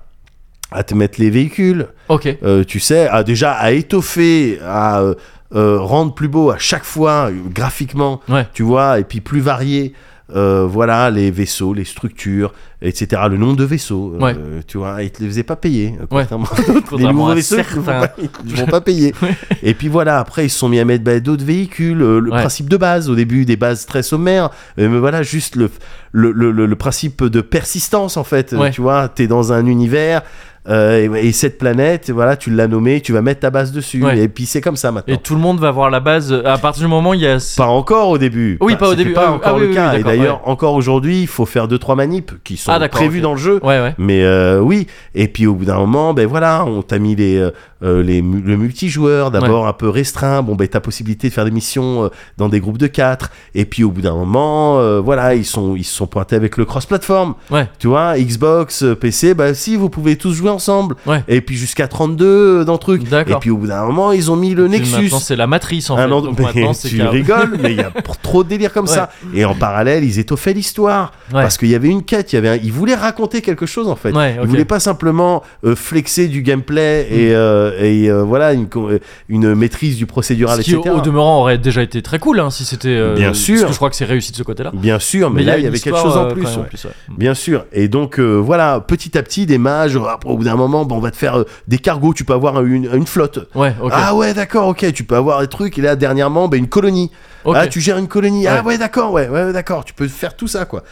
à te mettre les véhicules,
Ok.
euh, tu sais, à déjà à étoffer, à euh, euh, rendre plus beau à chaque fois euh, graphiquement,
Ouais.
tu vois, et puis plus varié. euh, voilà les vaisseaux, les structures, etc. Le nombre de vaisseaux, euh,
Ouais.
tu vois, ils te les faisaient pas payer. euh,
Ouais.
contrairement- les
Contrairement
nouveaux
à
vaisseaux, ils ne vont,
certains.
pas- ils vont pas payer.
Ouais.
Et puis voilà, après, ils se sont mis à mettre bah, d'autres véhicules. euh, le
Ouais.
principe de base, au début, des bases très sommaires. euh, mais voilà, juste le, le, le- le- le principe de persistance, en fait. euh,
Ouais.
Tu vois, tu es dans un univers. euh, et, et cette planète, voilà, tu l'as nommée, tu vas mettre ta base dessus.
Ouais.
Et puis c'est comme ça maintenant.
Et tout le monde va voir la base. euh, À partir du moment où il y a.
Pas encore au début.
Oui, pas au
c'était
début.
Pas
Ah,
encore
ah oui,
le
oui,
cas.
oui,
et
d'accord,
d'ailleurs, encore aujourd'hui, il faut faire deux trois manips qui sont
Ah, d'accord,
prévues
ok.
dans le jeu.
Ouais, ouais.
Mais euh, oui, et puis au bout d'un moment, ben voilà, on t'a mis les, euh, euh, les mu- le multijoueur d'abord un peu restreint. Bon, ben t'as possibilité de faire des missions euh, dans des groupes de quatre. Et puis au bout d'un moment, euh, voilà, ils sont ils se sont pointés avec le cross-platform.
Ouais.
Tu vois, Xbox, euh, PC, ben si vous pouvez tous jouer ensemble.
Ouais.
Et puis jusqu'à 32 dans le truc. Et
D'accord.
puis au bout d'un moment, ils ont mis le
Puis
Nexus.
Maintenant, c'est la matrice en fait.
Un endroit-
Donc
mais
maintenant, c'est
tu
carré-
rigoles, mais il y a p- trop de délire comme
Ouais.
ça. Et en parallèle, ils étoffaient l'histoire
Ouais.
parce qu'il y avait une quête, il y avait, un- ils voulaient raconter quelque chose en fait.
Ouais,
Ils
ok. Mm.
voulaient pas simplement euh, flexer du gameplay et, euh, et, euh, voilà une, co- euh, une maîtrise du procédural,
Ce qui, au-
etc.
au demeurant, aurait déjà été très cool hein, si c'était. euh,
Bien sûr.
Parce que je crois que c'est réussi de ce côté-là.
Bien sûr, mais,
Mais
là il
une
y avait quelque
histoire,
chose en
euh,
plus.
quand même,
ouais. Bien sûr. Et donc euh, voilà, petit à petit, des mages. après, au bout d'un moment, bon, on va te faire euh, des cargos. Tu peux avoir une, une flotte.
Ouais, ok.
Ah ouais, d'accord, ok. Tu peux avoir des trucs. Et là, dernièrement, ben, une colonie.
ok.
Ah, tu gères une colonie. Ah
Ouais.
ouais, d'accord, ouais, ouais, ouais, d'accord. Tu peux faire tout ça, quoi.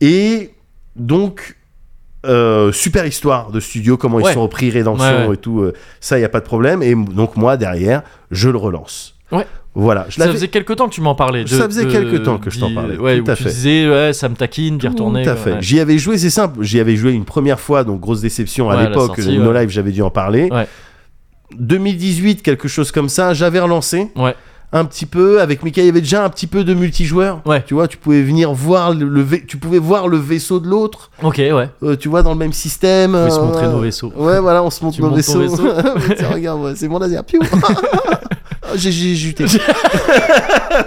Et donc, euh, super histoire de studio, comment
Ouais.
ils sont repris Rédemption
Ouais, ouais.
et tout. euh, ça, il y a pas de problème. Et m- donc moi derrière, je le relance.
Ouais.
Voilà. Je
ça
l'avais.
faisait quelques temps que tu m'en parlais. de-
Ça faisait
de-
quelques temps que je t'en
d'y-
parlais,
Ouais,
tout
où
à
tu
fait.
disais, ouais, ça me taquine d'y retourner.
Tout à
ouais,
fait.
ouais.
J'y avais joué, c'est simple. J'y avais joué une première fois, donc grosse déception à
Ouais, à la
l'époque.
sortie,
No
ouais.
Live, j'avais dû en parler.
Ouais.
2018, quelque chose comme ça, j'avais relancé.
Ouais.
Un petit peu avec Mika, il y avait déjà un petit peu de multijoueur.
Ouais.
Tu vois, tu pouvais venir voir le, le vai- tu pouvais voir le vaisseau de l'autre.
Ok, ouais.
euh, tu vois, dans le même système.
On pouvait se
euh,
montrer
voilà.
nos vaisseaux.
Ouais, voilà, on se montre
Tu
nos
montes ton
vaisseaux.
vaisseau.
Tiens, regarde, ouais, c'est mon laser. Piou. Ah, j'ai j'ai juté.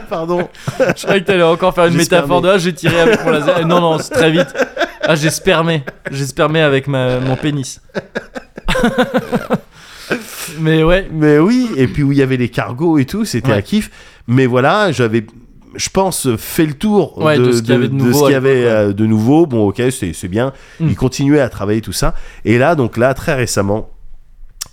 Pardon.
Je croyais que t'allais encore faire une
J'ai
métaphore
spermé.
de ah, j'ai tiré avec mon laser. Eh, Non, non, c'est très vite. Ah, j'ai spermé. J'ai spermé avec ma- mon pénis. Mais ouais.
Mais oui, et puis où il y avait les cargos et tout, c'était
Ouais.
un kiff. Mais voilà, j'avais, je pense, fait le tour
Ouais, de ce qu'il y avait de nouveau
ce qu'il y
à
avait,
l'époque, ouais.
euh, de nouveau. Bon, ok, c'est c'est bien.
Mm.
Ils continuaient à travailler tout ça. Et là, donc là, très récemment,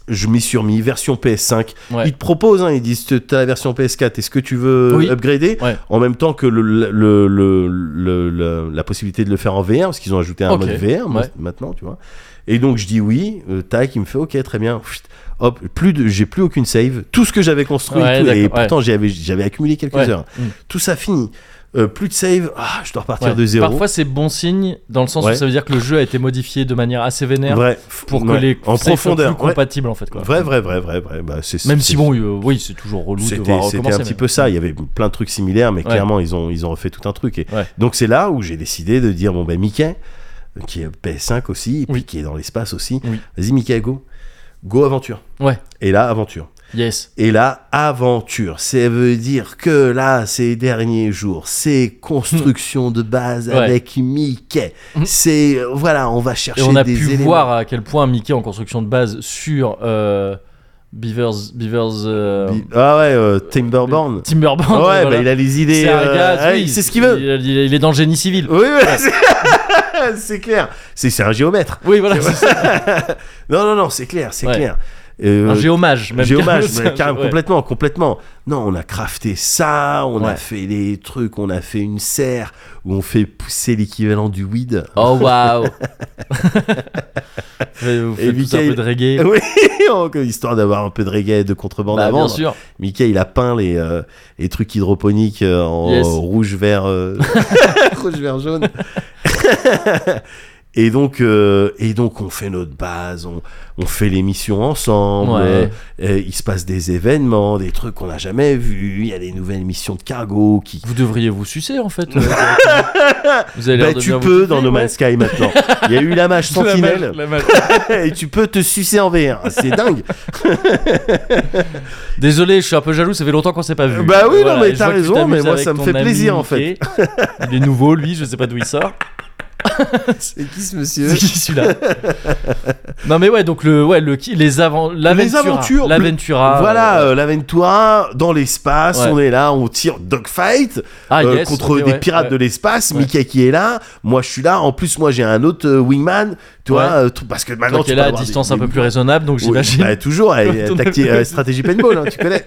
je m'y suis remis, version PS5.
Ouais.
Ils te proposent, hein, ils disent, t'as la version PS4, est-ce que tu veux
Oui.
upgrader
Ouais.
En même temps que le, le- le- le- le- le- la possibilité de le faire en VR, parce qu'ils ont ajouté un
Ok.
mode VR ma-
Ouais.
maintenant, tu vois. Et donc je dis oui, euh, tac, il me fait ok, très bien. Pfft, hop, plus de, j'ai plus aucune save. Tout ce que j'avais construit, et
Ouais,
tout, et,
d'accord, ouais.
pourtant j'avais, j'avais accumulé quelques
Ouais.
heures.
Mm.
Tout ça fini. Euh, plus de save, ah, je dois repartir
Ouais.
de zéro.
Parfois, c'est bon signe dans le sens
Ouais.
où ça veut dire que le jeu a été modifié de manière assez vénère
vrai,
pour que
ouais.
les
en
saves soient
profondeur,
plus
ouais.
compatibles en fait. Quoi.
vrai, vrai, vrai, vrai, vrai. Bah, c'est,
Même
c'est-
si bon, euh, oui, c'est toujours relou de
C'était
devoir recommencer.
c'était un petit
mais- mm.
peu ça. Il y avait plein de trucs similaires, mais
Ouais.
clairement, ils ont, ils ont refait tout un truc. Et
Ouais.
Donc, c'est là où j'ai décidé de dire bon, ben, Mickey, qui est PS5 aussi, et puis
Oui.
qui est dans l'espace aussi,
Oui.
vas-y, Mickey, go. Go aventure.
Ouais.
Et là, aventure.
Yes.
Et là, aventure, ça veut dire que là, ces derniers jours, c'est construction de base
Ouais.
avec Mickey.
Mhm.
C'est, voilà, on va chercher
Et on a
des
pu
éléments.
voir à quel point Mickey en construction de base sur euh, Beavers, Beavers euh,
Bi- Ah ouais, euh, Timberborn.
Timberband.
ouais,
voilà.
bah, il a les idées.
C'est un
euh,
gars,
ouais,
oui,
il sait ce qu'il veut.
Il, il- il est dans le génie civil.
Oui, oui, c'est- c'est clair. C'est c'est un géomètre.
Oui, voilà. c'est ça.
Non, non, non, c'est clair, c'est
Ouais.
clair. Euh,
Un géomage. Même
Géomage,
carrément,
mais carrément,
ouais.
complètement, complètement. Non, on a crafté ça, on a
Ouais.
fait des trucs, on a fait une serre où on fait pousser l'équivalent du weed.
Oh waouh. Vous faites tous un
Michael-
peu de reggae.
euh, Oui, en- Oh, histoire d'avoir un peu de reggae et de contrebande
Bah,
à
bien
vendre.
sûr.
Mickey, il a peint les, euh, les trucs hydroponiques euh, en
Yes.
rouge, vert, euh, rouge, vert, jaune. et donc, euh, et donc, on fait notre base, on, on fait les missions ensemble.
Ouais.
euh, et il se passe des événements, des trucs qu'on n'a jamais vus. Il y a des nouvelles missions de cargo qui.
Vous devriez vous sucer en fait. euh, vous avez l'air
Bah,
de
tu
bien vous
peux
kiffer,
dans No Man's Sky maintenant. Il y a eu la mâche
ouais.
sentinelle.
La mâche, la mâche.
et tu peux te sucer en VR. C'est dingue.
Désolé, je suis un peu jaloux, ça fait longtemps qu'on s'est pas vu.
Bah oui, non, mais
et je
t'as
vois que tu
raison,
t'amuses
mais moi,
avec
ça me
ton
fait
ami
plaisir, en fait.
Mickey. Il est nouveau, lui, je sais pas d'où il sort.
C'est qui ce
C'est
monsieur
qui celui-là Non, mais ouais, donc le, ouais, le, qui- les, avant, l'aventura,
aventures, le-
L'aventura.
voilà,
euh,
euh, l'Aventura dans l'espace,
Ouais.
on est là, on tire dogfight
ah,
euh,
yes,
contre
ok,
des
ouais,
pirates
ouais.
de l'espace,
Ouais.
Mickey qui est là, moi je suis là, en plus moi j'ai un autre euh, wingman, tu vois,
Ouais.
euh, tout- parce que
Toi
maintenant
qui
tu
est
peux
là à
avoir des-
distance
des-
un peu plus raisonnable, donc
Oui,
j'imagine.
bah, toujours, eh,
Ton
tacti-
avis.
euh, stratégie paintball, hein, tu connais.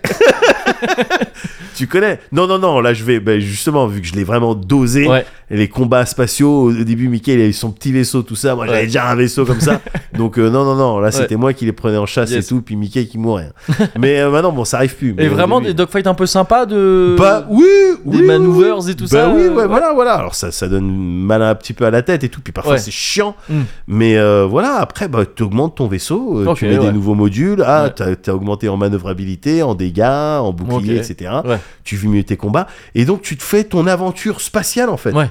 tu connais. Non, non, non, là je vais, bah, justement, vu que je l'ai vraiment dosé,
Ouais.
les combats spatiaux, au début Mickey il avait son petit vaisseau, tout ça, moi j'avais
Ouais.
déjà un vaisseau comme ça, donc euh, non, non, non, là c'était moi qui les prenais en chasse
Yes.
et tout, puis Mickey qui mourait. mais euh, maintenant, bon, ça arrive plus. mais
Et
au
vraiment des
début-
dogfights un peu sympas de.
bah oui,
des
oui, oui,
maneuvers et tout ça,
Bah oui,
euh,
ouais,
ouais.
voilà, voilà. Alors ça, ça donne mal un petit peu à la tête et tout. Puis parfois
Ouais.
c'est chiant,
Mm.
mais euh, voilà. Après, bah, tu augmentes ton vaisseau, euh, tu
Ok,
mets
ouais.
des nouveaux modules. Ah,
Ouais.
t'as- t'as augmenté en manœuvrabilité, en dégâts, en bouclier,
Ok.
etc.
Ouais.
Tu vis mieux tes combats et donc tu te fais ton aventure spatiale en fait,
Ouais.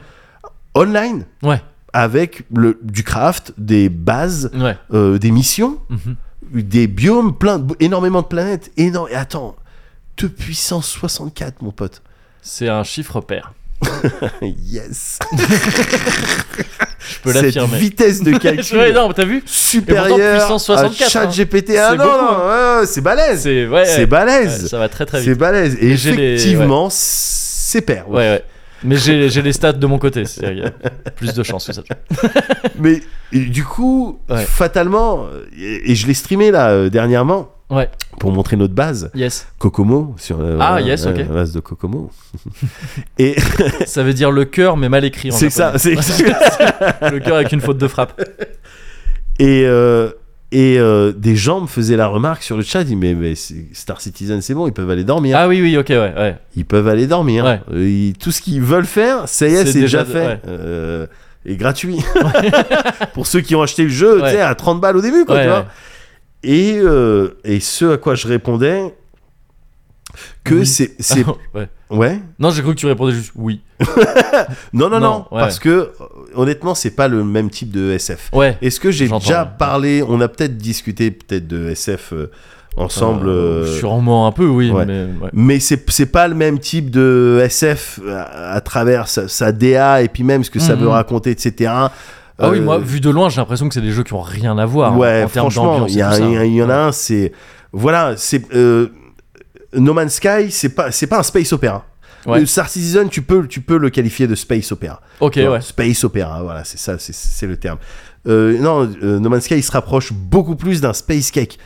online
Ouais,
avec le, du craft, des bases,
ouais.
euh, des missions
Mhm.
des biomes, plein, de- énormément de planètes. Énorme. Et attends, 2 puissance 64, mon pote.
C'est un chiffre pair.
yes.
Je peux
Cette
l'affirmer.
vitesse de calcul
ouais, non, mais t'as vu Et pourtant,
supérieure
puissance 64,
à chat
hein.
GPT. Ah
C'est
non,
beaucoup, hein.
non, ouais, c'est balèze.
C'est ouais,
C'est
ouais.
balèze.
Ouais, ça va très très
c'est
vite.
balèze. Et
j'ai les-
effectivement, c'est père.
Ouais, ouais. Mais j'ai j'ai les stats de mon côté, c'est-à-dire, il y a plus de chance que ça.
Mais et du coup,
Ouais.
fatalement, et, et je l'ai streamé là euh, dernièrement
Ouais,
pour montrer notre base,
yes.
Kokomo, sur la,
Ah,
la-
yes,
la-
ok.
la base de Kokomo. et
Ça veut dire le cœur, mais mal écrit en
c'est ça,
japonais.
c'est
Le cœur avec une faute de frappe.
Et, euh, et euh, des gens me faisaient la remarque sur le chat, ils disaient, mais, mais c'est- Star Citizen c'est bon, ils peuvent aller dormir.
Ah oui, oui, ok, ouais, ouais.
Ils peuvent aller dormir.
Ouais.
Euh, ils- tout ce qu'ils veulent faire, ça y est,
C'est
c'est déjà,
déjà de-
fait.
ouais.
Euh, et gratuit. Pour ceux qui ont acheté le jeu, tu
Ouais.
sais, à 30 balles au début, quoi,
Ouais,
tu vois.
ouais.
Et, euh, et ce à quoi je répondais, que
Oui.
c'est... c'est-
Ouais.
ouais
Non, j'ai cru que tu répondais juste oui.
Non, non, non,
Non, ouais.
parce que euh, honnêtement, c'est pas le même type de SF.
Ouais.
Est-ce que j'ai
J'entends,
déjà
ouais.
parlé On a peut-être discuté peut-être de SF euh, ensemble.
Euh,
euh,
Sûrement un peu, oui,
ouais. Euh,
mais ouais.
Mais c'est c'est pas le même type de SF à, à travers sa, sa DA et puis même ce que ça
Mhm.
veut raconter, etc.
Ah oui,
Euh,
moi, vu de loin, j'ai l'impression que c'est des jeux qui ont rien à voir. hein,
ouais,
en termes
franchement,
d'ambiance
il y,
et
a
tout ça.
un- il y en a un, c'est voilà, c'est euh, No Man's Sky, c'est pas c'est pas un space opéra.
Ouais.
Le Star Citizen, tu peux tu peux le qualifier de space opéra.
Ok,
Non,
ouais.
Space opéra, voilà, c'est ça, c'est- c'est le terme. Euh, non, euh, No Man's Sky, il se rapproche beaucoup plus d'un space cake.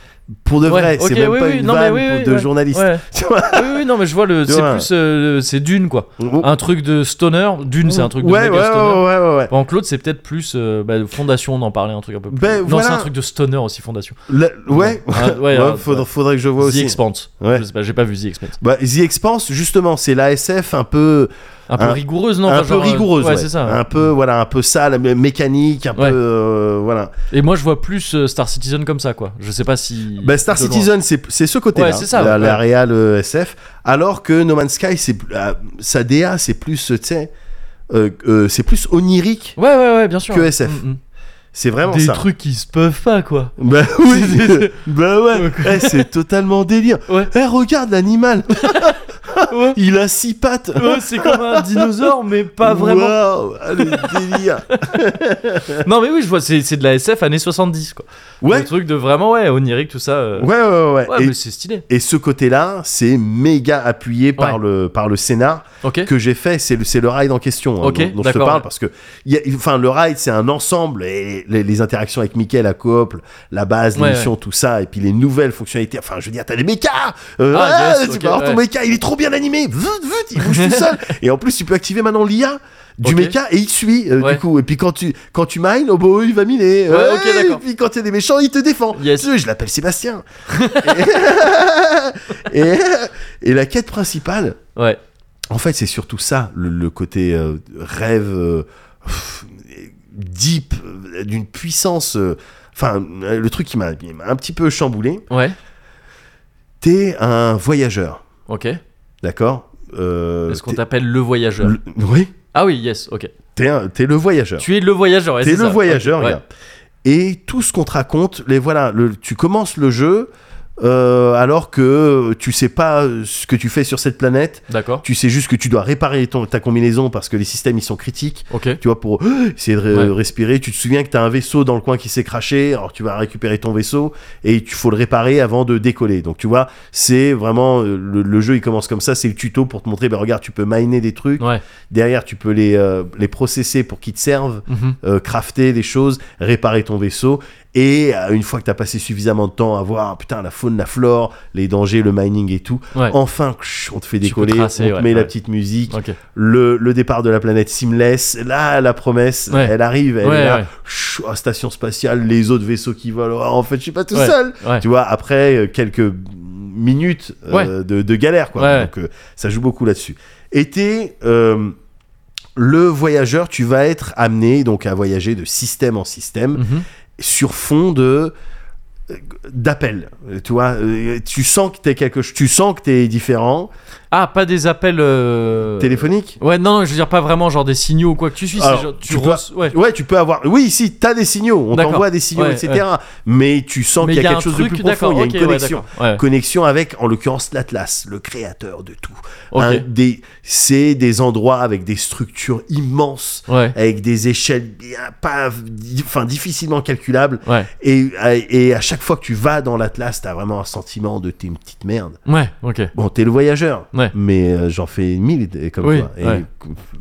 Pour de
Ouais,
vrai,
ok,
c'est même
oui,
pas
oui,
une
non, mais
vanne
oui,
pour-
oui,
de
ouais,
journaliste.
ouais.
Tu vois
Oui, oui, non, mais je vois, le,
Tu
c'est
vois.
plus. euh, c'est Dune, quoi. Un truc de stoner. Dune, c'est un truc de
ouais, ouais,
méga
ouais,
stoner.
ouais, ouais, ouais.
Par contre, Claude, c'est peut-être plus euh, bah, Fondation, on en parlait un truc un peu plus.
Ben,
non,
voilà.
c'est un truc de stoner aussi, Fondation.
Le- ouais.
Ah, ouais,
Ouais,
alors,
faudra-
ouais.
faudrait que je vois
The
aussi.
Expanse.
Ouais.
Je sais pas, j'ai pas vu The Expanse.
Bah, The Expanse, justement, c'est l'ASF un peu,
Un peu
Un-
rigoureuse, non
un
Enfin,
peu
genre, euh,
rigoureuse,
Ouais,
ouais.
c'est ça.
un peu voilà, un peu sale, mé- mécanique, un
Ouais.
peu euh, voilà.
Et moi, je vois plus euh, Star Citizen comme ça, quoi. Je sais pas si.
Bah, Star
de loin.
Citizen, c'est c'est ce côté-là,
Ouais, c'est ça,
la,
ouais.
la réal, euh, SF. Alors que No Man's Sky, c'est euh, sa DA, c'est plus, euh, tu sais, euh, euh, c'est plus onirique.
Ouais, ouais, ouais, bien sûr.
Que SF.
Mm, mm.
C'est vraiment
Des
ça.
trucs qui se peuvent pas, quoi.
Bah oui, bah ouais, Eh, c'est totalement délire.
Ouais.
Eh, regarde l'animal,
Ouais,
il a six pattes.
ouais, c'est comme un dinosaure, mais pas vraiment.
Waouh, ah, le délire.
Non, mais oui, je vois, c'est c'est de la SF années 70, quoi. Le
Ouais,
truc de vraiment, ouais, onirique, tout ça. euh,
ouais, ouais, ouais.
Ouais,
Et-
mais c'est stylé.
et, ce côté-là, c'est méga appuyé par, le, par le scénar
Ok.
que j'ai fait. C'est le, c'est le ride en question hein,
Ok,
dont- dont, je te
d'accord,
parle
ouais.
parce que, il y a- enfin, le ride, c'est un ensemble et les, les interactions avec Mickey, la coop, la base,
Ouais,
l'émission, tout ça, et puis les nouvelles fonctionnalités. Enfin, je veux dire, t'as des mechas. Euh,
Ah, yes,
tu
ok,
peux avoir ton
ouais.
mecha, il est trop bien animé. Vut, vut, il bouge tout seul. Et en plus, tu peux activer maintenant l'IA du
Ok.
mecha et il te suit euh,
Ouais.
du coup et puis quand tu quand tu mines oh bah, il va miner
Ouais,
Euh,
ok,
et
d'accord.
puis quand il y a des méchants il te défend
Yes.
Tu sais, je l'appelle Sébastien et, et la quête principale,
Ouais.
en fait, c'est surtout ça, le, le côté euh, rêve euh, pff, deep, euh, d'une puissance. euh, Enfin, euh, le truc qui m'a qui m'a un petit peu chamboulé,
Ouais.
t'es un voyageur,
Ok.
d'accord Euh,
Est-ce qu'on
t'es-
t'appelle le voyageur
le- Oui,
Ah oui, yes, ok.
t'es un- t'es le voyageur.
Tu es le voyageur, ouais,
T'es
c'est
le
ça.
voyageur,
Ok, ouais.
gars. Et tout ce qu'on te raconte, les voilà, le- tu commences le jeu euh, alors que tu sais pas ce que tu fais sur cette planète.
D'accord.
Tu sais juste que tu dois réparer ton- ta combinaison parce que les systèmes ils sont critiques.
Ok.
Tu vois, pour euh, essayer de re-
Ouais.
respirer, tu te souviens que tu as un vaisseau dans le coin qui s'est craché, alors tu vas récupérer ton vaisseau et il faut le réparer avant de décoller. Donc tu vois, c'est vraiment euh, le, le jeu il commence comme ça, c'est le tuto pour te montrer, ben regarde, tu peux miner des trucs,
Ouais.
derrière tu peux les, euh, les processer pour qu'ils te servent,
Mhm.
euh, crafter des choses, réparer ton vaisseau. Et euh, une fois que tu as passé suffisamment de temps à voir ah, putain, la faune, la flore, les dangers, le mining et tout,
Ouais.
enfin chut, on te fait
Tu
décoller,
peux tracer,
on te
ouais,
met la
ouais.
petite musique,
Ok.
le, le départ de la planète Seamless, là la promesse,
Ouais.
elle arrive, elle
Ouais,
est là,
ouais.
Chut, oh, station spatiale, les autres vaisseaux qui volent, oh, en fait je suis pas tout
Ouais.
seul,
Ouais.
tu vois, après euh, quelques minutes euh,
Ouais.
de, de galère, quoi.
Ouais.
Donc, euh, ça joue beaucoup là-dessus. Et t'es, euh, le voyageur, tu vas être amené donc à voyager de système en système
Mhm.
sur fond de euh, d'appel Euh, tu vois euh, tu sens que t'es quelque chose tu sens que t'es différent
Ah, pas des appels. euh,
téléphonique
Ouais, non, non, je veux dire, pas vraiment genre des signaux ou quoi que tu suis. c'est
Alors,
genre, tu
tu peux-
reçois- Ouais.
ouais tu peux avoir oui si t'as des signaux on
D'accord.
t'envoie des signaux
Ouais,
etc mais tu sens
Mais
qu'il y a
un
quelque chose de
truc,
plus profond il y a
d'accord, ok,
une connexion
Ouais, d'accord.
connexion avec en l'occurrence l'Atlas le créateur de tout Un
ouais. Ok.
des c'est des endroits avec des structures immenses
Ouais.
avec des échelles bien pas di- enfin difficilement calculables
Ouais.
et, et à chaque fois que tu vas dans l'Atlas t'as vraiment un sentiment de t'es une petite merde
Ouais, ok.
bon t'es le voyageur
Ouais.
mais euh, j'en fais mille des- comme
Oui,
toi et
ouais.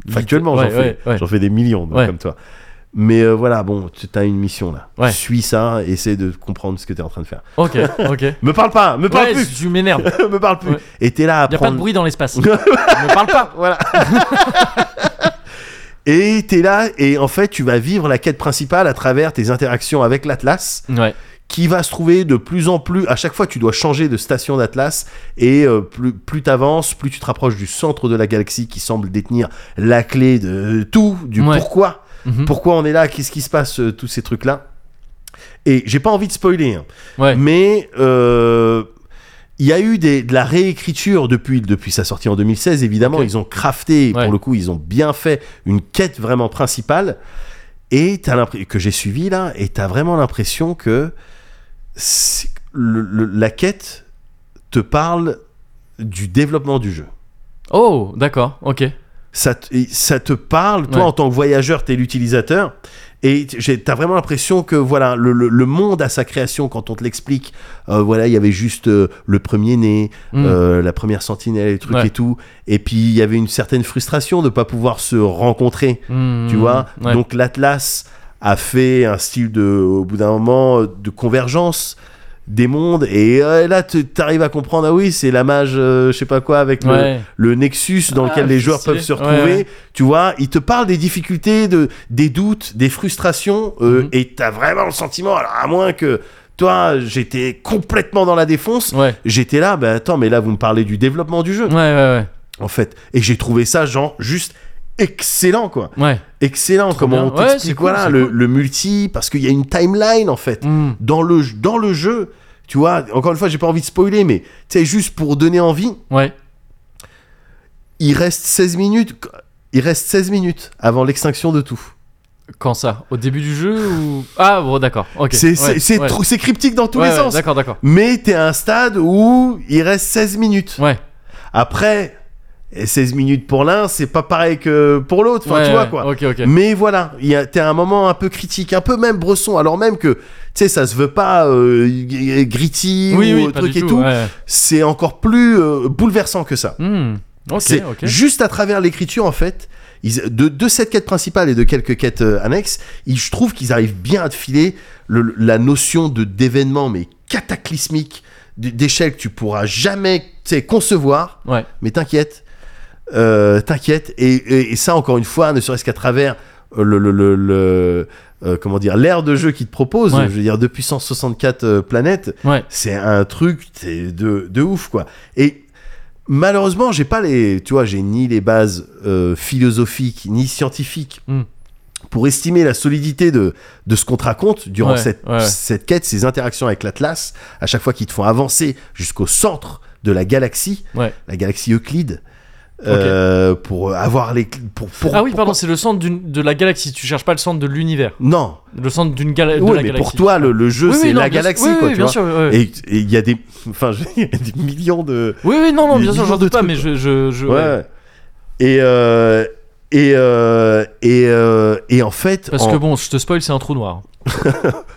factuellement j'en
Ouais,
fais
ouais, ouais.
j'en fais des millions donc,
Ouais.
comme toi mais euh, voilà bon tu- t'as une mission là
Ouais.
suis ça essaie de comprendre ce que t'es en train de faire
Ok, ok.
me parle pas me parle
Ouais,
plus
tu m'énerves.
me parle plus
Ouais.
et t'es là à
Y a pas de
prendre
bruit dans l'espace. ne parle pas.
voilà. et t'es là, et en fait, tu vas vivre la quête principale à travers tes interactions avec l'Atlas,
Ouais.
qui va se trouver de plus en plus. À chaque fois, tu dois changer de station d'Atlas, et euh, plus, plus t'avances, plus tu te rapproches du centre de la galaxie qui semble détenir la clé de tout, du
Ouais.
pourquoi.
Mhm.
Pourquoi on est là, qu'est-ce qui se passe, euh, tous ces trucs-là. Et j'ai pas envie de spoiler, hein,
Ouais.
mais euh, il y a eu des, de la réécriture depuis, depuis sa sortie en 2016. Évidemment,
Ok.
ils ont crafté, et
Ouais.
pour le coup, ils ont bien fait une quête vraiment principale. Et t'as l'impression que j'ai suivi là, et t'as vraiment l'impression que c'est- le- le- la quête te parle du développement du jeu.
Oh, d'accord. Ok.
Ça, te- et ça te parle, toi
Ouais.
en tant que voyageur, t'es l'utilisateur, et t- j'ai- t'as vraiment l'impression que voilà, le, le- le monde à sa création, quand on te l'explique, euh, voilà, il y avait juste euh, le premier-né,
Hmm.
euh, la première sentinelle, les trucs
Ouais.
et tout, et puis il y avait une certaine frustration de ne pas pouvoir se rencontrer,
Hmm.
tu vois.
Ouais.
Donc l'Atlas a fait un style de, au bout d'un moment, euh, de convergence des mondes, et euh, là, tu arrives à comprendre, ah oui, c'est la mage, euh, je sais pas quoi, avec le-
Ouais.
le nexus dans
Ah,
lequel les
c'est
joueurs
stylé.
peuvent se
Ouais,
retrouver.
ouais.
Tu vois, il te parle des difficultés, de, des doutes, des frustrations, euh,
Mhm.
et t'as vraiment le sentiment, alors à moins que toi, j'étais complètement dans la défonce,
Ouais. Mhm.
j'étais là, bah attends, mais là, vous me parlez du développement du jeu,
Ouais, ouais,
en fait. Et j'ai trouvé ça, genre, juste excellent, quoi.
ouais. Ouais.
Excellent, comment
bien.
on
Ouais,
t'explique,
c'est cool,
voilà,
c'est
le,
cool.
le multi, parce qu'il y a une timeline, en fait
Hmm.
dans le, dans le jeu, tu vois, encore une fois, j'ai pas envie de spoiler, mais tu sais, juste pour donner envie,
Ouais.
il reste 16 minutes, il reste 16 minutes avant l'extinction de tout.
Quand ça Au début du jeu ou Ah bon d'accord. Ok.
C'est-
Ouais,
C'est c'est
ouais.
trop- c'est cryptique dans tous
Ouais,
les
ouais,
sens.
D'accord d'accord.
Mais t'es à un stade où il reste 16 minutes.
Ouais.
Après, et 16 minutes pour l'un, c'est pas pareil que pour l'autre. Enfin,
ouais,
tu vois
ouais,
quoi.
Ok ok.
Mais voilà, il y a- t'es à un moment un peu critique, un peu même bresson, alors même que, tu sais, ça se veut pas euh, g- gritty
oui
ou
oui.
euh,
pas
truc
du
et tout,
ouais.
c'est encore plus euh, bouleversant que ça.
Hmm, Ok
c'est
ok.
juste à travers l'écriture, en fait, ils- de, de cette quête principale et de quelques quêtes euh, annexes, ils- je trouve qu'ils arrivent bien à te filer le- la notion de d'événement, mais cataclysmique, d- d'échelle que tu pourras jamais tu sais, concevoir.
Ouais.
Mais t'inquiète, euh, t'inquiète. Et, et- et ça, encore une fois, ne serait-ce qu'à travers euh, le, le- le- le- euh, comment dire, l'ère de jeu qui te propose,
Ouais.
je veux dire, depuis 164 euh, planètes,
Ouais.
c'est un truc c'est de, de ouf, quoi. Et malheureusement, j'ai pas les, tu vois, j'ai ni les bases euh, philosophiques ni scientifiques.
Mm.
Pour estimer la solidité de, de ce qu'on te raconte durant
Ouais,
cette,
ouais.
cette quête, ces interactions avec l'Atlas, à chaque fois qu'ils te font avancer jusqu'au centre de la galaxie,
Ouais.
la galaxie Euclide, euh, pour avoir les. cl- Pour, pour-
Ah oui
pour-
pardon c'est le centre d'une- de la galaxie. Tu cherches pas le centre de l'univers.
Non,
Le centre d'une gala- de
ouais,
la
mais
galaxie.
pour toi, le, le jeu,
Oui, oui,
c'est
non,
la
bien sûr-
galaxie,
oui,
quoi,
oui,
tu
bien
vois.
sûr, ouais.
Et et il y a des. Enfin, je- il y a des millions de.
Oui, oui, non, non, bien
Il y a
sûr,
des
j'en doute
millions
pas,
de
mais
trucs,
je. je, je-
Ouais.
ouais.
Et, euh, et, euh, et, euh, et en fait,
Parce
en-
que bon, je te spoil, c'est un trou noir.
bah,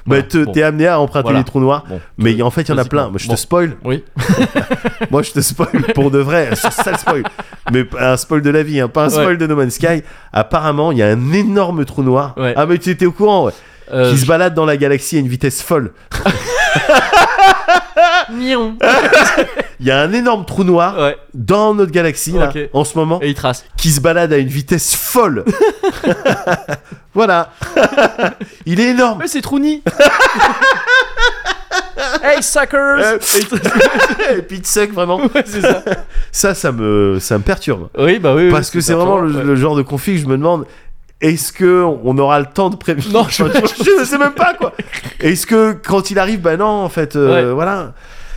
voilà,
te-
bon.
t'es amené à emprunter
Voilà.
les trous noirs.
Bon,
Mais y- en fait, il y en a
vas-y,
plein.
bon.
Moi, je
Bon.
te spoil.
Oui.
Moi, je te spoil pour de vrai. C'est ça le spoil. Mais pas un spoil de la vie, hein, pas un spoil
Ouais.
de No Man's Sky. Apparemment, il y a un énorme trou noir.
Ouais.
Ah, mais tu étais au courant. ouais.
Euh,
qui se balade dans la galaxie à une vitesse folle.
Mion.
Il y a un énorme trou noir
Ouais.
dans notre galaxie là,
Euh. Ok.
en ce moment
Et il trace.
qui se balade à une vitesse folle. voilà. il est énorme.
Mais c'est Trouni. hey suckers.
Euh,
Et il trace.
Et puis de sec vraiment.
Ouais, c'est ça.
Ça, ça me, ça me perturbe.
Oui, bah oui. oui,
Parce que c'est vraiment le,
perturbant, ouais.
le genre de conflit que je me demande. Est-ce que on aura le temps de prévenir
Non, je-
je ne sais même pas quoi. Est-ce que quand il arrive, bah non, en fait, euh,
Ouais.
voilà.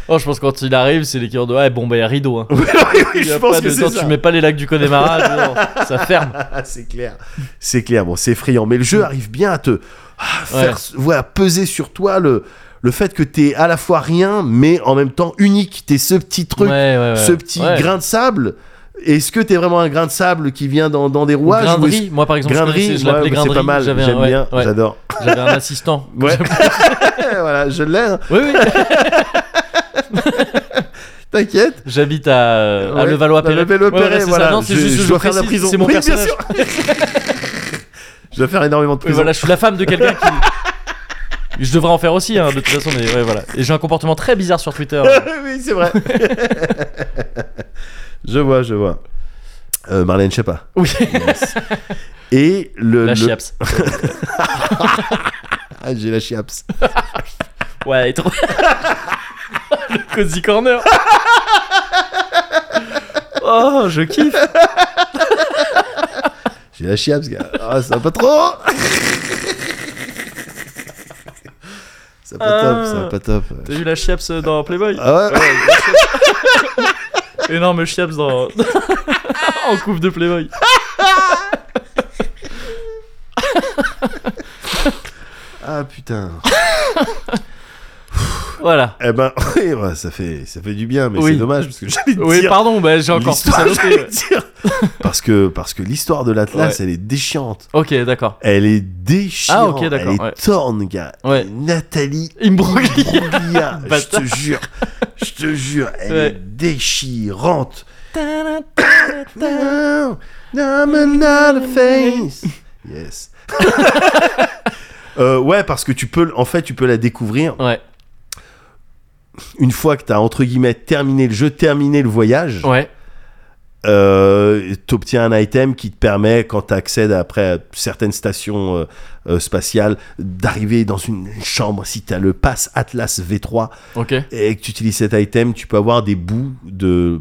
Oh, je pense que quand il arrive, c'est l'équivalent de. Ouais, bon, bah, il y a rideau. Hein.
Oui, oui,
Il y
je
a
pense
pas
que
de-
c'est
non,
ça.
Tu mets pas les lacs du Connemara, non, ça ferme.
Ah, c'est clair, c'est clair. Bon, c'est effrayant, mais le jeu arrive bien à te ah, faire,
Mm. Ouais.
voilà, peser sur toi le le fait que t'es à la fois rien, mais en même temps unique. T'es ce petit truc,
ouais, ouais, ouais.
ce petit
Ouais.
grain de sable. Est-ce que t'es vraiment un grain de sable qui vient dans, dans des
Ou
rouages
grain de
ou est-ce-
riz. Moi, par exemple, je
Grain de
connaissais,
riz,
je
ouais,
l'appelais grain de
c'est pas
riz.
mal.
J'avais un-
J'aime
ouais,
bien,
ouais.
j'adore.
J'avais un assistant.
Ouais. voilà, je l'ai. hein.
Oui, oui.
T'inquiète.
J'habite à, à
Ouais,
Levallois-Perret.
à Levallois-Perret,
Ouais, ouais, c'est ça.
voilà.
Non, c'est
Je-
juste que
je dois faire de la
précise,
prison.
C'est mon
Oui, bien
personnage.
sûr. Je vais faire énormément de
Oui,
prison.
voilà, je suis la femme de quelqu'un qui. Je devrais en faire aussi, hein, de toute façon, mais ouais, voilà. Et j'ai un comportement très bizarre sur Twitter.
oui, c'est vrai. je vois, je vois. Euh, Marlène Schiappa.
Oui,
Et le.
la
le-
chiaps.
Ah, j'ai la chiaps.
Ouais, elle est trop. le Cozy Corner. oh, je kiffe.
J'ai la chiaps, gars. Ah, ça va pas trop. ça va pas
Ah.
top, ça va pas top.
T'as vu la chiaps dans Playboy
Ah ouais.
Énorme chiaps dans. en coupe de Playboy.
Ah putain.
Voilà.
Eh ben, oui, ouais, ça fait, ça fait du bien, mais
Oui.
c'est dommage parce que j'allais te
Oui,
dire.
pardon, bah, j'ai encore tout
l'histoire,
ça noté.
j'allais
ouais.
te dire. Parce que, parce que l'histoire de l'Atlas, elle est déchirante.
Ok, d'accord.
Elle est déchirante.
Ah, ok, d'accord,
Elle est
ouais.
torne, gars.
Ouais.
Nathalie
Il me broglie.
Broglia, je te
Bâtard.
jure. Je te jure, elle
Ouais.
est déchirante. Now I'm another face. Yes. Euh, ouais, parce que tu peux, en fait, tu peux la découvrir
Ouais,
une fois que t'as entre guillemets terminé le jeu, terminé le voyage.
ouais,
Euh, t'obtiens un item qui te permet, quand t'accèdes après à certaines stations euh, euh, spatiales, d'arriver dans une chambre. Si t'as le pass Atlas V3
ok.
et que tu utilises cet item, tu peux avoir des bouts de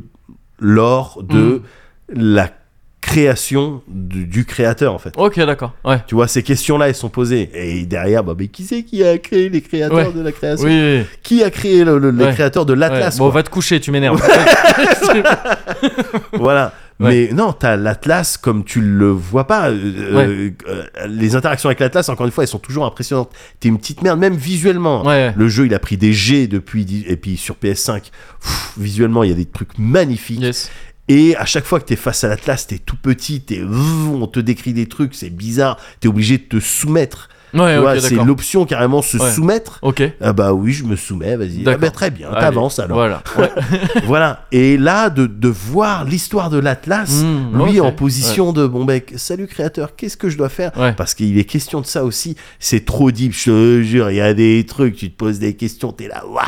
l'or de
Mm.
la création du, du créateur en fait.
Ok, d'accord. Ouais.
Tu vois, ces questions-là, elles sont posées. Et derrière, bah, mais qui c'est qui a créé les créateurs
Ouais.
de la création
Oui, oui.
Qui a créé le- le- les
Ouais.
créateurs de
Ouais,
l'Atlas
Bon,
quoi
va te coucher, tu m'énerves.
Voilà.
Ouais.
Mais non, t'as l'Atlas comme tu le vois pas. Euh, euh, les interactions avec l'Atlas, encore une fois, elles sont toujours impressionnantes. T'es une petite merde, même visuellement.
Ouais.
Le jeu, il a pris des G depuis, dix- et puis sur PS5, pff, visuellement, il y a des trucs magnifiques.
Yes.
Et à chaque fois que t'es face à l'Atlas, t'es tout petit, t'es, on te décrit des trucs, c'est bizarre, t'es obligé de te soumettre.
Ouais,
Tu vois,
ok,
c'est
d'accord.
l'option carrément se
Ouais.
soumettre.
Ok.
Ah bah oui, je me soumets, vas-y. Ah
D'accord.
bah très bien,
Allez,
t'avances alors.
Voilà.
voilà. Et là, de, de voir l'histoire de l'Atlas,
Mm,
lui
ok.
en position de bon mec, salut créateur, qu'est-ce que je dois faire
Ouais.
Parce qu'il est question de ça aussi. C'est trop deep, je te jure. Il y a des trucs, tu te poses des questions, t'es là, waouh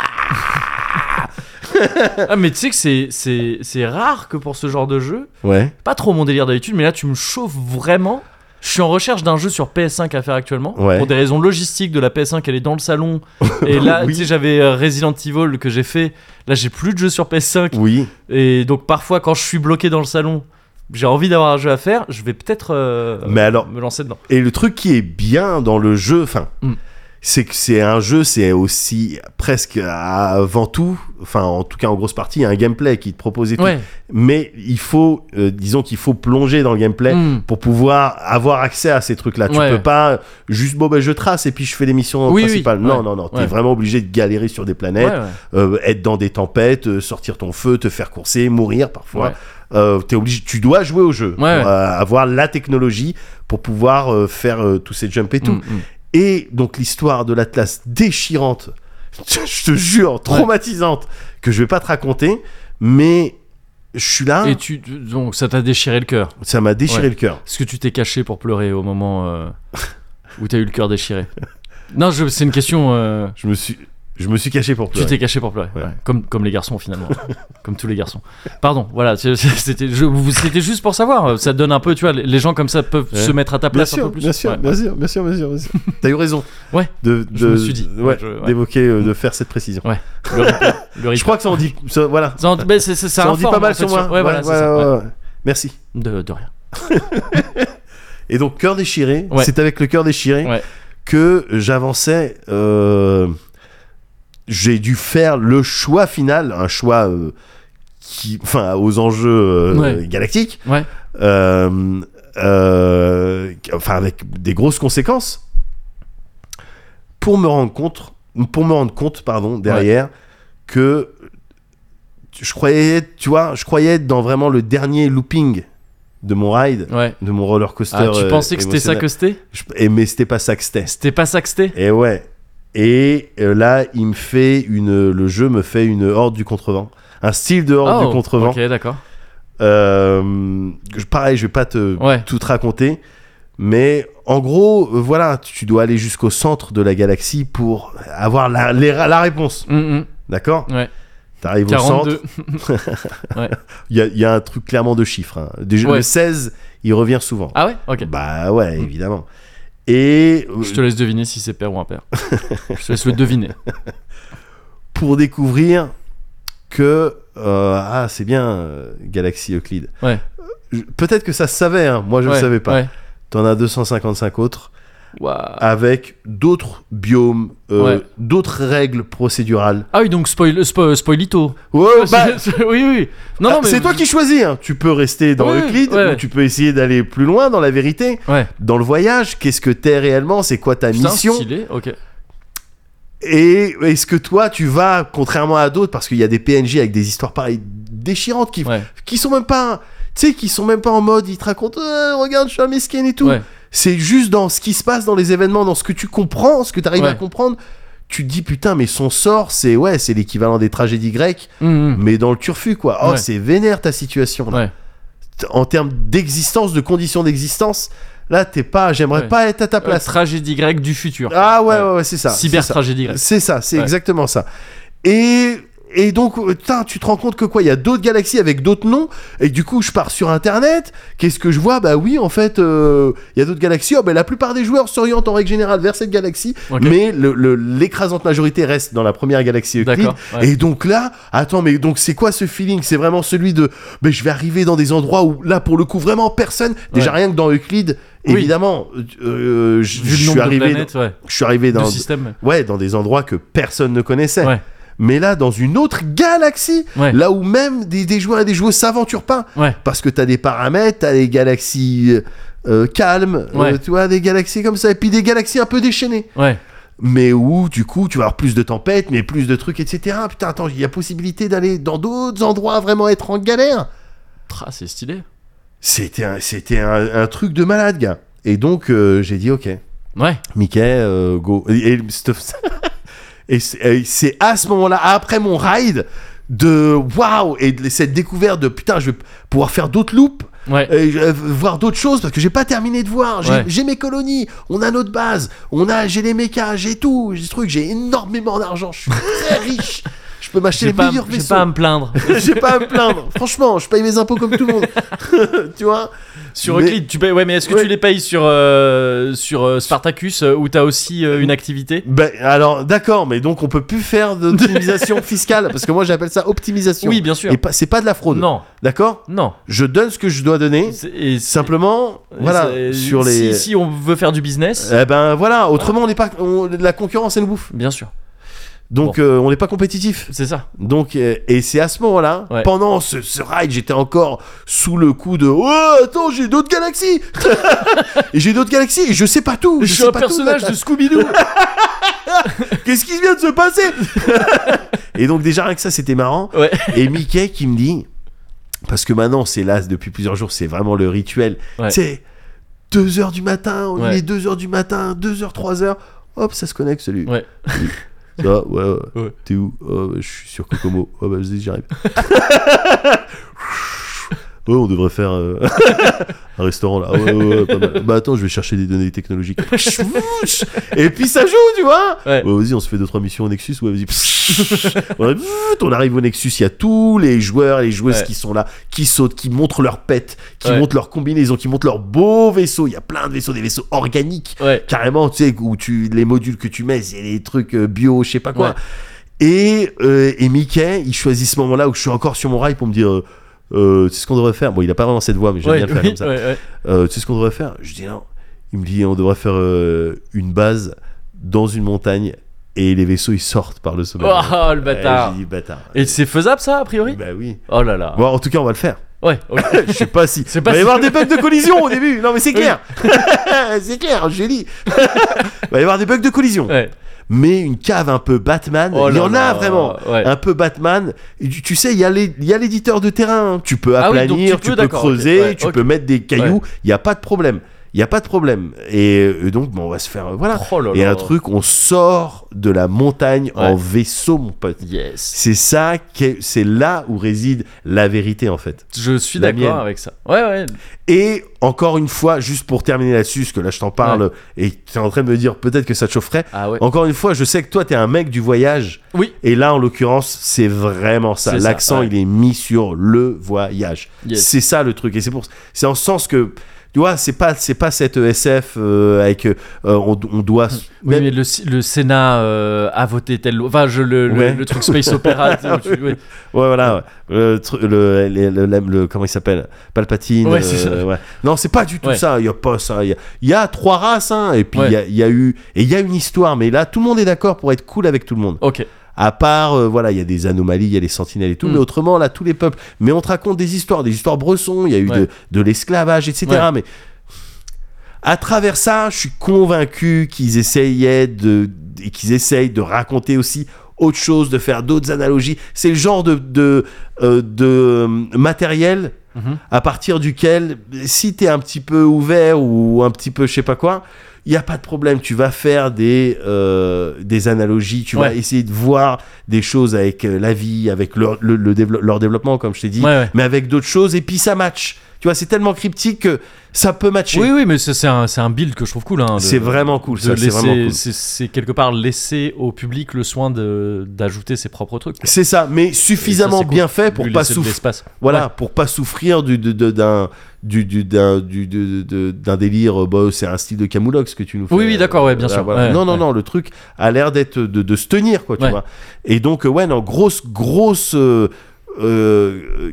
Ah, mais tu sais que c'est, c'est, c'est rare que pour ce genre de jeu,
Ouais.
pas trop mon délire d'habitude, mais là tu me chauffes vraiment. Je suis en recherche d'un jeu sur PS5 à faire actuellement.
Ouais.
Pour des raisons logistiques de la PS5, elle est dans le salon. Et là,
Oui.
tu sais, j'avais euh, Resident Evil que j'ai fait. Là, j'ai plus de jeux sur PS5.
Oui.
Et donc, parfois, quand je suis bloqué dans le salon, j'ai envie d'avoir un jeu à faire. Je vais peut-être euh,
Mais alors-
me lancer dedans.
Et le truc qui est bien dans le jeu, enfin,
Mm.
c'est que c'est un jeu, c'est aussi presque avant tout, enfin, en tout cas en grosse partie, un gameplay qui te propose et tout.
Ouais.
Mais il faut, euh, disons qu'il faut plonger dans le gameplay.
Mm.
pour pouvoir avoir accès à ces trucs-là.
Ouais.
Tu peux pas juste, bon, ben, je trace et puis je fais les missions
Oui,
principales.
oui,
Non,
ouais.
non, non. T'es
Ouais.
vraiment obligé de galérer sur des
Ouais,
planètes,
ouais.
euh, être dans des tempêtes, euh, sortir ton feu, te faire courser, mourir parfois.
Ouais.
Euh, t'es obligé, tu dois jouer au jeu,
Ouais, ouais.
pour, euh, avoir la technologie pour pouvoir euh, faire euh, tous ces jumps et tout.
Mm, mm.
Et donc l'histoire de l'Atlas déchirante, je te jure, traumatisante, que je vais pas te raconter, mais je suis là,
Et tu, tu- donc, ça t'a déchiré le cœur.
ça m'a déchiré
Ouais.
le cœur.
Est-ce que tu t'es caché pour pleurer au moment euh, où t'as eu le cœur déchiré Non, je- c'est une question. euh,
Je me suis, je me suis caché pour
Tu
pleurer.
t'es caché pour pleurer,
Ouais.
ouais. Comme, comme les garçons finalement, comme tous les garçons. Pardon, voilà, c'est- c'est- c'était je- vous- c'était juste pour savoir, ça donne un peu, tu vois, les- les gens comme ça peuvent
Ouais.
se mettre à ta place un peu plus.
Bien sûr,
Ouais.
bien sûr, bien sûr, bien sûr, bien sûr. T'as eu raison.
Ouais,
De,
je
de-
me suis dit.
ouais,
Je- ouais.
d'évoquer, euh, de faire cette précision.
Ouais. Le replay, le replay.
Je crois que ça en dit, ça, voilà.
Ça en, mais c'est- c'est- ça
Ça en dit
informe,
pas
en
mal
fait,
sur moi.
Ouais, voilà, c'est ça, ouais.
ouais, ouais. Merci.
De, de rien.
Et donc cœur déchiré.
Ouais.
C'est avec le cœur déchiré
Ouais.
que j'avançais. euh, J'ai dû faire le choix final, un choix euh, qui, enfin, aux enjeux euh,
Ouais.
galactiques.
Ouais.
euh, euh, enfin avec des grosses conséquences pour me rendre compte pour me rendre compte pardon derrière que je croyais être- tu vois je croyais être dans vraiment le dernier looping de mon ride
Ouais.
de mon roller coaster
Ah, tu
euh,
pensais que c'était ça que
émotionnel.
c'était
Je- et mais c'était pas ça que c'était
C'était pas ça que c'était
et ouais et euh, là il me fait une le jeu me fait une horde du contrevent un style de horde
Oh,
du contrevent
Ok, d'accord.
euh, je- pareil, je vais pas te
Ouais.
tout te raconter, mais en gros, euh, voilà, tu tu dois aller jusqu'au centre de la galaxie pour avoir la, les- la réponse,
Mm,
d'accord
mm, ouais.
T'arrives au centre,
42.
il y a, il y a un truc clairement de chiffres. hein. Déjà,
Ouais.
Le 16, il revient souvent.
Ah ouais Ok.
Bah ouais, évidemment. Et euh,
Je te laisse deviner si c'est père ou impair. Je te laisse le deviner.
pour découvrir que euh, ah c'est bien euh, Galaxy Euclide. Euh,
Ouais.
Je- Peut-être que ça se savait, hein. moi je ne
Ouais,
savais pas.
Ouais.
T'en as 255 autres.
Waouh.
avec d'autres biomes, euh,
Ouais.
d'autres règles procédurales.
Ah oui, donc spoil, spo- spoilito.
Oh, bah, ah,
oui, oui. Non, non, mais...
c'est toi qui choisis. hein. Tu peux rester dans
Ouais,
Euclide,
ouais.
ou tu peux essayer d'aller plus loin dans la vérité,
Ouais.
dans le voyage. Qu'est-ce que t'es réellement C'est quoi ta
Putain,
mission
stylé, ok.
Et est-ce que toi, tu vas, contrairement à d'autres, parce qu'il y a des PNJ avec des histoires pareilles déchirantes qui,
Ouais.
qui sont même pas, tu sais, qui sont même pas en mode, ils te racontent, Euh, regarde, je suis un mesquin et tout.
Ouais.
C'est juste dans ce qui se passe dans les événements, dans ce que tu comprends, ce que tu arrives
Ouais.
à comprendre. Tu te dis putain, mais son sort, c'est ouais, c'est l'équivalent des tragédies grecques,
Mhm.
mais dans le turfu quoi. Oh,
Ouais.
c'est vénère ta situation là.
Ouais.
T- En termes d'existence, de conditions d'existence, là t'es pas. J'aimerais
Ouais. Euh,
pas être à ta
La
place.
tragédie grecque du futur.
ah ouais, ouais, ouais, c'est ça. c'est ça.
Cyber-tragédie grecque.
C'est ça, c'est
Ouais.
exactement ça. Et, et donc, euh, tain, tu te rends compte que quoi Il y a d'autres galaxies avec d'autres noms, et du coup, je pars sur Internet. Qu'est-ce que je vois Bah oui, en fait, euh, il y a d'autres galaxies. Oh, bah, la plupart des joueurs s'orientent en règle générale vers cette galaxie,
Ok.
mais le- le- l'écrasante majorité reste dans la première galaxie Euclide.
D'accord, ouais.
Et donc là, attends, mais donc c'est quoi ce feeling C'est vraiment celui de, mais je vais arriver dans des endroits où là, pour le coup, vraiment personne. Déjà
Ouais.
rien que dans Euclide,
Oui.
évidemment, euh, je
Vu
je
le
suis
nombre de
arrivé.
planètes, ouais.
dans- Je suis arrivé
De
dans,
système.
Ouais, dans des endroits que personne ne connaissait.
Ouais.
mais là dans une autre galaxie,
Ouais.
là où même des, des joueurs et des joueuses s'aventurent pas,
Ouais.
parce que t'as des paramètres, t'as des galaxies euh, euh, calmes, euh,
Ouais.
tu vois, des galaxies comme ça, et puis des galaxies un peu déchaînées,
Ouais.
mais où du coup tu vas avoir plus de tempêtes, mais plus de trucs, etc. Putain, attends, il y a possibilité d'aller dans d'autres endroits à vraiment être en galère.
Tra, c'est stylé.
C'était un, c'était un, un truc de malade, gars. Et donc euh, j'ai dit ok.
Ouais.
Mickey, euh, go. Et, et stuff- et c'est et c'est à ce moment-là, après mon ride, de waouh et de cette découverte de putain, je vais pouvoir faire d'autres loops.
Ouais.
Et, euh, voir d'autres choses parce que j'ai pas terminé de voir. J'ai
Ouais.
j'ai mes colonies, on a notre base, on a j'ai les mechas, j'ai tout, j'ai des trucs, j'ai énormément d'argent, je suis très riche, je peux m'acheter
J'ai
les
pas,
meilleurs
j'ai
vaisseaux.
pas à me plaindre.
J'ai pas à me plaindre. Franchement, je paye mes impôts comme tout le monde. tu vois
Sur
Mais-
Euclide, tu payes. Ouais, mais est-ce que
Ouais.
tu les payes sur euh, sur euh, Spartacus euh, où t'as aussi euh, une activité
Ben alors d'accord, mais donc on peut plus faire d'optimisation fiscale parce que moi j'appelle ça optimisation.
Oui, bien sûr.
Et pas, c'est pas de la fraude.
Non,
D'accord.
non.
Je donne ce que je dois donner.
C'est- et c'est-
Simplement,
et
voilà.
c'est-
Sur les.
si, si on veut faire du business,
Eh ben voilà. Autrement, on n'est pas. on- la concurrence elle nous bouffe.
bien sûr,
Donc euh, on n'est pas compétitif.
c'est ça.
Donc euh, et c'est à ce moment-là,
Ouais.
pendant ce, ce ride, j'étais encore sous le coup de. Oh attends, j'ai d'autres galaxies. et j'ai d'autres galaxies et je sais pas tout.
Je,
Je,
suis
sais
un
pas tout,
personnage
Nathan.
de Scooby Doo.
Qu'est-ce qui vient de se passer Et donc déjà rien que ça c'était marrant.
ouais.
Et Mickey qui me dit, parce que maintenant c'est là depuis plusieurs jours, c'est vraiment le rituel.
Ouais.
C'est 2h du matin, on
Ouais.
est 2h du matin, 2h, 3h, hop, ça se connecte celui.
Ouais.
Ça va ouais, ouais.
Ouais.
T'es où Oh, bah, Je suis sur Kokomo. Oh, bah, vas-y, j'arrive. Ouais, on devrait faire euh, un restaurant là. Ouais, ouais, ouais, pas mal. Bah attends, je vais chercher des données technologiques. Et puis ça joue, tu vois.
Ouais.
vas-y, on se fait deux trois missions au Nexus. Ouais, vas-y. On arrive- on arrive au Nexus, il y a tous les joueurs et les joueuses
Ouais.
qui sont là, qui sautent, qui montrent leur pète, qui
Ouais.
montrent leur combinaison, qui montrent leur beau vaisseau. Il y a plein de vaisseaux, des vaisseaux organiques
Ouais.
carrément tu sais où tu les modules que tu mets c'est les trucs euh, bio je sais pas quoi
Ouais.
et euh, et Mickey il choisit ce moment là où je suis encore sur mon rail pour me dire euh, Euh, c'est ce qu'on devrait faire bon il a pas vraiment cette voix mais j'aime
Ouais,
bien le faire
oui,
comme ça
ouais, ouais.
Euh, c'est ce qu'on devrait faire je dis non il me dit on devrait faire euh, une base dans une montagne et les vaisseaux ils sortent par le sommet
Oh, le bâtard.
Ouais, j'ai dit bâtard
Et c'est faisable ça a priori
bah oui
Oh là là.
Bon, en tout cas on va le faire
Ouais. ok.
je sais pas si.
C'est
Il
pas
va y
Bah, si-
avoir des bugs de collision au début. Non, mais c'est clair. c'est clair, j'ai dit. Il va y avoir des bugs de collision.
Ouais.
Mais une cave un peu Batman.
Oh
il y
là
en
là.
a vraiment.
Ouais.
Un peu Batman. Et Tu, tu sais, il y a les- il y a l'éditeur de terrain. hein. Tu peux
Ah oui, donc
aplanir,
tu peux,
tu peux
d'accord, ok.
creuser,
Ouais,
tu
ok.
peux mettre des cailloux.
Ouais.
Il n'y a pas de problème. Il n'y a pas de problème. Et euh, donc, bon, on va se faire. euh, Voilà.
Oh là
Et
là.
un truc, on sort de la montagne en
Ouais.
vaisseau, mon pote.
Yes.
C'est ça, qu'est- c'est là où réside la vérité en fait.
Je suis
La
d'accord
mienne.
avec ça. Ouais ouais.
Et encore une fois, juste pour terminer là-dessus, parce que là je t'en parle et tu es en train de me dire peut-être que ça te chaufferait.
Ah ouais.
Encore une fois, je sais que toi t'es un mec du voyage.
Oui.
Et là en l'occurrence, c'est vraiment ça.
C'est ça,
L'accent
ouais.
il est mis sur le voyage.
Yes.
C'est ça le truc. Et c'est pour, c'est en ce sens que tu vois, c'est pas, c'est pas cette SF euh, avec euh, on, on doit.
Oui,
même-
mais le, le Sénat euh, a voté tel loi. Enfin, je, le, le-
Ouais. Ah
le, truc Space Opera. tu- tu- ouais.
Ouais, voilà. ouais. Le, tru- le, le- le- le- le- comment il s'appelle Palpatine.
Ouais, c'est
euh,
ça.
ouais. Non, c'est pas du tout
Ouais.
ça. Il y a pas ça. Il y a, il y a trois races, hein, Et puis il
Ouais.
y, a, il y a eu et il y a une histoire. Mais là, tout le monde est d'accord pour être cool avec tout le monde.
Ok.
À part, euh, voilà, il y a des anomalies, il y a les sentinelles et tout.
Mm.
Mais autrement, là, tous les peuples. Mais on te raconte des histoires, des histoires bressons. Il y a eu
Ouais.
de, de l'esclavage, etc.
Ouais.
Mais à travers ça, je suis convaincu qu'ils essayaient de, et qu'ils essayent de raconter aussi autre chose, de faire d'autres analogies. C'est le genre de, de, euh, de euh, matériel
Mhm.
à partir duquel, si t'es un petit peu ouvert ou un petit peu je sais pas quoi, il n'y a pas de problème. Tu vas faire des, euh, des analogies, tu vas
Ouais.
essayer de voir des choses avec euh, la vie, avec leur, le, le dévelop- leur développement, comme je t'ai dit,
Ouais, ouais.
mais avec d'autres choses, et puis ça match. Tu vois, c'est tellement cryptique que ça peut matcher.
Oui, oui, mais c'est c'est un, c'est un build que je trouve cool. hein, de-
c'est vraiment cool,
de
ça, c'est vraiment
laisser-
cool.
C'est c'est quelque part laisser au public le soin de- d'ajouter ses propres trucs. quoi.
C'est ça, mais suffisamment
cool.
bien fait pour
Lui
pas
laisser de
souffrir.
l'espace.
Voilà,
Ouais.
pour pas souffrir du, de- de- d'un, du, du- d'un, du- de- de- d'un délire. euh, Bah, c'est un style de camoulox que tu nous fais.
Oui, oui,
euh,
d'accord, ouais, bien
voilà,
sûr.
voilà.
Ouais,
non, non,
ouais.
non, le truc a l'air d'être de, de se tenir, quoi, tu
Ouais.
vois. Et donc, euh, ouais, non, grosse, grosse. euh, euh,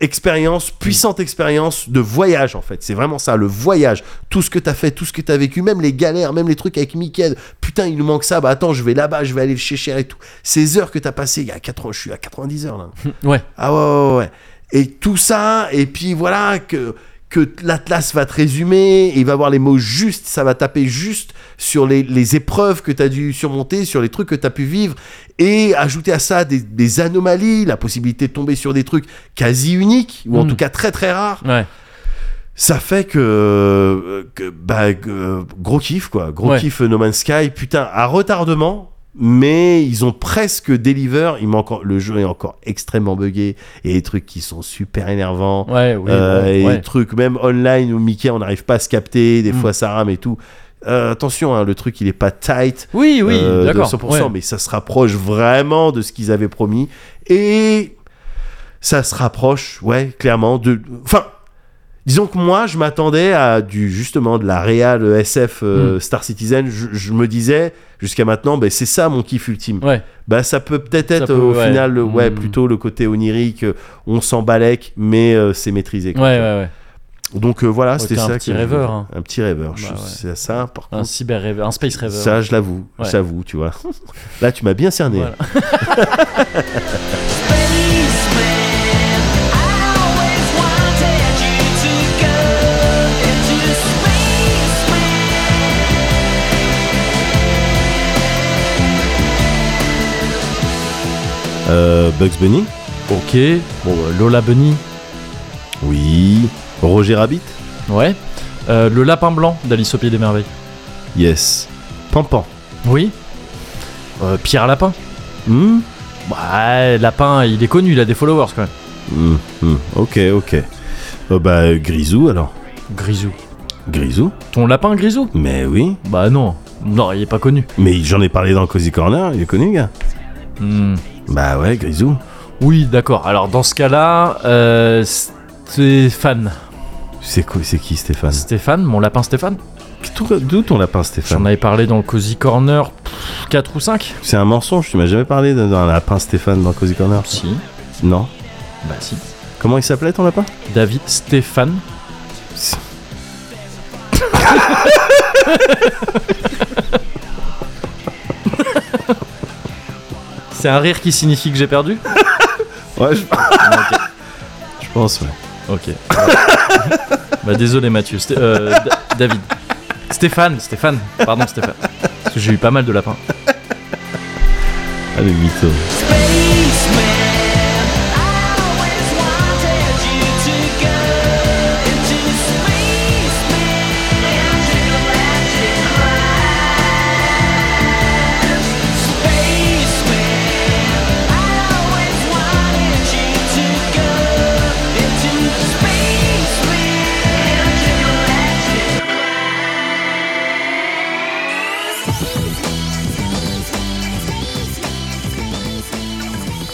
expérience, puissante expérience de voyage en fait. C'est vraiment ça, le voyage. Tout ce que t'as fait, tout ce que t'as vécu, même les galères, même les trucs avec Mickey. Putain, il nous manque ça. Bah attends, je vais là-bas, je vais aller le chéchir et tout. Ces heures que t'as passées, il y a 80, je suis à 90 heures là.
Ouais.
Ah ouais, ouais, ouais. Et tout ça, et puis voilà, que, que l'Atlas va te résumer, et il va avoir les mots justes, ça va taper juste sur les, les épreuves que tu as dû surmonter, sur les trucs que tu as pu vivre, et ajouter à ça des, des anomalies, la possibilité de tomber sur des trucs quasi uniques, ou en
Mm.
tout cas très très rares.
Ouais.
Ça fait que, que- bah, que- gros kiff quoi, gros
Ouais.
kiff No Man's Sky, putain à retardement, mais ils ont presque deliver. Il manque en- le jeu est encore extrêmement buggé et des trucs qui sont super énervants.
Ouais, oui.
Euh,
ouais,
et
ouais.
des trucs même online où Mickey on n'arrive pas à se capter, des
Mm.
fois ça rame et tout. Euh, attention, hein, le truc il est pas tight
Oui, oui,
euh, de
d'accord.
100%,
ouais.
mais ça se rapproche vraiment de ce qu'ils avaient promis et ça se rapproche, ouais, clairement de. Enfin, disons que moi je m'attendais à du justement de la réal SF
Hmm.
euh, Star Citizen. Je, je me disais jusqu'à maintenant, ben c'est ça mon kiff ultime
Ouais.
bah ça peut peut-être être,
peut,
au
ouais.
final le- ouais
Mm.
plutôt le côté onirique euh, on s'en balèque mais euh, c'est maîtrisé
Ouais,
quoi.
ouais, ouais.
donc euh, voilà
Ouais,
c'était
t'es un
ça
petit
que-
rêveur, hein.
un petit rêveur je-
Bah ouais.
c'est ça par
Un
contre
cyber rêveur, un space rêveur.
ça je l'avoue
Ah bah Ouais.
j'avoue tu vois là tu m'as bien cerné
Voilà.
Euh, Bugs Bunny
Ok. Bon, euh, Lola Bunny.
oui Roger Rabbit
Ouais. Euh, le lapin blanc d'Alice au Pays des Merveilles.
yes Pampan
Oui. Euh, Pierre Lapin.
Hmm
Bah, Lapin, il est connu, il a des followers quand même.
Hmm, hmm. ok ok Euh, bah euh, Grisou alors
Grisou.
Grisou
Ton lapin Grisou
mais oui
Bah non. Non, il est pas connu.
mais j'en ai parlé dans Cozy Corner il est connu gars
Hmm.
bah ouais Grisou
Oui, d'accord. Alors dans ce cas-là, euh, Stéphane.
c'est quoi c'est qui Stéphane
Stéphane, mon lapin Stéphane.
D'où- d'où ton lapin
J'en
Stéphane
avais parlé dans le Cozy Corner 4 ou 5
C'est un mensonge, tu m'as jamais parlé d'un d'un lapin Stéphane dans Cozy Corner
Si.
Non.
Bah si.
Comment il s'appelait ton lapin
David Stéphane. C'est un rire qui signifie que j'ai perdu
Ouais, je, je pense, ouais.
Ok. bah désolé Mathieu. Sté- euh, Da- David. Stéphane, Stéphane. Pardon Stéphane. Parce que j'ai eu pas mal de lapins.
Ah, le mytho.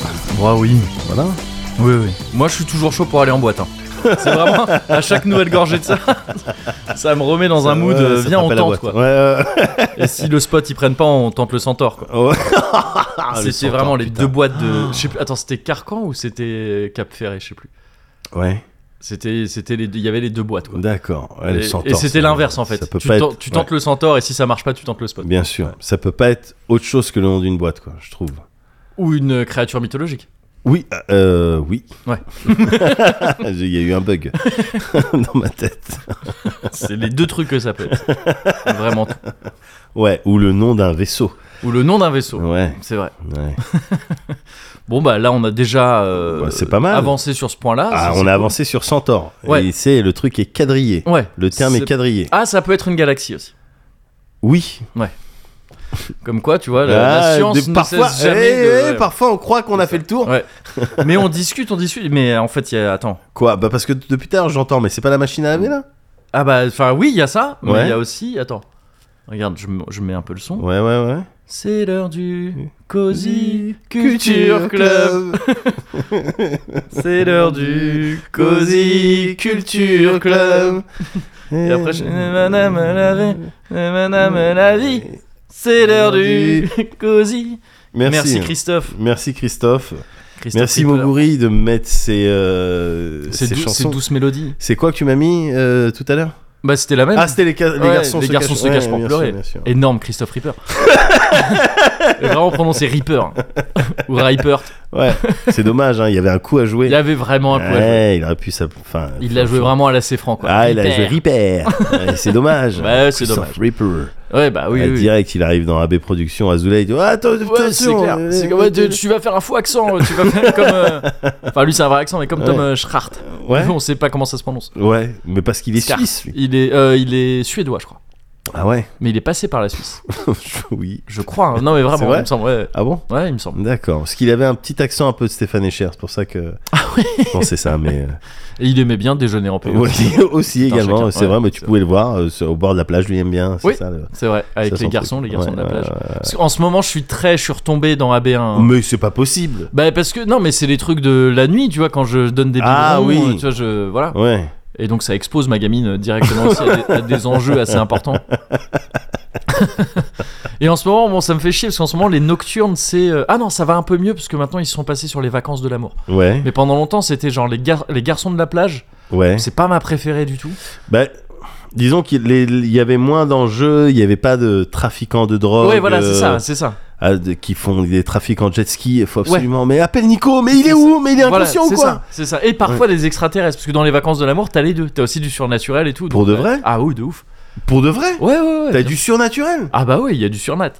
Ouais Bah oui.
Voilà.
Oui oui. Moi je suis toujours chaud pour aller en boîte. hein. C'est vraiment à chaque nouvelle gorgée de ça, ça me remet dans un mood.
Ouais,
euh,
ça
viens on
frappait la
tente
boîte.
quoi.
Ouais,
Et si le spot ils prennent pas, on tente le centaure quoi.
ouais, ouais. Ah, le
c'était
centaure,
vraiment les
putain.
deux boîtes de. Je sais plus. Attends, c'était Carcan ou c'était Cap Ferré, je sais plus.
Ouais,
C'était, c'était les, deux- il y avait les deux boîtes quoi.
d'accord. Ouais, le
et,
centaure,
et c'était
ça-
l'inverse en fait.
Ça peut
tu,
pas
ten-
être-
tu tentes
ouais,
le centaure et si ça marche pas, tu tentes le spot.
Bien sûr, ça peut pas être autre chose que le nom d'une boîte, quoi, je trouve.
Ou une créature mythologique.
Oui, euh, oui.
Ouais.
Il y a eu un bug dans ma tête.
C'est les deux trucs que ça peut être. Vraiment.
Ouais, ou le nom d'un vaisseau.
Ou le nom d'un vaisseau.
Ouais,
C'est vrai.
ouais.
Bon bah là on a déjà euh,
Bah, c'est pas mal.
avancé sur ce point-là.
Ah,
Ça, c'est
on
cool.
a avancé sur Centaure.
Ouais.
Et c'est le truc est quadrillé.
Ouais.
Le terme est...
C'est-
quadrillé.
Ah ça peut être une galaxie aussi.
Oui.
Comme quoi tu vois la, la
Ah,
science
des-
ne
parfois,
cesse jamais
eh,
de-
eh,
ouais.
parfois, on croit qu'on a fait le tour.
Ouais. Mais on discute, on discute. Mais en fait il y a attends.
Quoi Bah parce que depuis tard, j'entends, mais c'est pas la machine à laver là
Ah bah enfin oui il y a ça. Mais il
Ouais.
y a aussi attends. Regarde je, m- je mets un peu le son.
Ouais, ouais, ouais.
C'est l'heure du Cozy Culture Club. C'est l'heure du Cozy Culture Club. Et après, je... Madame la vie, Madame la vie. C'est l'heure du Cozy.
Merci.
Christophe.
Merci Christophe.
Christophe
Merci
Rippler.
Moguri de me mettre ces, euh,
C'est
ces
dou- c'est
chansons.
douce mélodie.
C'est quoi que tu m'as mis euh, tout à l'heure
Bah, c'était la même.
Ah, c'était les, ca- les
Ouais,
garçons,
les
se
garçons
cachent,
se cachent
Ouais,
pour
bien
pleurer.
sûr, bien sûr.
Énorme Christophe Reaper. vraiment prononcé Reaper ou Reaper.
Ouais, c'est dommage, hein, il y avait un coup à jouer.
Il avait vraiment un coup à jouer.
Ouais, Eh, il aurait pu ça. Enfin,
Il l'a joué vraiment à l'assez franc quoi.
Ah, il a
Reaper.
joué Reaper. Ouais, c'est dommage.
Ouais, c'est
Christophe Reaper.
Ouais, bah oui.
Ah,
oui, oui.
Direct, il arrive dans AB Productions, Azoulay, il dit Ah, Attends,
Ouais, c'est
attention,
clair.
euh,
C'est comme- ouais, tu, tu vas faire un faux accent. euh, Tu vas faire comme. euh, Enfin, lui, c'est un vrai accent, mais comme Tom
Ouais.
euh, Schrart.
Ouais,
On sait pas comment ça se prononce.
ouais, mais parce qu'il est
Scar.
suisse, lui.
Il est, euh, il est suédois, je crois.
Ah ouais
Mais il est passé par la Suisse.
Oui.
Je crois. hein. Non, mais
C'est
vraiment,
vrai
il me semble. Ouais,
Ah bon
Ouais, il me semble.
D'accord. Parce qu'il avait un petit accent un peu de Stéphane Echer, c'est pour ça que
Ah oui.
je pensais ça, mais.
Et il aimait bien déjeuner en E. paix.
euh, aussi, aussi
Putain,
également,
chacun,
c'est
ouais,
vrai, mais tu
c'est
pouvais le voir euh, sur- au bord de la plage, lui aime bien, c'est
Oui.
ça. le-
C'est vrai,
ça,
avec
son
les
truc.
garçons, les garçons de la
Ouais,
plage. Hein.
ouais, ouais.
Parce qu'en ce moment, je suis très, je suis retombé dans AB1.
Mais c'est pas possible
Bah parce que non mais c'est les trucs de la nuit tu vois quand je donne des biberons
Ah oui.
euh, tu vois je voilà
Ouais.
et donc ça expose ma gamine directement aussi à, des, à des enjeux assez importants et en ce moment bon ça me fait chier parce qu'en ce moment les nocturnes c'est euh, ah non ça va un peu mieux parce que maintenant ils se sont passés sur les vacances de l'amour
Ouais.
mais pendant longtemps c'était genre les, gar- les garçons de la plage
Ouais.
c'est pas ma préférée du tout
Bah, disons qu'il les- il y avait moins d'enjeux, il n'y avait pas de trafiquants de drogue.
ouais voilà c'est
euh,
ça c'est ça
ah, de- qui font des trafiquants de jet ski, il faut
Ouais.
absolument. Mais appelle Nico, mais il est,
C'est
où Mais il est
Voilà,
inconscient
c'est
ou quoi
ça, C'est ça. Et parfois des extraterrestres, parce que dans les vacances de l'amour, t'as les deux. T'as aussi du surnaturel et tout.
Pour
donc,
de
euh,
vrai
Ah oui, de ouf.
Pour de vrai
Ouais, ouais, ouais.
T'as du surnaturel
Ah bah oui, il y a du surnat.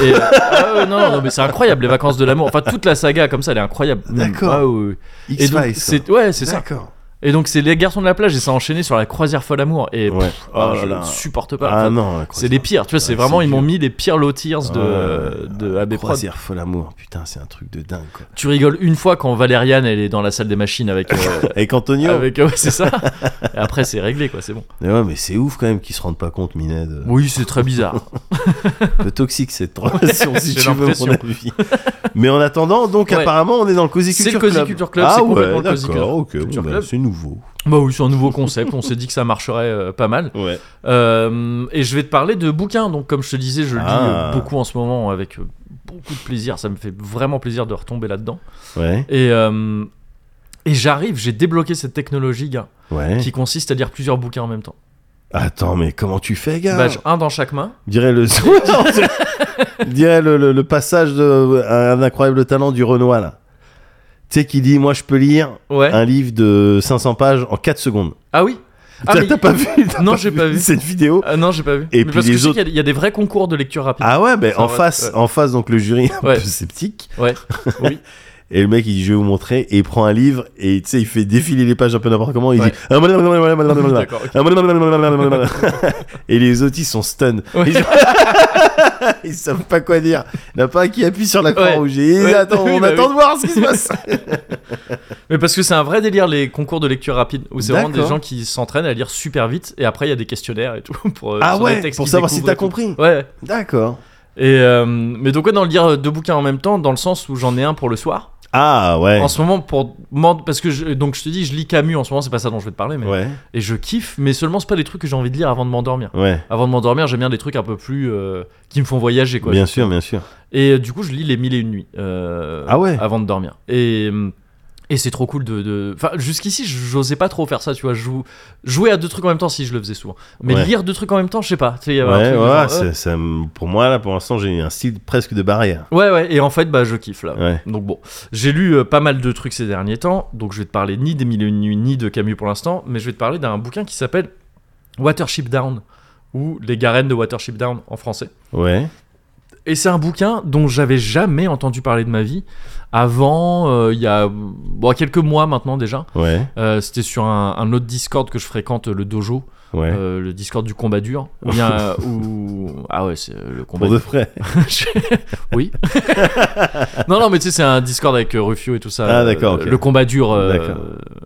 Et, euh, ah ouais, non, non, mais c'est incroyable les vacances de l'amour. Enfin, toute la saga comme ça, elle est incroyable.
D'accord.
Ah ouais, ouais. Et donc,
X-Files.
c'est ouais, c'est ça.
D'accord.
Et donc c'est les garçons de la plage et ça a enchaîné sur la croisière folle amour. Et
Ouais.
pff, ah,
Oh là
je
là.
supporte pas.
Ah
Enfin,
non, la
c'est
croisière.
les pires. Tu vois, c'est
Ouais,
vraiment
c'est
ils m'ont
dur.
mis les pires low tiers de
Ouais.
de AB Prod.
Croisière folle amour, putain, c'est un truc de dingue quoi.
Tu rigoles une fois quand Valériane elle est dans la salle des machines avec euh,
Avec Antonio
Avec, euh, ouais, c'est ça. Et après, c'est réglé, quoi, c'est bon.
Mais ouais, mais c'est ouf quand même qu'ils se rendent pas compte, Minet. de-
Oui, c'est très bizarre.
Un peu toxique cette relation, si
j'ai
tu veux,
l'impression.
mon avis. Mais en attendant, donc
Ouais.
apparemment, on est dans le Cozy
C'est
Culture
le Cozy
Club.
Culture Club,
ah
c'est
ouais,
complètement le
d'accord,
Cozy Club-
ok,
Culture
bon, bah,
Club.
c'est nouveau.
Bah oui, c'est un nouveau concept, on s'est dit que ça marcherait euh, pas mal.
Ouais.
Euh, et je vais te parler de bouquins, donc comme je te disais, je le lis
Ah.
euh, beaucoup en ce moment avec euh, beaucoup de plaisir, ça me fait vraiment plaisir de retomber là-dedans.
Ouais.
Et, euh, et j'arrive, j'ai débloqué cette technologie, gars,
Ouais.
qui consiste à lire plusieurs bouquins en même temps.
Attends, mais comment tu fais, gars
Bah, j'ai un dans chaque main.
On Dirait le. Non, c'est- on Dirait le, le- le passage de euh, un incroyable talent du Renoir là. Tu sais qui dit moi je peux lire
Ouais.
un livre de 500 pages en 4 secondes.
Ah oui Ah,
T'as
mais-
t'as pas vu t'as
Non, j'ai pas vu.
cette vidéo.
Ah non, j'ai pas vu.
Et
Mais
puis
parce que
les
je sais
autres-
qu'il y a- il y, a des vrais concours de lecture rapide.
Ah ouais, mais
Ça
en
va,
face,
ouais.
en face donc le jury est un
Ouais.
peu sceptique.
Ouais.
Et le mec il dit je vais vous montrer et il prend un livre et tu sais il fait défiler les pages un peu n'importe comment il
Ouais.
dit Ah, blablabla, blablabla.
D'accord, ok.
Ah, blablabla. et les autres ils sont stunned
Ouais.
ils savent pas quoi dire il n'y en a pas un qui appuie sur la croix
Ouais.
rouge et
Ouais.
attends,
Oui,
on
bah
attend
oui.
de voir ce qui se passe
Mais parce que c'est un vrai délire les concours de lecture rapide où c'est vraiment des
D'accord.
gens qui s'entraînent à lire super vite et après il y a des questionnaires et tout pour euh,
ah
sur des
ouais
textes
pour
qu'ils
savoir si
découvrent
t'as
et tout.
compris
Ouais.
d'accord
Et euh, mais donc ouais, dans le lire euh, deux bouquins en même temps dans le sens où j'en ai un pour le soir.
ah ouais
En ce moment pour m'en- parce que je, donc je te dis je lis Camus en ce moment c'est pas ça dont je vais te parler mais
ouais
et je kiffe mais seulement c'est pas des trucs que j'ai envie de lire avant de m'endormir.
ouais
Avant de m'endormir j'aime bien des trucs un peu plus euh, qui me font voyager quoi.
bien sûr bien sûr
Et euh, du coup, je lis Les Mille et Une Nuits euh,
Ah ouais
avant de dormir. Et, euh, et c'est trop cool de. de- Enfin, jusqu'ici, j'osais pas trop faire ça, tu vois. Jou- Jouer à deux trucs en même temps, si je le faisais souvent. Mais
Ouais.
lire deux trucs en même temps, je sais pas. Tu sais, il y
ouais
avait un
ouais,
truc de genre, euh,
c'est- ça me- pour moi là pour l'instant j'ai un style presque de barrière
ouais, ouais. Et en fait, bah, je kiffe là.
ouais
Donc bon, j'ai lu euh, pas mal de trucs ces derniers temps, donc je vais te parler ni des Mille et Une Nuits, ni de Camus pour l'instant, mais je vais te parler d'un bouquin qui s'appelle Watership Down, ou Les Garennes de Watership Down en français.
ouais
Et c'est un bouquin dont j'avais jamais entendu parler de ma vie avant, euh, il y a bon, quelques mois maintenant déjà.
ouais
Euh, C'était sur un, un autre Discord que je fréquente, le Dojo,
ouais
euh, le Discord du combat dur. Où il y a- où- Ah ouais, c'est euh, le combat
pour de vrai
dur. oui. non, non, mais tu sais, c'est un Discord avec euh, Rufio et tout ça.
Ah,
euh,
d'accord, ok.
Le combat dur, euh,
D'accord.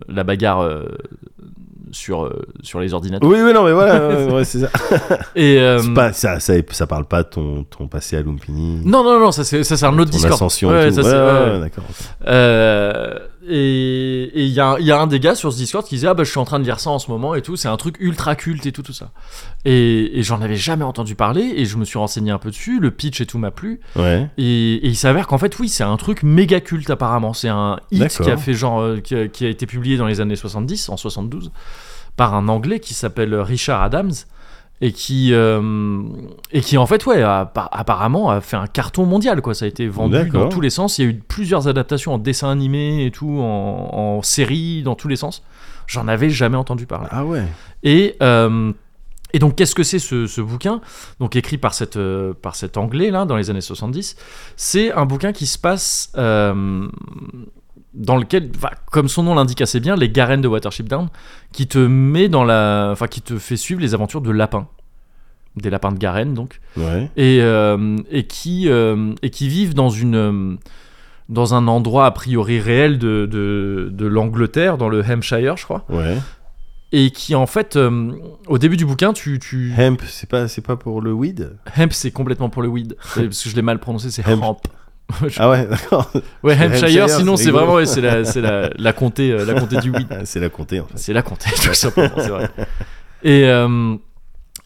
la bagarre euh, sur, euh, sur les ordinateurs.
oui oui non mais voilà ouais, ouais, c'est ça
Et, euh,
C'est pas- ça, ça, ça parle pas de ton, ton passé à Lumpini.
Non, non, non, ça c'est ça, c'est un autre
ton
Discord.
ascension et
Ouais,
tout.
ça,
Ouais,
c'est-
ouais,
ouais, ouais.
ouais, d'accord.
Euh, Et et il y a, il y a un des gars sur ce Discord qui disait Ah bah je suis en train de lire ça en ce moment et tout, c'est un truc ultra culte et tout, tout ça. Et, et j'en avais jamais entendu parler et je me suis renseigné un peu dessus, le pitch et tout m'a plu.
Ouais.
Et, et il s'avère qu'en fait, oui, c'est un truc méga culte apparemment. C'est un hit
D'accord.
qui a, fait genre, euh, qui, a, qui a été publié dans les années 70, en 72, par un Anglais qui s'appelle Richard Adams. Et qui, euh, et qui en fait, ouais, a- appa- apparemment a fait un carton mondial, quoi. Ça a été vendu
D'accord.
dans tous les sens. Il y a eu plusieurs adaptations en dessin animé et tout, en, en série, dans tous les sens. J'en avais jamais entendu parler.
Ah ouais.
Et, euh, et donc, qu'est-ce que c'est ce, ce bouquin Donc, écrit par, cette, euh, par cet anglais, là, dans les années 70. C'est un bouquin qui se passe. euh, dans lequel, enfin, comme son nom l'indique assez bien, les garennes de Watership Down, qui te met dans la, enfin, qui te fait suivre les aventures de lapins, des lapins de Garenne donc,
Ouais.
et, euh, et, qui, euh, et qui vivent dans une euh, dans un endroit a priori réel de, de, de l'Angleterre, dans le Hampshire, je crois,
Ouais.
et qui en fait, euh, au début du bouquin, tu, tu...
Hemp, c'est pas, c'est pas pour le weed
hemp c'est complètement pour le weed, C'est- parce que je l'ai mal prononcé, c'est
Hemp.
hemp.
Ah ouais, d'accord.
Ouais,
Hampshire,
Hampshire, sinon
c'est
c'est
rigolo.
vraiment ouais, c'est la, c'est la, la comté euh, la comté du weed.
C'est la comté en fait.
C'est la comté, tout simplement, c'est vrai. Et, euh,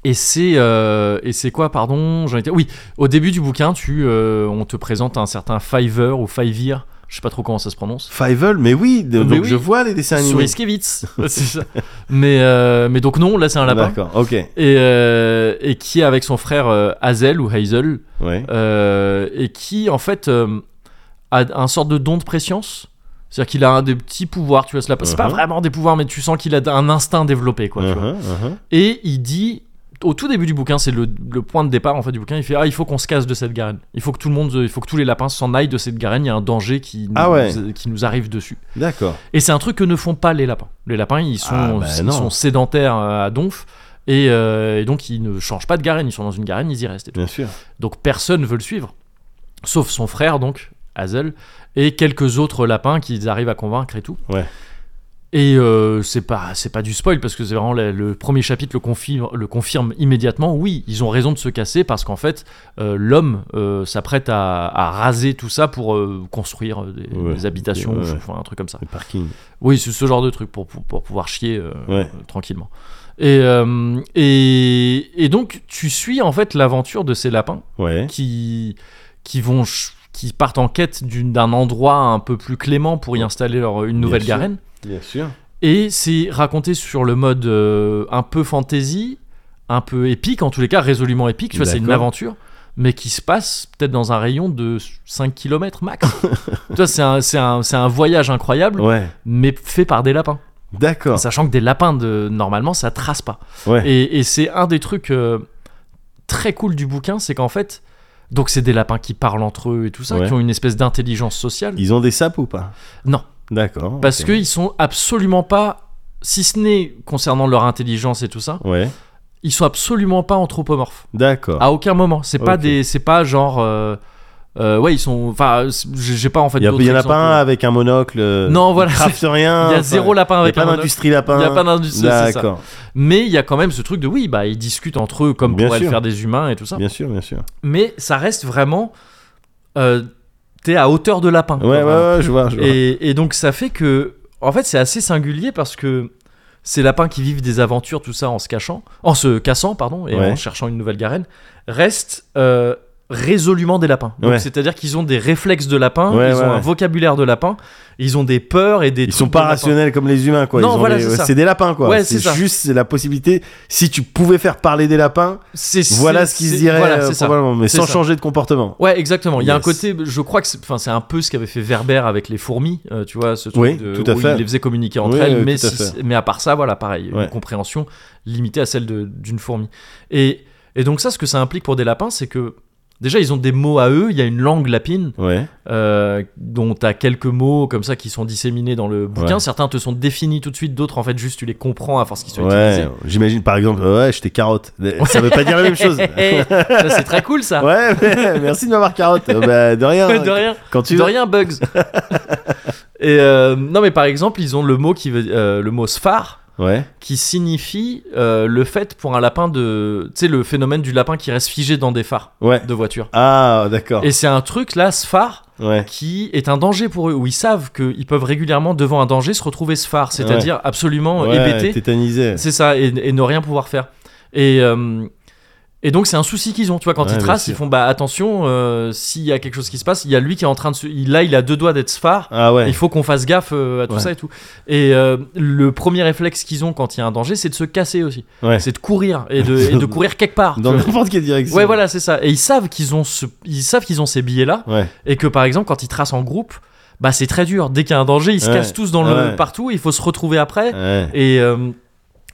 et c'est euh, et c'est quoi, pardon j'en étais- Oui, au début du bouquin, tu, euh, on te présente un certain Fiverr ou Fiverr, je sais pas trop comment ça se prononce.
Fivel, mais oui,
Mais
de- donc
oui.
je vois les dessins animés.
Suriskevitz, c'est ça. Mais, euh, mais donc non, là c'est un lapin.
D'accord, ok.
Et, euh, et qui est avec son frère euh, Hazel ou Hazel,
Ouais.
euh, et qui en fait euh, a un sorte de don de préscience. C'est-à-dire qu'il a un des petits pouvoirs, tu vois, c'est pas- c'est pas
Mhm.
vraiment des pouvoirs, mais tu sens qu'il a un instinct développé, quoi. tu vois.
Uh-huh, uh-huh.
Et il dit, au tout début du bouquin, c'est le, le point de départ en fait du bouquin, il fait ah il faut qu'on se casse de cette garenne, il faut que tout le monde, il faut que tous les lapins s'en aillent de cette garenne, il y a un danger qui nous,
Ah ouais.
qui nous arrive dessus.
D'accord.
Et c'est un truc que ne font pas les lapins. Les lapins ils sont,
Ah, bah,
ils
non.
sont sédentaires euh, à donf. Et, euh, et donc ils ne changent pas de garenne, ils sont dans une garenne, ils y restent. et tout.
Bien sûr.
Donc personne veut le suivre, sauf son frère donc Hazel et quelques autres lapins qu'ils arrivent à convaincre et tout.
Ouais.
Et euh, c'est pas c'est pas du spoil parce que c'est vraiment le, le premier chapitre le confirme le confirme immédiatement. Oui, ils ont raison de se casser parce qu'en fait euh, l'homme euh, s'apprête à, à raser tout ça pour euh, construire des,
Ouais.
des habitations,
Ouais,
je-
ouais.
enfin, un truc comme ça.
Le parking.
Oui, c'est ce genre de truc pour, pour, pour pouvoir chier euh,
Ouais.
euh, tranquillement. Et, euh, et, et donc, tu suis en fait l'aventure de ces lapins
Ouais.
qui, qui, vont ch- qui partent en quête d'une- d'un endroit un peu plus clément pour y installer leur, une nouvelle
sûr.
garenne.
Bien sûr.
Et c'est raconté sur le mode euh, un peu fantasy, un peu épique, en tous les cas résolument épique, tu vois, c'est une
D'accord.
aventure, mais qui se passe peut-être dans un rayon de 5 km max. tu vois, c'est un, c'est un, c'est un voyage incroyable,
Ouais. Ah.
mais fait par des lapins.
D'accord.
Sachant que des lapins, de, normalement, ça trace pas.
Ouais.
Et, et c'est un des trucs euh, très cool du bouquin, c'est qu'en fait, donc c'est des lapins qui parlent entre eux et tout ça,
Ouais.
qui ont une espèce d'intelligence sociale.
Ils ont des sapes ou pas
Non,
D'accord.
parce qu'ils sont absolument pas, si ce n'est concernant leur intelligence et tout ça,
que. Ouais.
ils sont absolument pas anthropomorphes.
D'accord.
À aucun moment. C'est pas
Ah. Ok.
des, c'est pas genre, euh, euh, ouais, ils sont, enfin, c'est- j'ai j'ai pas en fait.
Il y, a-
d'autres
il y en a
exemples.
pas un avec un monocle. euh,
Non,
qui
voilà,
crafte rien.
Il y a
enfin,
zéro lapin
il y a
avec
pas
un
d'industrie
Il
lapin.
n'y a pas d'industrie, c'est ça.
D'accord.
Mais il y a quand même ce truc de oui, bah ils discutent entre eux comme
Bien
pourraient le
sûr.
faire des humains et tout ça.
Bien sûr, bien sûr.
mais ça reste vraiment euh, t'es à hauteur de lapin
Ouais, ouais, ouais, je vois. Je vois.
et, et donc ça fait que en fait c'est assez singulier parce que ces lapins qui vivent des aventures tout ça en se cachant en se cassant pardon et
Ouais.
en cherchant une nouvelle garenne restent euh, résolument des lapins Donc,
Ouais.
c'est-à-dire qu'ils ont des réflexes de lapin
Ouais,
ils
ouais,
ont un
ouais.
vocabulaire de lapin ils ont des peurs et des
Ils
trucs
sont
de
pas
lapin.
rationnels comme les humains, quoi.
Non,
Ils ont
voilà,
les-
c'est
ouais,
ça.
c'est des lapins, quoi.
Ouais, c'est
c'est
ça.
juste c'est la possibilité. Si tu pouvais faire parler des lapins,
c'est
voilà
c'est-
ce qu'ils se
c'est-
diraient
voilà,
euh,
c'est ça.
probablement, mais
C'est
sans
ça.
changer de comportement.
Ouais, exactement. Il y a un
Yes.
côté, je crois que c'est, enfin, c'est un peu ce qu'avait fait Verber avec les fourmis, euh, tu vois, ce truc
Oui,
de-
tout à
où
fait.
il les faisait communiquer entre
Oui,
elles,
oui,
mais,
tout à
si-
fait.
mais à part ça, voilà, pareil,
Ouais.
une compréhension limitée à celle de- d'une fourmi. Et, et donc ça, ce que ça implique pour des lapins, c'est que déjà, ils ont des mots à eux, il y a une langue lapine,
Ouais,
euh, dont tu as quelques mots comme ça qui sont disséminés dans le bouquin.
Ouais.
Certains te sont définis tout de suite, d'autres, en fait, juste tu les comprends à force qu'ils soient
ouais. J'imagine par exemple, ouais, j'étais carotte. Ça veut pas dire la même chose.
utilisés. Eh, Ça, c'est très cool, ça.
Ouais, mais merci de m'avoir carotte. Euh, Ah. bah, de rien.
De rien.
Quand tu
de rien bugs. et euh, non mais par exemple ils ont le mot qui veut euh, le mot sphare
Ouais.
qui signifie euh, le fait pour un lapin de tu sais le phénomène du lapin qui reste figé dans des phares
Ouais.
de voiture.
Ah, d'accord.
Et c'est un truc là sphare
Ouais.
qui est un danger pour eux, où ils savent qu'ils peuvent régulièrement, devant un danger, se retrouver se phare, c'est-à-dire absolument euh,
Ouais,
hébétés.
tétanisé.
C'est ça, et, et ne rien pouvoir faire. Et, euh, et donc c'est un souci qu'ils ont, tu vois, quand
Ouais,
ils
bien
tracent,
sûr.
ils font bah attention, euh, s'il y a quelque chose qui se passe, il y a lui qui est en train de se... il- Là, il a deux doigts d'être phare.
Ah ouais.
Il faut qu'on fasse gaffe euh, à tout
Ouais.
ça et tout. Et euh, le premier réflexe qu'ils ont quand il y a un danger, c'est de se casser aussi.
Ouais.
C'est de courir et de, et de courir quelque part. tu
Dans
vois.
n'importe quelle direction.
Ouais, voilà, c'est ça. Et ils savent qu'ils ont, ce... ils savent qu'ils ont ces billets-là
Ouais.
et que par exemple quand ils tracent en groupe bah c'est très dur dès qu'il y a un danger ils se
Ouais,
cassent tous dans le
ouais.
partout il faut se retrouver après
Ouais.
et euh,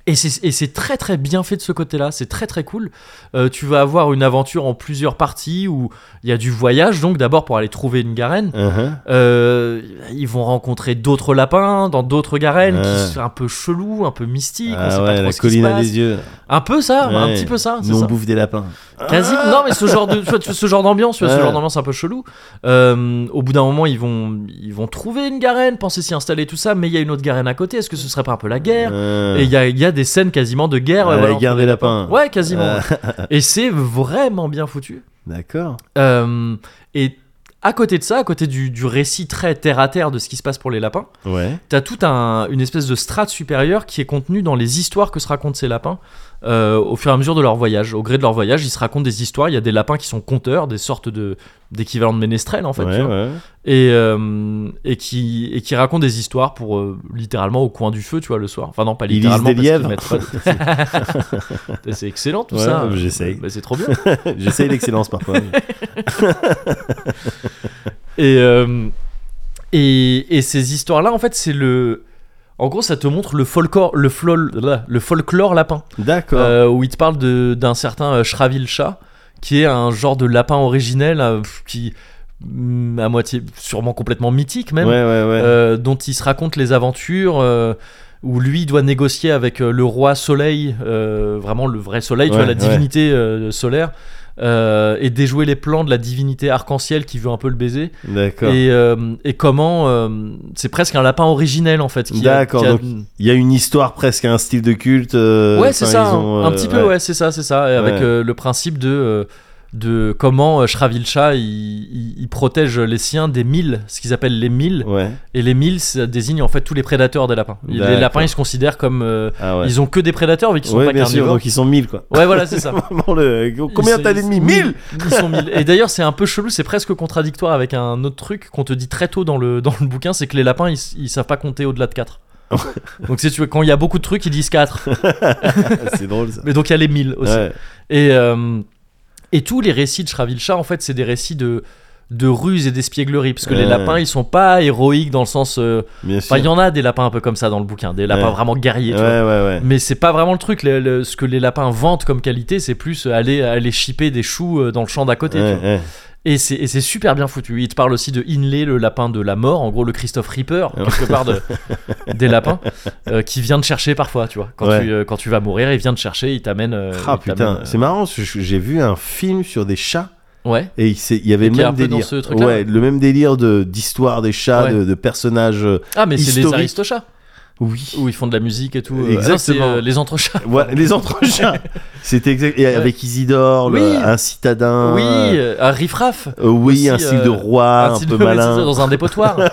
et c'est et c'est très très bien fait de ce côté-là, c'est très très cool. Euh, tu vas avoir une aventure en plusieurs parties où il y a du voyage, donc d'abord pour aller trouver une garenne.
Uh-huh.
Euh, ils vont rencontrer d'autres lapins dans d'autres garennes
Ouais.
qui sont un peu chelous, un peu mystiques. on sait pas
Ah ouais,
trop
la
ce qui se
colline à
passe.
des yeux.
Un peu ça, un
Ouais.
petit peu ça. c'est
Nous, on
ça.
bouffe des lapins.
Quasi. Non, mais ce genre de, tu vois, ce genre d'ambiance, tu vois, ce
Ouais.
genre d'ambiance un peu chelou. Euh, au bout d'un moment, ils vont, ils vont trouver une garenne, penser s'y installer tout ça, mais il y a une autre garenne à côté. Est-ce que ce serait pas un peu la guerre Et il y a, il y a des scènes quasiment de guerre. ouais,
la
voilà,
guerre des Euh, lapins.
entre- Ouais, quasiment.
Euh,
ouais. Et c'est vraiment bien foutu.
D'accord.
Euh, et à côté de ça, à côté du, du récit très terre à terre de ce qui se passe pour les lapins,
Ouais.
t'as toute un- une espèce de strate supérieure qui est contenue dans les histoires que se racontent ces lapins euh, au fur et à mesure de leur voyage. Au gré de leur voyage, ils se racontent des histoires. Il y a des lapins qui sont conteurs, des sortes de d'équivalents de ménestrels en fait, tu
ouais,
vois.
ouais.
et euh, et qui et qui racontent des histoires pour euh, littéralement au coin du feu, tu vois, le soir. Enfin non, pas
Ils
littéralement.
lisent des
parce qu'ils mettent pas de- c'est excellent tout
Ouais,
ça.
j'essaye.
Bah, c'est trop bien.
J'essaye l'excellence parfois.
Et, euh, et, et ces histoires-là, en fait, c'est le. En gros, ça te montre le folklore, le, flol- là, le folklore lapin,
D'accord.
euh, où il te parle de- d'un certain euh, Shravilcha, qui est un genre de lapin originel euh, pff, qui, mm, à moitié, sûrement complètement mythique
ouais,
même,
ouais, ouais.
euh, dont il se raconte les aventures. euh, où lui doit négocier avec euh, le roi soleil, euh, vraiment le vrai soleil, tu
Ouais,
vois, la
ouais.
divinité euh, solaire, euh, et déjouer les plans de la divinité arc-en-ciel qui veut un peu le baiser.
D'accord.
Et, euh, et comment euh, c'est presque un lapin originel en fait. qui a-
D'accord,
qui a-
donc, Il y a une histoire presque, un style de culte. euh,
ouais, c'est
enfin,
ça.
ils ont,
un- un
euh,
petit peu, ouais, c'est ça, c'est ça. Et avec
Ouais.
euh, le principe de euh, de comment euh, Shravilcha il, il- il protège les siens des mille, ce qu'ils appellent les mille.
Ouais.
Et les mille, ça désigne en fait tous les prédateurs des lapins. Et Les
D'accord.
lapins, ils se considèrent comme euh,
Ah ouais.
ils ont que des prédateurs, mais qu'ils sont
ouais,
pas
bien sûr,
carnivores.
donc ils sont 1000 quoi.
Ouais, voilà, c'est ça.
Vraiment, le- Combien
Ils-
t'as d'ennemis
ils-
1000
Ils sont mille. Et d'ailleurs, c'est un peu chelou, c'est presque contradictoire avec un autre truc qu'on te dit très tôt dans le, dans le bouquin, c'est que les lapins, ils, ils savent pas compter au-delà de 4. donc si tu veux, quand il y a beaucoup de trucs, ils disent 4.
Ah, C'est drôle ça.
Mais donc il y a les 1000 aussi.
Ouais.
Et, euh, et tous les récits de Shravilcha, en fait, c'est des récits de de ruse et d'espièglerie parce que les
Ouais.
lapins ils sont pas héroïques dans le sens euh,
Bien sûr.
enfin il y en a des lapins un peu comme ça dans le bouquin des lapins
Ouais.
vraiment guerriers
ouais,
tu vois.
ouais, ouais.
Mais c'est pas vraiment le truc. Le- le- ce que les lapins vantent comme qualité, c'est plus aller, aller chipper des choux euh, dans le champ d'à côté. tu
Ouais,
vois.
ouais.
Et c'est et c'est super bien foutu. Il te parle aussi de Inlay, le lapin de la mort, en gros le Christophe Reaper,
Ouais.
quelque part de- des lapins, euh, qui vient te chercher parfois, tu vois. Quand,
Ouais.
tu, euh, quand tu vas mourir, il vient te chercher, il t'amène. euh,
Ah
il t'amène,
putain,
euh,
c'est marrant, parce que j'ai vu un film sur des chats.
Ouais,
Et il s'est- il y avait
Et qui est
même
un peu
délire.
dans ce truc-là.
ouais, le même délire de d'histoire des chats,
Ouais.
de, de personnages. euh,
ah mais c'est les
Historique.
Aristochats
Oui.
où ils font de la musique et tout. Euh,
Exactement.
ah, c'est, euh, les entrechats.
Ouais, les entrechats. C'était exact. Et avec Isidore, le-
Oui.
un citadin.
oui, euh,
euh,
un riffraff.
euh, oui,
aussi,
un style
euh,
de roi, un,
style
peu
de-
malin.
dans un dépotoir.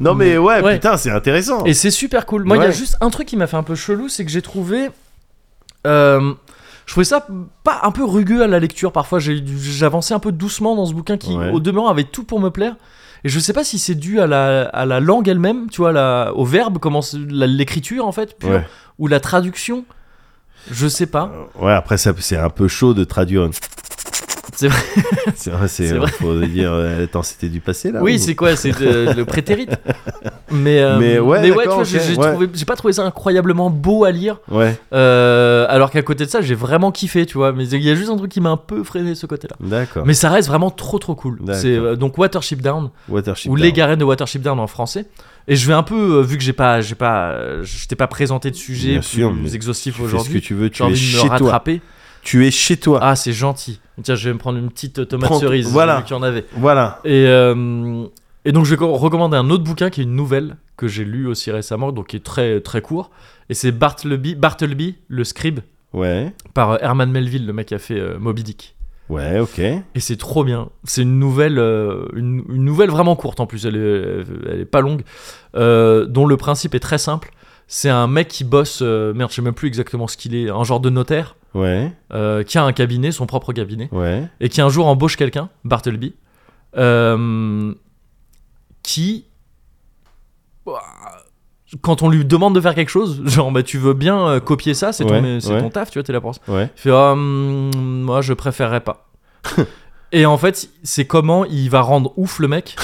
Non mais ouais,
Ouais.
putain, c'est intéressant.
Et c'est super cool. Moi, il y a
Ouais.
juste un truc qui m'a fait un peu chelou, c'est que j'ai trouvé. euh, je trouvais ça pas un peu rugueux à la lecture parfois. J'ai- J'avançais un peu doucement dans ce bouquin qui,
Ouais.
au demeurant, avait tout pour me plaire. Et je sais pas si c'est dû à la, à la langue elle-même, tu vois, la- au verbe, comment c'est- la- l'écriture en fait, pure,
Ouais.
ou la traduction. Je sais pas.
Euh, Ouais, après ça, c'est un peu chaud de traduire.
C'est vrai.
C'est vrai, c'est,
C'est vrai.
faut dire. euh, Attends, c'était du passé là. ou-
Oui, c'est quoi C'est euh, le prétérite. Mais, euh,
Mais ouais,
ouais, tu
d'accord,
vois, j'ai-
ok,
j'ai
ouais.
trouvé- j'ai pas trouvé ça incroyablement beau à lire.
Ouais,
Euh, alors qu'à côté de ça, j'ai vraiment kiffé, tu vois. Mais il y a juste un truc qui m'a un peu freiné ce côté-là.
d'accord.
Mais ça reste vraiment trop trop cool.
D'accord.
C'est euh, donc Watership Down
Watership
ou
Down.
Les Garennes de Watership Down en français. Et je vais un peu, euh, vu que j'ai pas, j'ai pas, euh, je t'ai pas présenté de sujet
Bien
plus
sûr, mais
exhaustif
tu fais ce que
aujourd'hui.
tu veux, tu
J'ai
es
envie de me
chez toi.
rattraper.
Tu es chez toi.
Ah, c'est gentil. Tiens, je vais me prendre une petite euh, tomate
Prends-
cerise.
voilà.
J'ai vu qu'il y en avait.
Voilà.
Et, euh, et donc je vais co- recommander un autre bouquin qui est une nouvelle que j'ai lu aussi récemment, donc qui est très très court. Et c'est Bartleby, Bartleby, le scribe
Ouais.
par euh, Herman Melville, le mec qui a fait euh, Moby Dick.
Ouais, ok.
Et c'est trop bien. C'est une nouvelle, euh, une, une nouvelle vraiment courte en plus. Elle est, elle est pas longue, euh, dont le principe est très simple. C'est un mec qui bosse, euh, merde, je sais même plus exactement ce qu'il est, un genre de notaire
Ouais,
euh, qui a un cabinet, son propre cabinet,
ouais.
et qui un jour embauche quelqu'un, Bartleby, euh, qui, quand on lui demande de faire quelque chose, genre bah tu veux bien euh, copier ça, c'est ton,
Ouais,
c'est
ouais.
ton taf, tu vois, t'es là pour ça.
Ouais.
Il fait Ah, hum, moi je préférerais pas. Et en fait, c'est comment il va rendre ouf le mec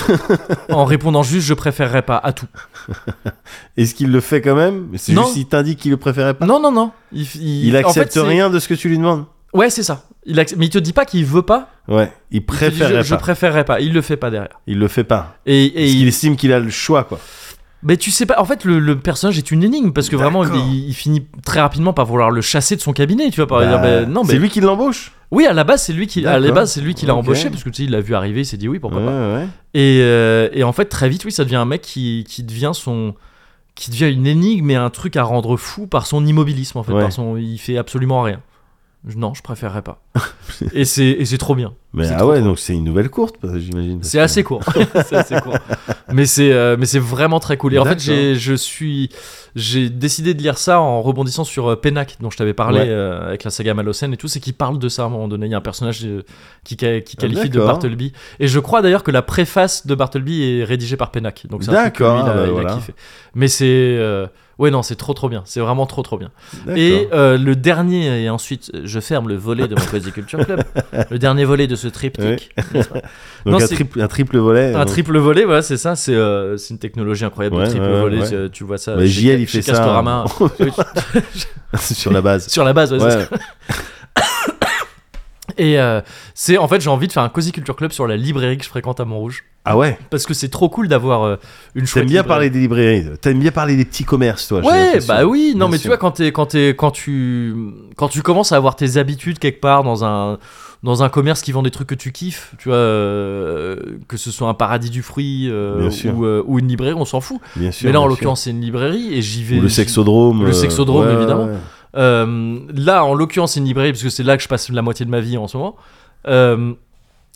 en répondant juste je préférerais pas à tout.
Est-ce qu'il le fait quand même C'est
Non.
juste il t'indique qu'il le préférait pas.
Non, non, non. Il,
Il
en
accepte
fait, c'est-
rien de ce que tu lui demandes.
Ouais, c'est ça. Il accepte- Mais il te dit pas qu'il veut pas.
Ouais, il
Il te dit,
préférait
je, je
pas.
préférerais pas. Il le fait pas derrière.
Il le fait pas.
Et, et
Parce
il-
qu'il estime qu'il a le choix, quoi.
Mais tu sais pas, en fait, le, le personnage est une énigme parce que vraiment,
D'accord.
il, il finit très rapidement par vouloir le chasser de son cabinet. Tu vois, par
Bah,
dire, bah, non, mais
C'est lui qui l'embauche
oui, à la base, c'est lui qui, à la
D'accord.
base, c'est lui qui l'a
Ok.
embauché parce que tu sais, il l'a vu arriver, il s'est dit oui, pourquoi
Ouais,
pas.
ouais.
Et, euh, et en fait, très vite, oui, ça devient un mec qui, qui devient son qui devient une énigme et un truc à rendre fou par son immobilisme en fait
Ouais.
par son il fait absolument rien Je- non je préférerais pas et c'est et c'est trop bien
Mais
C'est
ah
trop
ouais,
cool.
donc c'est une nouvelle courte, parce que j'imagine. parce
C'est
que-
assez court. c'est assez court. Mais c'est euh, mais c'est vraiment très cool. Et en fait,
D'accord.
j'ai je suis j'ai décidé de lire ça en rebondissant sur euh, Pénac dont je t'avais parlé
Ouais.
euh, avec la saga Malocène et tout, c'est qu'il parle de ça à un moment donné, il y a un personnage euh, qui ca- qui qualifie de
Ah, d'accord.
Bartleby et je crois d'ailleurs que la préface de Bartleby est rédigée par Pénac. Donc c'est un truc que lui,
D'accord,
il a-
bah
il a
voilà.
kiffé. Mais c'est euh, Ouais non c'est trop trop bien, c'est vraiment trop trop bien.
D'accord.
Et euh, le dernier, et ensuite je ferme le volet de mon Cozy Culture Club, le dernier volet de ce triptyque, n'est-ce pas
Donc
non,
un,
c'est-
triple, un triple volet.
un
euh,
triple volet, voilà, c'est ça. C'est euh, c'est une technologie incroyable. le
Ouais,
triple
ouais,
volet,
ouais.
c'est- tu vois ça.
Bah,
chez-
JL, il
euh, chez
fait ça.
Castorama.
hein.
Oui,
sur la base.
Sur la base, ouais, c'est
Ouais.
ça. Et euh, c'est en fait, j'ai envie de faire un Cozy Culture Club sur la librairie que je fréquente à Montrouge.
Ah ouais
Parce que c'est trop cool d'avoir euh, une chouette.
T'aimes bien
librairie.
parler des librairies. T'aimes bien parler des petits commerces, toi. j'ai
Ouais,
l'impression.
bah oui, non
Bien
mais tu
sûr.
vois quand t'es quand t'es quand tu quand tu commences à avoir tes habitudes quelque part dans un dans un commerce qui vend des trucs que tu kiffes, tu vois euh, que ce soit un paradis du fruit euh,
Bien sûr.
ou, euh, ou une librairie, on s'en fout.
Bien sûr.
mais là en
bien
l'occurrence c'est une librairie et j'y
sûr.
vais.
Ou le
j'y-
sexodrome.
Le
euh,
sexodrome,
ouais,
évidemment.
ouais.
Euh, là en l'occurrence c'est une librairie parce que c'est là que je passe la moitié de ma vie en ce moment. Euh,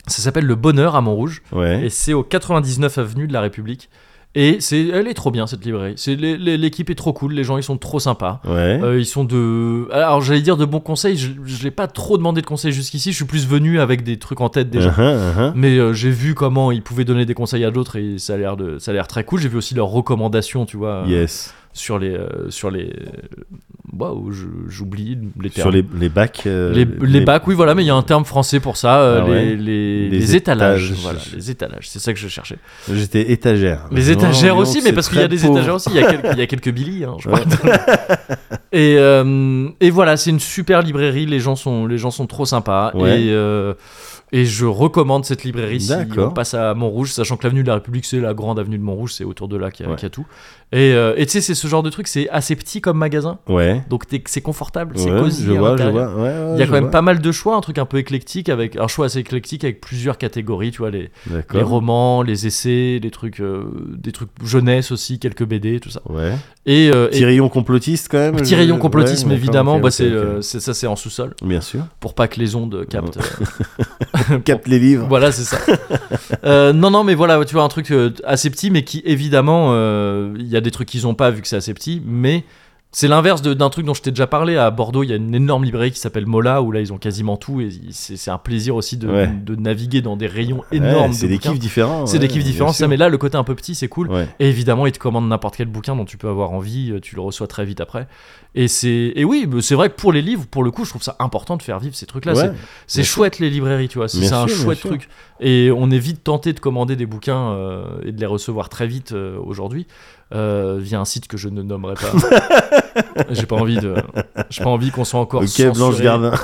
ça s'appelle le Bonheur à Montrouge
Ouais.
et c'est au 99 avenue de la République. Et c'est, elle est trop bien cette librairie. C'est les- les- l'équipe est trop cool, les gens ils sont trop sympas.
Ouais.
Euh, ils sont de. Alors j'allais dire de bons conseils, je je l'ai pas trop demandé de conseils jusqu'ici, je suis plus venu avec des trucs en tête déjà.
Uh-huh, uh-huh.
Mais euh, j'ai vu comment ils pouvaient donner des conseils à d'autres et ça a l'air de ça a l'air très cool. J'ai vu aussi leurs recommandations, tu vois, euh,
Yes.
sur les euh, sur les waouh, je- j'oublie les termes.
Sur les, les bacs. euh,
les, les bacs, oui, voilà, mais il y a un terme français pour ça, euh,
Ah
les,
ouais.
les-
Les Ah
les étalages.
étages.
Voilà, les étalages, c'est ça que je cherchais.
J'étais étagère.
Les étagères
Oh,
aussi,
c'est
mais parce qu'il y a
très
des
pauvre.
étagères aussi, il y a quelques, il y a quelques Billy, hein, je crois. Et, euh, et voilà, c'est une super librairie, les gens sont, les gens sont trop sympas.
Ouais.
Et, euh, et je recommande cette librairie si
D'accord.
on passe à Montrouge, sachant que l'avenue de la République, c'est la grande avenue de Montrouge, c'est autour de là qu'il y, a-
Ouais.
qu'il y a tout. Et euh, et tu sais, c'est ce genre de truc, c'est assez petit comme magasin,
Ouais.
donc t'es- c'est confortable, c'est
Ouais,
cosy. hein,
Je
à
vois, je
l'intérieur.
vois. Ouais, ouais,
Il y a
je
quand même
vois.
pas mal de choix, un truc un peu éclectique, avec un choix assez éclectique avec plusieurs catégories, tu vois, les, les
D'accord.
romans, les essais, les trucs, euh, des trucs jeunesse aussi, quelques BD, tout ça.
Ouais.
Et, euh,
Petit rayon complotiste quand même.
Petit
je-
rayon
ouais,
complotisme,
d'accord,
évidemment.
ok,
bah,
ok,
c'est,
ok.
euh, c'est- ça, c'est en sous-sol,
Bien sûr.
pour pas que les ondes captent.
Capte les livres.
voilà, c'est ça. Euh, non, non, mais voilà, tu vois, un truc euh, assez petit, mais qui, évidemment, euh, il y a des trucs qu'ils ont pas vu que c'est assez petit, mais. C'est l'inverse de- d'un truc dont je t'ai déjà parlé. À Bordeaux, il y a une énorme librairie qui s'appelle Mola, où là, ils ont quasiment tout. Et il- c'est c'est un plaisir aussi de,
Ouais.
de naviguer dans des rayons
Ouais,
énormes. de
c'est des
bouquins.
kiffs différents.
C'est des kiffs différents, ça, mais là, le côté un peu petit, c'est cool.
Ouais.
Et évidemment, ils te commandent n'importe quel bouquin dont tu peux avoir envie, euh, tu le reçois très vite après. Et c'est et oui, mais c'est vrai que pour les livres, pour le coup, je trouve ça important de faire vivre ces trucs-là.
Ouais.
C'est- C'est
bien
chouette les librairies, tu vois, c'est
Bien
c'est un
sûr, bien
chouette
sûr.
truc. Et on est vite tenté de commander des bouquins euh, et de les recevoir très vite euh, aujourd'hui euh, via un site que je ne nommerai pas. J'ai pas envie de, j'ai pas envie qu'on soit encore.
Ok, Blanche
censuré.
Gardin.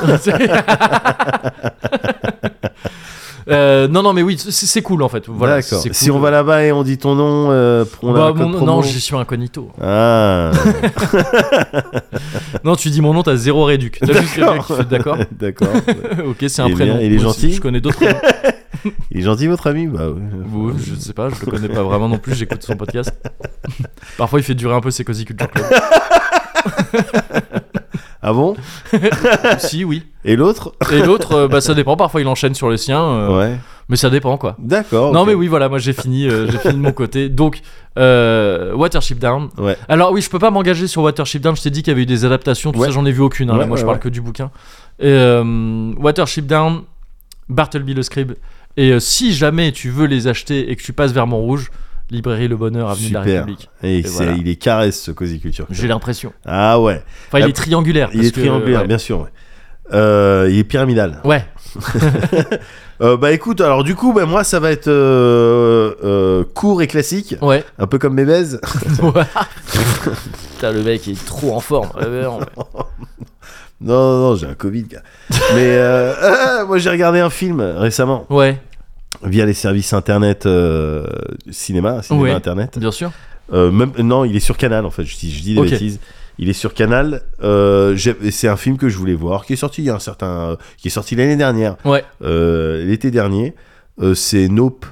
Euh, non, non, mais oui, c'est c'est cool en fait. Voilà,
D'accord.
c'est
Si
cool.
on va là-bas et on dit ton nom, euh, on a
Bah,
un code
mon-
promo.
non, j'y suis incognito.
Ah,
Non, tu dis mon nom, t'as zéro réduc. T'as juste quelqu'un qui fait d'accord.
d'accord.
ok, c'est un
Il est
prénom.
bien, il est
Moi aussi,
gentil.
Je connais d'autres prénoms.
Il est gentil votre ami Bah oui.
Oui, je sais pas, je le connais pas vraiment non plus, j'écoute son podcast. Parfois, il fait durer un peu ses cosy culture club.
Ah bon
si, oui.
Et l'autre
Et l'autre, euh, bah, ça dépend. Parfois, il enchaîne sur les siens. euh,
Ouais.
Mais ça dépend, quoi.
D'accord.
Non,
ok.
mais oui, voilà, moi j'ai fini, euh, j'ai fini de mon côté. Donc, euh, Watership Down.
Ouais.
Alors, oui, je peux pas m'engager sur Watership Down. Je t'ai dit qu'il y avait eu des adaptations. Tout
Ouais.
ça, j'en ai vu aucune. hein. Là,
Ouais,
moi, je
ouais,
parle
ouais.
que du bouquin. Et, euh, Watership Down, Bartleby le Scribe. Et euh, si jamais tu veux les acheter et que tu passes vers Montrouge, Librairie Le Bonheur, Avenue de la
Super.
République.
Et c'est-
voilà.
il est caresse ce Cozy Culture. Club.
J'ai l'impression.
Ah ouais.
Enfin, il
Ah,
est triangulaire.
Il
parce
est
que,
triangulaire,
ouais.
bien sûr. ouais. Euh, il est pyramidal.
Ouais,
Euh, bah écoute, alors du coup, bah, moi ça va être euh, euh, court et classique,
ouais.
un peu comme mes baises.
Putain, le mec il est trop en forme. Ouais, ouais, ouais.
Non, non, non, j'ai un Covid, gars. Mais euh, ah, moi j'ai regardé un film récemment
Ouais,
via les services internet euh, cinéma, cinéma
Ouais.
internet.
bien sûr.
Euh, même, non, il est sur Canal en fait, je, dis- je dis des
Ok.
bêtises. Il est sur Canal. euh, j'ai- c'est un film que je voulais voir, qui est sorti il y a un certain, euh, qui est sorti l'année dernière,
Ouais.
euh, l'été dernier. Euh, c'est Nope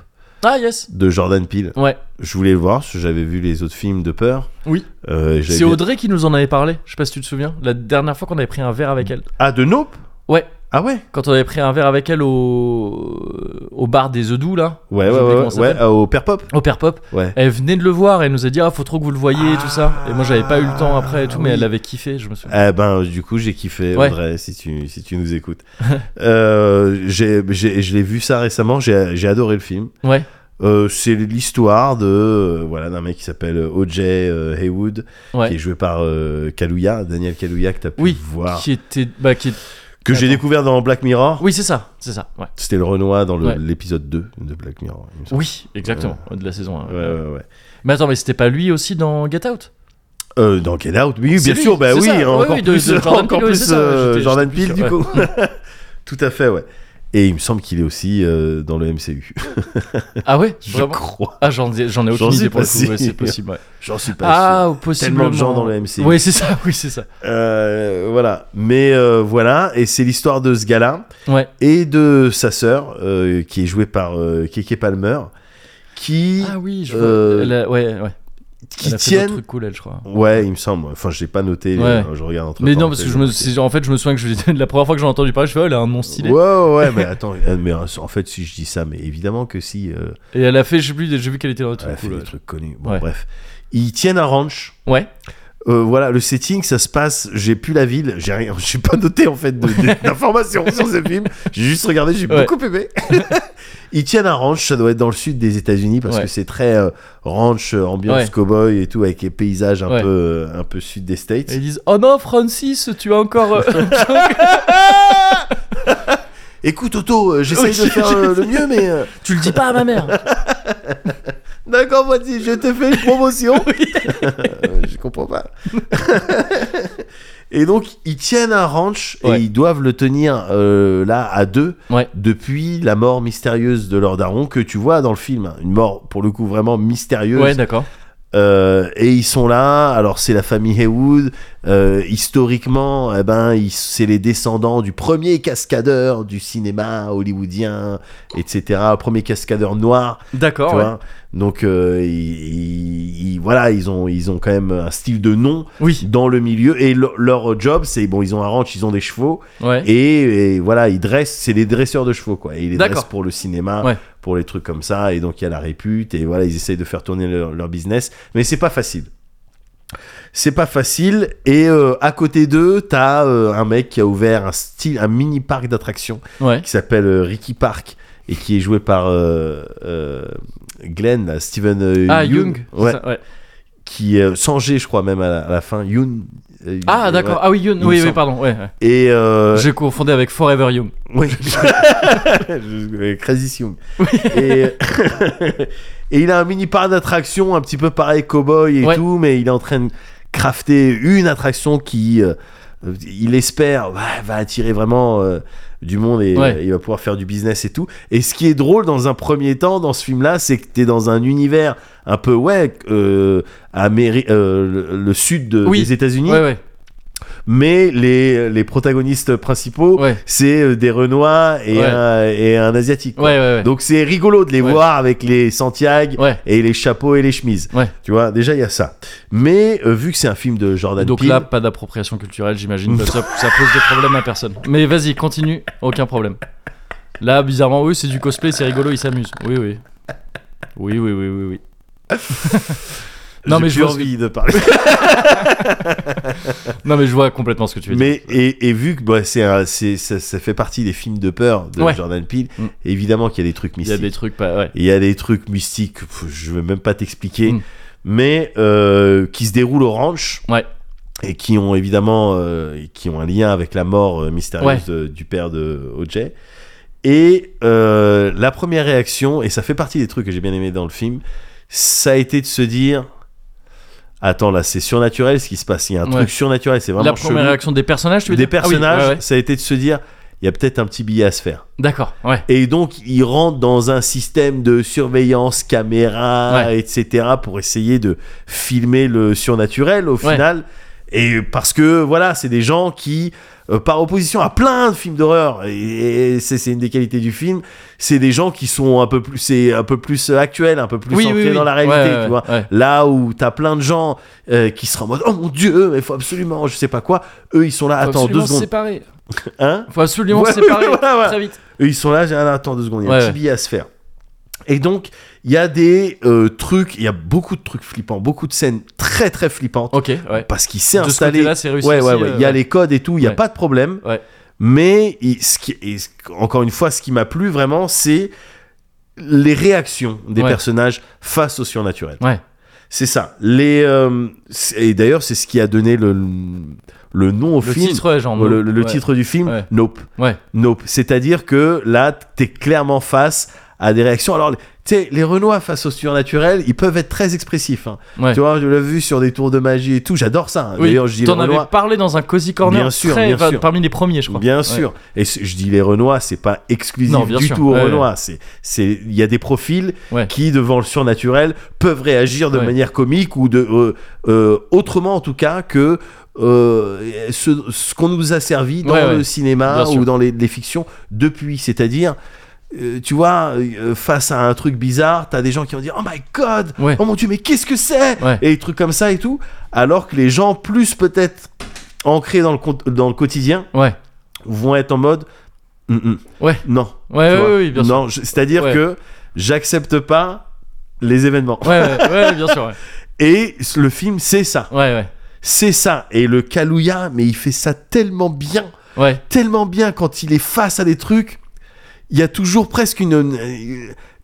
Ah, yes.
de Jordan Peele.
Ouais.
Je voulais le voir, parce que j'avais vu les autres films de peur.
Oui.
Euh, j'avais
C'est
bien-
Audrey qui nous en avait parlé. Je sais pas si tu te souviens. La dernière fois qu'on avait pris un verre avec elle.
Ah, de Nope
Ouais.
Ah ouais
Quand on avait pris un verre avec elle au, au bar des œufs doux, là.
Ouais,
J'ai
ouais,
oublié comment
ouais,
ça
ouais
s'appelle.
euh, au Père Pop.
Au Père Pop.
Ouais.
Elle venait de le voir. Elle nous a dit, ah, faut trop que vous le voyez et tout ça. Et moi, j'avais pas eu le temps après et tout, mais
Ah oui.
elle avait kiffé, je me souviens.
Eh ben, du coup, j'ai kiffé,
Ouais.
Audrey, si tu, si tu nous écoutes. Euh, j'ai, j'ai- je l'ai vu ça récemment, j'ai, j'ai adoré le film.
Ouais.
Euh, c'est l'histoire de euh, voilà d'un mec qui s'appelle O.J. euh, Haywood qui est
Ouais.
joué par euh, Kaluuya Daniel Kaluuya que t'as pu
Oui,
voir
Qui était. Bah, qui est-
que j'ai
Attends.
découvert dans Black Mirror
Oui, c'est ça. C'est ça. Ouais.
c'était le Renoir dans le-
Ouais.
l'épisode 2 de Black Mirror il me semble.
Oui, exactement. De la saison 1.
ouais ouais ouais
Mais attends, mais c'était pas lui aussi dans Get Out
Euh, dans Get Out, oui,
C'est
bien
lui,
sûr, bah
c'est
oui,
ça. Ouais,
encore
oui, de-
plus,
de Jordan
encore
Peele, oui,
plus
c'est ça,
euh,
j'étais-
Jordan
j'étais plus
Peele, du
sûr,
coup. Tout à fait, ouais. Et il me semble qu'il est aussi euh, dans le MCU.
Ah ouais
Je
Vraiment
crois.
Ah, j'en ai, j'en ai
J'en
aucune
suis
idée pour
pas
le coup, ouais,
sûr.
c'est possible. ouais.
J'en suis pas
Ah, ou
sûr.
possiblement.
Tellement de gens dans le MCU.
Oui, c'est ça, oui, c'est ça.
Euh, voilà. Mais euh, voilà, et c'est l'histoire de ce gars-là
Ouais.
et de sa sœur, euh, qui est jouée par euh, Keke Palmer, qui,
Ah oui, je vois.
Euh,
Elle a- ouais, ouais. Elle a
qui
fait d'autres
tiennent.
trucs cool, elle, je crois.
Ouais, il me semble. Enfin, je l'ai pas noté.
Ouais.
euh, je regarde entre euh,
Mais non, parce que je me, c'est- en fait, je me souviens que je, la première fois que j'en ai entendu parler, je fais, oh, elle a un nom stylé.
Ouais, ouais, ouais, mais attends, euh, mais euh, en fait, si je dis ça, mais évidemment que si, euh,
Et elle a fait, je sais plus, j'ai vu qu'elle était dans un
elle a
truc
fait
cool.
des
Ouais.
trucs connus. Bon,
Ouais.
bref. Ils tiennent un ranch.
Ouais.
Euh, voilà, le setting, ça se passe. J'ai plus la ville, j'ai rien, j'ai pas noté en fait de- de- d'informations sur ce film. J'ai juste regardé, j'ai
Ouais.
beaucoup aimé. Ils tiennent un ranch, ça doit être dans le sud des États-Unis parce
Ouais.
que c'est très euh, ranch, euh, ambiance
Ouais.
cowboy et tout, avec les paysages un
Ouais.
peu, euh, un peu sud des States.
Et ils disent, oh non, Francis, tu as encore. euh,
Écoute, Toto, euh, j'essaye
Oui,
de faire euh, le mieux, mais euh,
tu le dis pas à ma mère.
D'accord, vas-y, je te fais une promotion. Euh, je comprends pas. et donc, ils tiennent un ranch
Ouais.
et ils doivent le tenir euh, là à deux
Ouais.
depuis la mort mystérieuse de leur daron que tu vois dans le film. Une mort, pour le coup, vraiment mystérieuse.
Ouais, d'accord.
Euh, et ils sont là. Alors c'est la famille Haywood. Euh, historiquement, eh ben, ils- c'est les descendants du premier cascadeur du cinéma hollywoodien, etc. Premier cascadeur noir.
D'accord.
Tu
Ah ouais.
vois Donc euh, ils, ils- ils- voilà, ils ont ils ont quand même un style de nom
Oui.
dans le milieu et le- leur job c'est bon, ils ont un ranch, ils ont des chevaux
Ouais.
et, et voilà, ils dressent, c'est des dresseurs de chevaux quoi. Et ils les
D'accord.
dressent pour le cinéma,
Ouais.
pour les trucs comme ça et donc il y a la répute et voilà, ils essayent de faire tourner leur, leur business, mais c'est pas facile. C'est pas facile et euh, à côté d'eux, t'as euh, un mec qui a ouvert un style, un mini parc d'attractions
Ouais.
qui s'appelle euh, Ricky Park et qui est joué par euh, euh, Glenn, là, Steven euh,
Ah,
Yeun,
Jung. c'est
ouais,
ça, ouais.
qui est euh, sans G, je crois même à la, à la fin, Yoon. euh,
Ah,
ouais.
d'accord. Ah oui, Young.
Il me
Oui, oui,
semble.
pardon. Ouais. ouais.
Et euh,
J'ai confondu avec Forever Young.
oui. Je- Crazy Young. Et, et il a un mini parc d'attractions un petit peu pareil cowboy et
Ouais.
tout, mais il est en train de crafter une attraction qui, euh, il espère, ouais, va attirer vraiment euh, du monde et
Ouais.
euh, il va pouvoir faire du business et tout. Et ce qui est drôle dans un premier temps dans ce film-là, c'est que t'es dans un univers un peu ouais, euh, Améri- euh, le, le sud de-
Oui.
des États-Unis,
Ouais, ouais.
mais les, les protagonistes principaux,
Ouais.
c'est euh, des Renois et,
Ouais.
un, et un Asiatique. quoi.
Ouais, ouais, ouais.
Donc c'est rigolo de les
Ouais.
voir avec les Santiago
Ouais.
et les chapeaux et les chemises.
Ouais.
Tu vois, déjà il y a ça. Mais euh, vu que c'est un film de Jordan
Donc
Peele,
là, pas d'appropriation culturelle, j'imagine. parce que ça, ça pose des problèmes à personne. Mais vas-y, continue, aucun problème. Là, bizarrement, oui, c'est du cosplay, c'est rigolo, ils s'amusent. Oui, oui. Oui, oui, oui, oui, oui. non,
j'ai
mais je
plus
vois-
envie de parler.
Non, mais je vois complètement ce que tu veux dire.
mais et, et vu que bah, c'est un- c'est- ça, ça fait partie des films de peur de
Ouais.
Jordan Peele,
Mm.
évidemment qu'il y a des trucs
Il y a
mystiques.
des trucs pas. Ouais.
Il y a des trucs mystiques, pff, je vais même pas t'expliquer,
Mm.
mais euh, qui se déroulent au ranch.
Ouais.
Et qui ont évidemment euh, et qui ont un lien avec la mort euh, mystérieuse de- du père de OJ. Et euh, la première réaction, et ça fait partie des trucs que j'ai bien aimé dans le film, ça a été de se dire Attends, là, c'est surnaturel ce qui se passe. Il y a un
Ouais.
truc surnaturel, c'est vraiment
La première
chelou.
réaction des personnages, tu veux
Des
dire Ah oui,
personnages,
ouais, ouais.
ça a été de se dire Il y a peut-être un petit billet à se faire.
D'accord, ouais.
Et donc, ils rentrent dans un système de surveillance, caméra,
Ouais.
etc., pour essayer de filmer le surnaturel au
Ouais.
final. Et parce que, voilà, c'est des gens qui, euh, par opposition à plein de films d'horreur, et, et c'est c'est une des qualités du film, c'est des gens qui sont un peu plus, c'est un peu plus actuel, un peu plus
oui,
ancrés
oui, oui.
dans la
Ouais,
réalité,
ouais,
tu vois.
ouais.
Là où t'as plein de gens euh, qui se en mode oh mon dieu, il faut absolument, je sais pas quoi. Eux, ils sont là,
Faut
attends
absolument se
deux secondes,
séparer.
hein
Faut absolument
Ouais,
se séparer
voilà, voilà.
très vite.
et ils sont là, j'ai ah, attends deux secondes, il y a un
Ouais,
petit
ouais.
billet à se faire. Et donc, il y a des euh, trucs, il y a beaucoup de trucs flippants, beaucoup de scènes très très flippantes.
Ok, ouais.
Parce qu'il s'est
De ce
installé.
côté-là, c'est réussi
ouais, ouais,
aussi,
ouais.
euh,
Il y a
ouais.
les codes et tout, il n'y a
Ouais.
pas de problème.
Ouais.
Mais, il- ce qui, et ce- encore une fois, ce qui m'a plu vraiment, c'est les réactions des
Ouais.
personnages face au surnaturel.
Ouais.
C'est ça. Les, euh, c'est- et d'ailleurs, c'est ce qui a donné le, le nom au
Le
film.
titre, ouais, genre.
Le, le
ouais.
titre du film,
Ouais.
Nope.
Ouais.
Nope. C'est-à-dire que là, t'es clairement face à des réactions. Alors, tu sais, les Renois face au surnaturel, ils peuvent être très expressifs. hein.
Ouais.
Tu vois, je l'ai vu sur des tours de magie et tout, j'adore ça. hein. D'ailleurs, je dis
Oui,
les
t'en avais
Renois.
parlé dans un cozy corner.
Bien sûr,
très
bien
va-
sûr.
Parmi les premiers, je crois.
Bien
Ouais.
sûr. Et c- je dis les Renois, c'est pas exclusif
Non, bien
du
sûr.
tout aux
Ouais,
Renois. C'est, c'est, il y a des profils
Ouais.
qui, devant le surnaturel, peuvent réagir de
Ouais.
manière comique ou de euh, euh, autrement en tout cas que euh, ce, ce qu'on nous a servi dans
Ouais, ouais.
le cinéma
Bien sûr.
ou dans les, les fictions depuis, c'est-à-dire. euh, tu vois, euh, face à un truc bizarre, t'as des gens qui vont dire Oh my god
Ouais.
Oh mon dieu, mais qu'est-ce que c'est
Ouais.
Et des trucs comme ça et tout. Alors que les gens, plus peut-être ancrés dans le, con- dans le quotidien,
Ouais.
vont être en mode Mm, mm.
Ouais.
non
Ouais,
tu
ouais,
vois.
ouais, bien sûr.
non je- c'est-à-dire
Ouais.
que j'accepte pas les événements
Ouais, ouais, ouais, bien sûr. Ouais,
et c- le film c'est ça
ouais, ouais.
c'est ça et le Kaluuya mais il fait ça tellement bien
ouais.
tellement bien quand il est face à des trucs il y a toujours presque une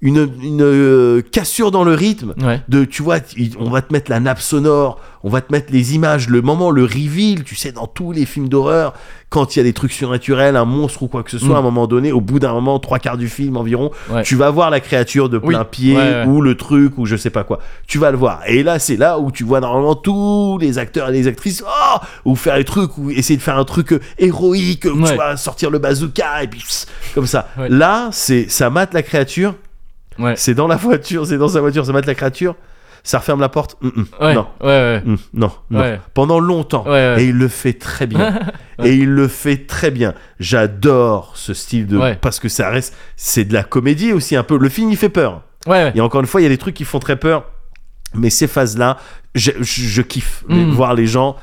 une, une, une, euh, cassure dans le rythme
Ouais.
de tu vois il- on va te mettre la nappe sonore on va te mettre les images le moment le reveal tu sais dans tous les films d'horreur quand il y a des trucs surnaturels un monstre ou quoi que ce soit
Mm.
à un moment donné au bout d'un moment trois quarts du film environ
Ouais.
tu vas voir la créature de
Oui.
plein pied
Ouais, ouais.
ou le truc ou je sais pas quoi tu vas le voir et là c'est là où tu vois normalement tous les acteurs et les actrices oh ou faire des trucs ou essayer de faire un truc euh, héroïque où
Ouais.
tu vois sortir le bazooka et puis pss, comme ça
Ouais.
là c'est ça mate la créature
Ouais.
c'est dans la voiture, c'est dans sa voiture, ça mate la créature, ça referme la porte. Mm, mm,
Ouais,
Non,
ouais, ouais.
mm, non, non.
Ouais.
Pendant longtemps.
Ouais, ouais.
Et il le fait très bien. Et il le fait très bien. J'adore ce style de.
Ouais.
Parce que ça reste. C'est de la comédie aussi un peu. Le film, il fait peur.
Ouais, ouais.
Et encore une fois, il y a des trucs qui font très peur. Mais ces phases-là, je, je- je kiffe. les-
Mm.
Voir les gens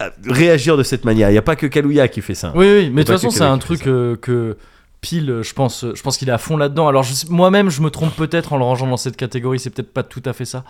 euh, réagir de cette manière. Il n'y a pas que Kaluuya qui fait ça.
Oui, oui, mais de
pas
toute façon,
que
c'est un
Québec qui
truc euh, que pile, euh, je pense, euh, je pense qu'il est à fond là-dedans. Alors, je sais- moi-même, je me trompe peut-être en le rangeant dans cette catégorie, c'est peut-être pas tout à fait ça.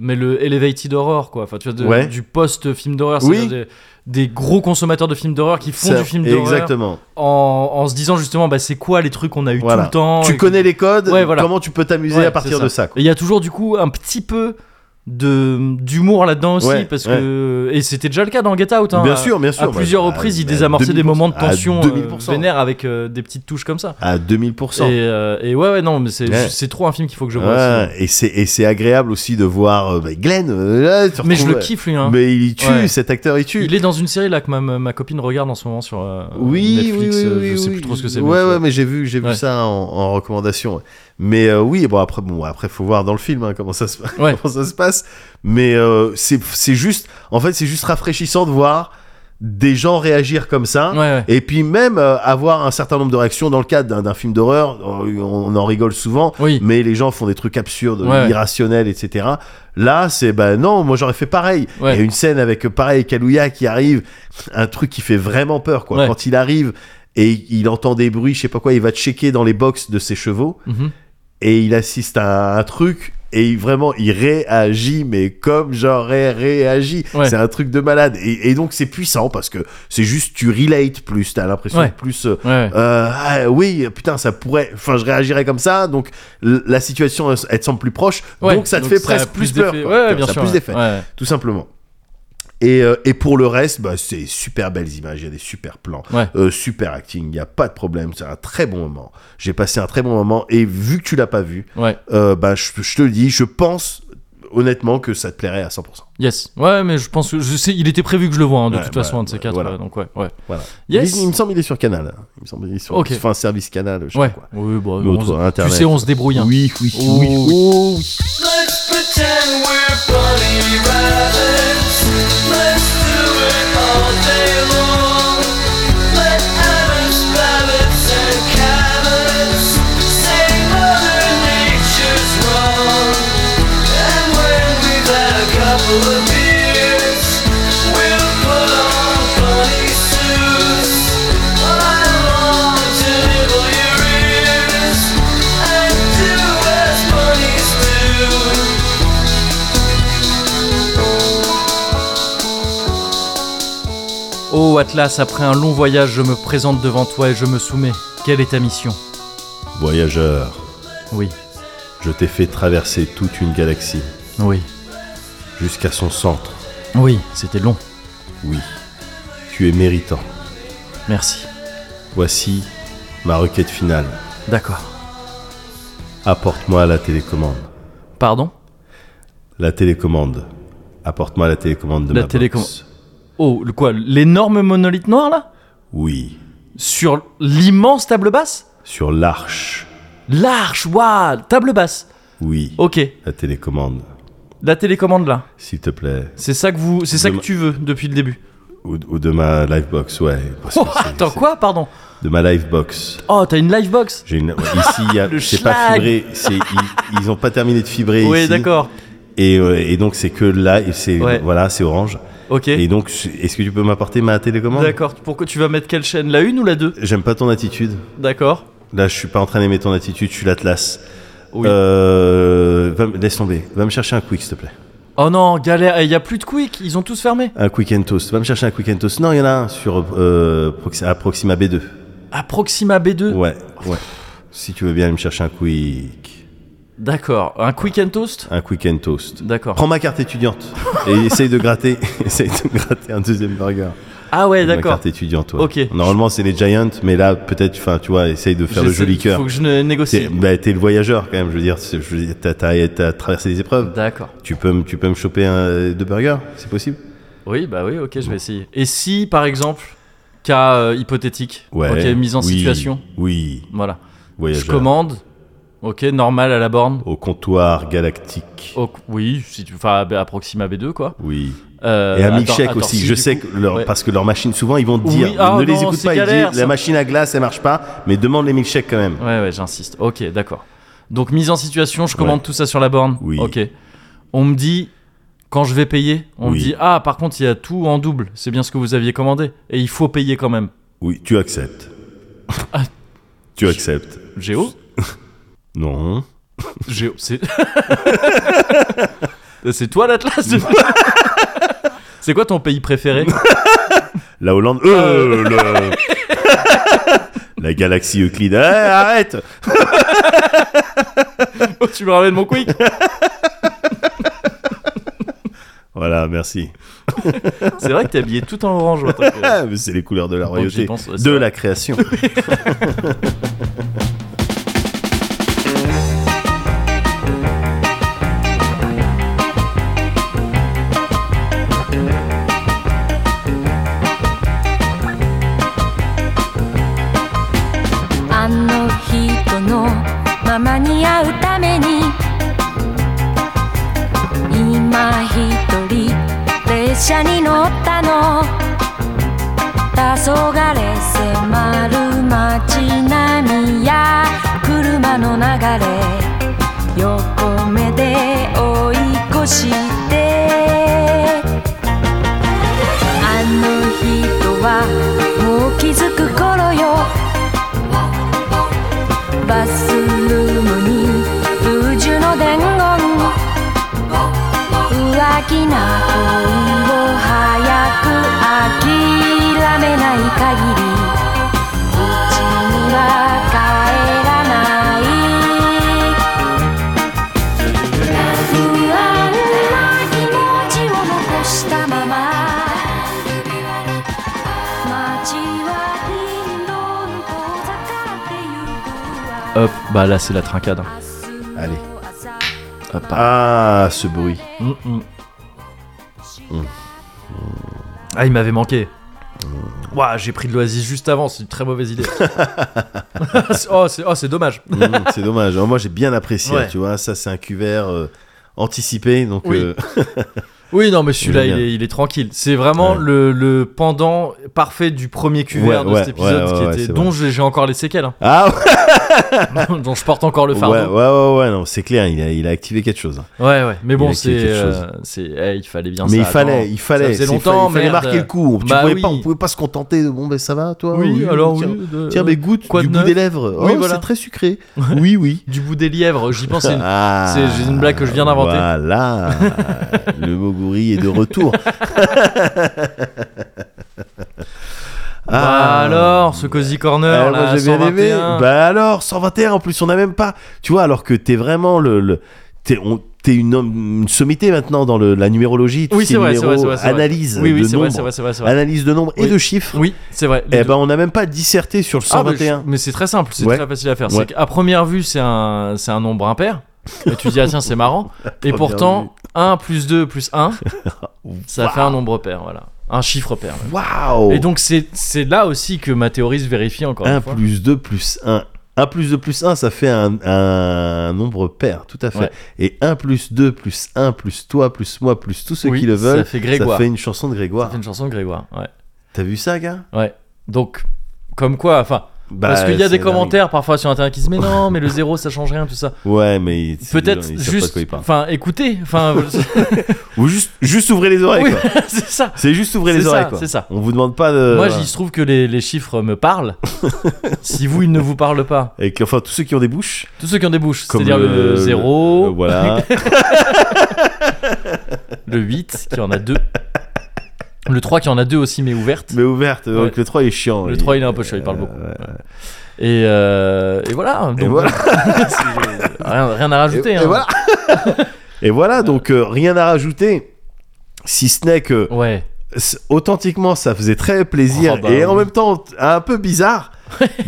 Mais le Elevated Horror, quoi. Enfin, tu vois, de-
Ouais.
du post-film d'horreur,
Oui.
c'est-à-dire des, des gros consommateurs de films d'horreur qui font
Ça-
du film d'horreur
Exactement.
en, en se disant justement, bah, c'est quoi les trucs qu'on a eu
Voilà.
tout le temps
Tu
et-
connais les codes.
Oh, Ouais, voilà.
Comment tu peux t'amuser
Ouais,
à partir
c'est
de ça. quoi.
Et il y a toujours du coup un petit peu de d'humour là-dedans aussi
Ouais,
parce que et c'était déjà le cas dans Get Out hein,
Bien
à-
sûr, bien sûr.
à
bah,
plusieurs
à-
reprises, ils
à
désamorçaient des
2000%,
moments de
à
tension euh,
2000%.
vénère avec euh, des petites touches comme ça.
À 2000%.
Et, euh, et ouais, ouais, non, mais c'est
Ouais.
c'est trop un film qu'il faut que je vois.
Ouais,
aussi.
et c'est et c'est agréable aussi de voir euh, bah, Glenn. euh, là, tu
Mais je
retrouves-
le kiffe, lui. Hein.
Mais il y tue,
Ouais.
cet acteur il tue.
Il est dans une série là que ma, ma- ma copine regarde en ce moment sur euh,
Oui,
Netflix.
oui, oui,
euh,
oui,
je sais
oui.
plus trop ce que c'est. mais
Ouais,
tu
ouais,
vois.
mais j'ai vu, j'ai
Ouais.
vu ça en, en recommandation. Mais euh, oui, bon après, bon après, faut voir dans le film hein, comment ça se,
Ouais.
comment ça se passe. Mais euh, c'est, c'est juste, en fait, c'est juste rafraîchissant de voir des gens réagir comme ça.
Ouais, ouais.
Et puis même euh, avoir un certain nombre de réactions dans le cadre d'un- d'un film d'horreur, on, on en rigole souvent,
Oui.
mais les gens font des trucs absurdes,
Ouais.
irrationnels, etc. Là, c'est bah non, moi j'aurais fait pareil. Il
Ouais.
y a une scène avec euh, pareil Kalouya qui arrive, un truc qui fait vraiment peur quoi.
Ouais.
Quand il arrive et il entend des bruits, je sais pas quoi, il va checker dans les box de ses chevaux
Mhm.
et il assiste à un truc et il- vraiment il réagit mais comme j'aurais réagi
Ouais.
c'est un truc de malade et, et donc c'est puissant parce que c'est juste tu relates plus t'as l'impression
Ouais.
de plus euh,
Ouais, ouais.
euh, ah, oui putain ça pourrait enfin je réagirais comme ça donc l- la situation elle, elle te semble plus proche
Ouais,
donc ça te fait
a
presque plus
d'effet.
peur quoi.
Ouais,
Ça
bien
a
sûr.
plus
ouais.
d'effet
Ouais.
tout simplement et, euh, et pour le reste, bah, c'est super belles images, il y a des super plans,
Ouais.
euh, super acting, il n'y a pas de problème, c'est un très bon moment. J'ai passé un très bon moment et vu que tu l'as pas vu,
Ouais.
euh, bah, je, je te le dis, je pense honnêtement que ça te plairait à 100%.
Yes. Ouais, mais je pense que je sais, il était prévu que je le vois hein, de
Ouais,
toute
bah,
façon un de ces
ouais,
quatre.
voilà.
ouais, donc ouais. ouais.
Voilà.
Yes.
Il, il me semble qu'il est sur Canal. hein. Il me semble qu'il est sur
Ok.
enfin, service Canal, je sais
ouais.
pas quoi.
Oui, bah,
Mais
on
autre,
se-
Internet.
Tu sais, on se débrouille. hein.
Oui, oui,
Oh,
oui,
oui.
oh, oui.
Let's pretend we're bunny rabbits. Let's do it all day long. Let Adams, rabbits, and carrots say Mother Nature's wrong. And when we've had a couple of beers, we'll put on bunny suits. I long to nibble your ears and do as bunnies do.
Oh Atlas, après un long voyage, je me présente devant toi et je me soumets. Quelle est ta mission
Voyageur,
Oui,
je t'ai fait traverser toute une galaxie
oui,
jusqu'à son centre.
oui, c'était long.
Oui, tu es méritant.
Merci.
Voici ma requête finale.
D'accord.
Apporte-moi la télécommande.
Pardon
La télécommande. Apporte-moi la télécommande de
La
ma box.
télécommande. Oh, le quoi L'énorme monolithe noir là
Oui,
Sur l'immense table basse
sur l'arche.
L'arche, waouh Table basse
Oui,
Ok,
la télécommande.
la télécommande là.
S'il te plaît.
C'est ça que vous, c'est ça que
Demain.
tu veux depuis le début.
Ou, ou de ma livebox, ouais. Parce que
Oh,
c'est-
attends
c'est-
quoi Pardon.
De ma livebox.
Oh, t'as une live box
J'ai une... ouais, Ici, il y a-
Le
c'est pas
schlag.
fibré. c'est- Ils, ils ont pas terminé de fibrer
Oui,
ici.
d'accord.
Et, euh, et donc, c'est que là, et c'est
Ouais.
voilà, c'est orange.
Ok.
Et donc, est-ce que tu peux m'apporter ma télécommande
D'accord. Pourquoi tu vas mettre quelle chaîne La une ou la deux
J'aime pas ton attitude.
D'accord.
Là, je suis pas en train d'aimer ton attitude, je suis l'Atlas.
Oui.
Euh, va me- laisse tomber. Va me chercher un quick, s'il te plaît.
Oh non, galère, il y a plus de quick, ils ont tous fermé.
Un quick and toast. Va me chercher un quick and toast. Non, il y en a un sur euh, Proxi- à Proxima B2.
À Proxima B2
Ouais, ouais. Si tu veux bien aller me chercher un quick,
D'accord. Un quick and toast
un quick and toast.
D'accord.
Prends ma carte étudiante et essaye de gratter, essaye de gratter un deuxième burger.
Ah ouais,
Ma
d'accord.
carte étudiante. ouais.
Ok.
Normalement c'est les Giants, mais là peut-être, enfin tu vois, essaye de faire le
J'essaie-
joli
Faut
cœur.
que je ne négocie.
T'es bah, t'es le voyageur quand même, je veux dire, c'est- je veux dire, t'as- t'as t'as traversé des épreuves.
D'accord.
Tu peux, me- tu peux me choper un, euh, deux burgers, c'est possible
Oui, bah oui, ok, je vais essayer. Et si, par exemple, cas euh, hypothétique, ok, mise en
oui,
situation,
Oui,
voilà.
voyageur.
Je commande, ok, normal à la borne.
Au comptoir galactique.
Oh, oui, si tu, enfin, à Proxima B2, quoi.
Oui.
Euh,
Et un
attends-
milkshake
attends,
aussi.
si,
je
du
sais
coup-
que leur-
ouais.
parce que leur machine souvent ils vont te
Oui,
dire
ah
ne les
non,
écoute
c'est
pas, ils
galère,
disent la
ça.
machine à glace elle marche pas, mais demande les milkshakes quand même.
Ouais, ouais, j'insiste. Ok, d'accord. Donc, mise en situation, je commande
Ouais.
tout ça sur la borne.
Oui.
Ok. On me dit, quand je vais payer, on
Oui.
me dit, ah, par contre, il y a tout en double. C'est bien ce que vous aviez commandé. Et il faut payer quand même.
Oui, tu acceptes.
Ah.
tu acceptes.
Géo
Non.
Géo, c'est. c'est toi l'Atlas de- C'est quoi ton pays préféré
La Hollande. Euh, le- La galaxie Euclide. Eh, arrête
Oh, Tu me ramènes mon quick
Voilà, merci.
C'est vrai que t'es habillé tout en orange. ouais, toi, que-
Ah, mais c'est les couleurs de
que
la
j'y
royauté,
pense, ouais, c'est
de
vrai.
la création.
あの人のままに会うために今一人列車に乗ったのがれ迫る街並みや車の流れ横目で追い越してあの人はもう気づく頃よバスルームにルージュの伝言浮気な恋を早く諦めない限りうちには帰らない不安な気持ちを残したまま街はどんどん遠ざかってゆくわ
Hop, bah là c'est la trincade. hein.
Allez.
Hop, ah.
Ah, ce bruit.
Mm, mm. Ah, il m'avait manqué. Ouah, j'ai pris de l'oasis juste avant, c'est une très mauvaise idée. oh, c'est oh, c'est dommage.
Mm, c'est dommage. Alors, moi, j'ai bien apprécié.
Ouais.
Tu vois, ça, c'est un cuvert euh, anticipé. Donc,
Oui.
euh,
Oui, non, mais celui-là,
Il est
il,
bien.
est- il est tranquille. C'est vraiment
Ouais.
le, le pendant parfait du premier cuvert
Ouais,
de
ouais,
cet épisode,
ouais, ouais,
qui
ouais,
était,
c'est
dont j'ai j'ai encore les séquelles, hein,
ah ouais,
dont je porte encore le
ouais,
fardeau.
ouais,
Ouais,
ouais, ouais, non, c'est clair. Il a, il a activé quelque chose.
ouais. Mais
Il
bon,
a
c'est,
activé quelque chose.
euh, c'est, eh, il fallait bien
Mais
ça.
il fallait,
attends.
il fallait.
faisait
c'est-
longtemps,
il fallait
merde.
marquer le coup. Tu
Bah
pouvais pas,
oui.
on pouvait pas se contenter de bon, ben ça va, toi.
Oui, alors
tiens,
oui, de-
tiens, mais goûte
quoi
du
de
bout
neuf
des lèvres.
Oui,
oh,
voilà.
c'est très sucré. oui, oui.
euh, du bout des lièvres. J'y pensais. une-
Ah,
c'est- j'ai une blague que je viens d'inventer.
Voilà, le Moguri est de retour.
Bah
Ah.
alors, ce cosy corner
Ah, moi,
là,
j'ai bien aimé.
121.
Bah alors, 121 en plus, on n'a même pas. Tu vois, alors que t'es vraiment le. le- t'es on- t'es une, homme- une sommité maintenant dans le- la numérologie. tous
oui,
ces
c'est vrai, c'est vrai,
numéros,
c'est vrai, c'est vrai.
Analyse
Oui, oui,
de
c'est vrai,
nombres.
c'est vrai, c'est vrai, c'est vrai.
Analyse de nombres
Oui.
et de chiffres.
Oui, c'est vrai. les
Eh
deux.
ben, on n'a même pas disserté sur le
Ah, bah, je-
121.
mais c'est très simple, c'est
Ouais.
très facile à faire.
Ouais.
C'est qu'à première vue, c'est un, c'est un nombre impair. Et tu dis, ah tiens, c'est marrant. Et
première
pourtant, 1 plus 2 plus 1, ça fait un nombre pair, voilà. Un chiffre pair. même.
Waouh
Et donc, c'est c'est là aussi que ma théorie se vérifie encore
1
une fois.
plus 2 plus 1. 1 plus 2 plus 1, ça fait un, un nombre pair, tout à fait.
Ouais.
Et 1 plus 2 plus 1 plus toi plus moi plus tous ceux
Oui,
qui le
ça
veulent,
fait Grégoire.
une chanson de
Ça
Grégoire.
fait une chanson de Grégoire, ouais.
T'as vu ça, gars
Ouais. Donc, comme quoi, enfin.
Bah,
parce qu'il y a
c'est
des commentaires parfois sur internet qui se disent, mais non, mais le zéro, ça change rien, tout ça.
dingue. Ouais, mais c'est des gens,
Peut-être
ils savent pas de
juste.
quoi ils parlent.
Enfin, écoutez. Enfin,
Ou juste, juste ouvrez les oreilles.
oui,
quoi.
c'est ça.
C'est juste ouvrez
C'est
les
ça,
oreilles. quoi.
c'est ça.
On vous demande pas de.
Moi,
Euh, voilà.
j'y se trouve que les, les chiffres me parlent. si vous, ils ne vous parlent pas.
Et que, enfin, tous ceux qui ont des bouches.
Tous ceux qui ont des bouches,
comme
c'est-à-dire le, 0,
le- euh, voilà.
le 8 qui en a 2, le 3 qui en a 2 aussi mais ouverte,
mais ouverte. donc
Ouais.
le 3 il est chiant.
le 3 il est un peu chaud, il parle beaucoup.
ouais.
Et, euh, et voilà,
Et
donc,
voilà.
rien, rien à rajouter.
Et,
hein.
et voilà. et voilà, donc euh, rien à rajouter. Si ce n'est que
Ouais,
s- authentiquement, ça faisait très plaisir
Oh, bah
et en
oui.
même temps t- un peu bizarre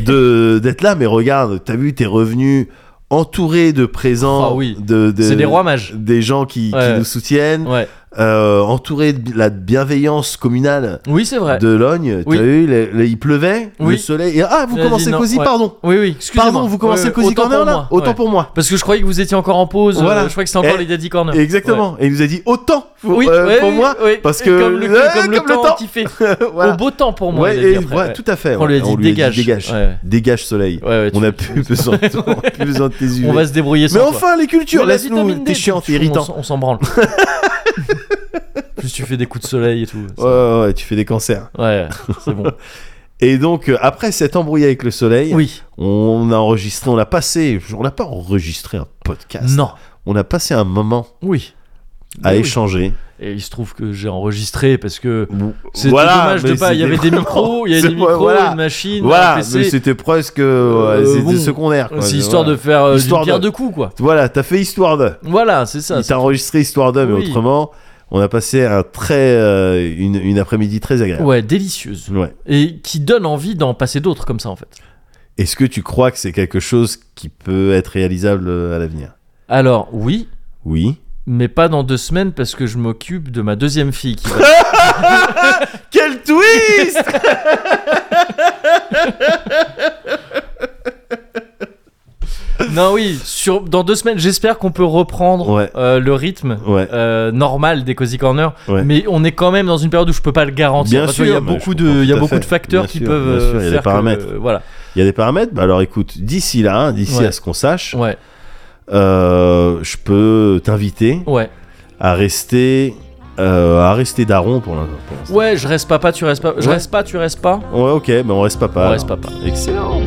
de d'être là. Mais regarde, t'as vu, t'es revenu entouré de présents,
Ah oui.
de, de-
c'est des rois mages.
des gens qui, qui
Ouais.
nous soutiennent,
Ouais.
euh, entouré de la bienveillance communale
Oui, c'est vrai.
de Logne.
Oui.
T'as vu, le- le- il pleuvait, le
Oui.
soleil. Et, ah, vous
Vas-y,
commencez
non,
cosy,
ouais.
pardon.
Oui, oui, excusez-moi.
Pardon, vous commencez
Ouais,
cosy
autant
corner
pour
là.
moi,
Autant
ouais.
pour moi.
Parce que je croyais que vous étiez encore en pause.
Voilà. Eh,
euh, je croyais que c'était encore
Et-
les Daddy Corner.
Exactement. Et il nous a dit autant pour,
Oui,
euh,
ouais,
pour
oui,
moi.
oui.
parce que-
comme le,
Ouais,
comme le
comme le
temps,
temps.
qui fait
Voilà.
au beau temps pour moi.
Ouais,
il a dit
et
après,
voilà,
ouais.
tout à fait.
On lui a dit dégage.
dégage,
Ouais.
Dégage, soleil.
Ouais, ouais, tu-
on n'a plus besoin, de toi, on a plus besoin de tes UV.
on va se débrouiller sans
mais
toi.
enfin, les cultures,
Mais la
laisse-nous.
vitamine D,
T'es
tu-
chiant, t'es
on
irritant.
s'en- On s'en branle. Plus tu fais des coups de soleil et tout.
Ouais, ouais, ouais, tu fais des cancers.
Ouais, c'est bon.
Et donc, euh, après cette embrouille avec le soleil,
Oui.
on a enregistré, on a passé, on n'a pas enregistré un podcast.
Non.
On a passé un moment
Oui.
à
Mais oui.
échanger.
Et il se trouve que j'ai enregistré parce que c'était
Voilà,
dommage de
mais
pas. Il y
c'était
avait des
vraiment-
micros, il y avait des
c'est-
micros,
voilà.
une machine, un
Voilà, mais
PC.
c'était presque. euh,
Euh,
c'était
bon,
secondaire. quoi.
C'est histoire
Voilà.
de faire euh,
Histoire
d'une pierre
de-
deux coups, quoi.
Voilà, t'as fait histoire de.
Voilà, c'est ça.
Il t'a enregistré histoire d'homme,
Oui.
mais autrement, on a passé un très, euh, une, une après-midi très agréable.
Ouais, délicieuse.
Ouais.
Et qui donne envie d'en passer d'autres comme ça, en fait.
Est-ce que tu crois que c'est quelque chose qui peut être réalisable euh, à l'avenir
Alors, oui,
Oui.
mais pas dans deux semaines parce que je m'occupe de ma deuxième fille qui va
Quel twist
Non, oui, sur, dans deux semaines, j'espère qu'on peut reprendre
Ouais.
euh, le rythme
Ouais.
euh, normal des Cozy Corner.
Ouais.
Mais on est quand même dans une période où je peux pas le garantir.
Bien
Parce que Il y a
sûr, mais
beaucoup
je
de,
comprends
il y a
tout à
beaucoup
fait.
de facteurs
Bien
qui
sûr,
peuvent
bien
euh,
sûr, il y a des
faire que-
paramètres.
voilà.
Il y a des paramètres. Bah alors écoute, d'ici là, hein, d'ici
Ouais.
à ce qu'on sache,
Ouais,
euh, je peux t'inviter
ouais.
à rester, euh, à rester daron pour l'in- pour l'instant.
Ouais, je reste papa, tu restes pas. Je
Ouais.
reste pas, tu restes pas.
Ouais, ok, mais on reste papa.
On
alors.
reste papa.
Excellent.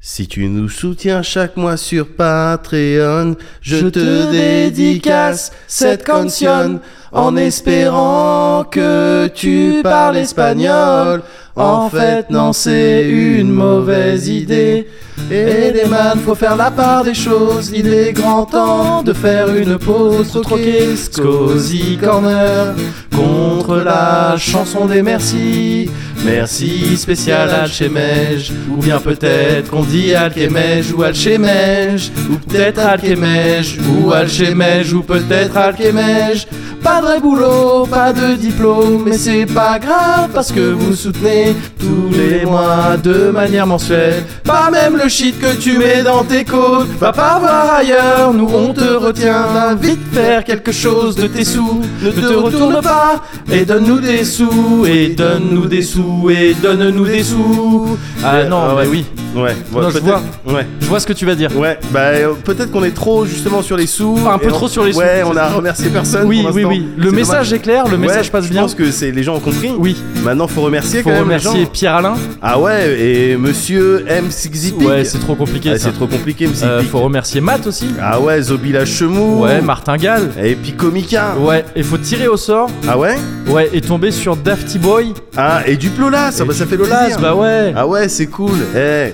Si tu nous soutiens chaque mois sur Patreon, je,
Je
te,
te
dédicace cette canción en espérant que tu parles espagnol. En fait, non, c'est une mauvaise idée. Et les man, faut faire la part des choses. Il est grand temps de faire une pause. Troquer ce Cozy Corner contre la chanson des merci. Merci spécial Alchemège. Ou bien peut-être qu'on dit Alchemège ou Alchemège. Ou peut-être Alchemège ou Alchemège ou peut-être Alchemège. Pas de vrai boulot, pas de diplôme, mais c'est pas grave parce que vous soutenez tous les mois de manière mensuelle. Pas même le shit que tu mets dans tes côtes, va pas voir ailleurs, nous on te retient. Va vite faire quelque chose de tes sous, ne te retourne pas et donne-nous des sous, et donne-nous des sous, et donne-nous des sous.
Ah non, mais oui.
Ouais,
Non, je peut-être- vois.
Ouais.
Je vois ce que tu vas dire.
Ouais, bah euh, peut-être qu'on est trop justement sur les sous.
Un peu
et on-
trop sur les sous.
Ouais, on a remercié personne.
Oui,
pour
oui,
l'instant.
oui. Le
C'est
message
dommage.
est clair, le
Ouais,
message passe bien.
Je pense que c'est les gens ont compris.
Oui,
Maintenant, faut remercier
faut
quand même les
remercier
gens.
Pierre Alain.
Ah ouais, et Monsieur M Sixipik.
Ouais, c'est trop compliqué. ça.
c'est trop compliqué, M
Euh,
Sixipik.
faut remercier Matt aussi.
Ah ouais, Zobila Chemou.
Ouais, Martin Gall.
Et puis Comica.
Ouais, et faut tirer au sort.
Ah ouais.
Ouais, et tomber sur Dafty Boy.
Ah et du Plolas. Ah
Et
bah ça fait
Plolas,
plaisir.
bah ouais.
Ah ouais, c'est cool. Eh.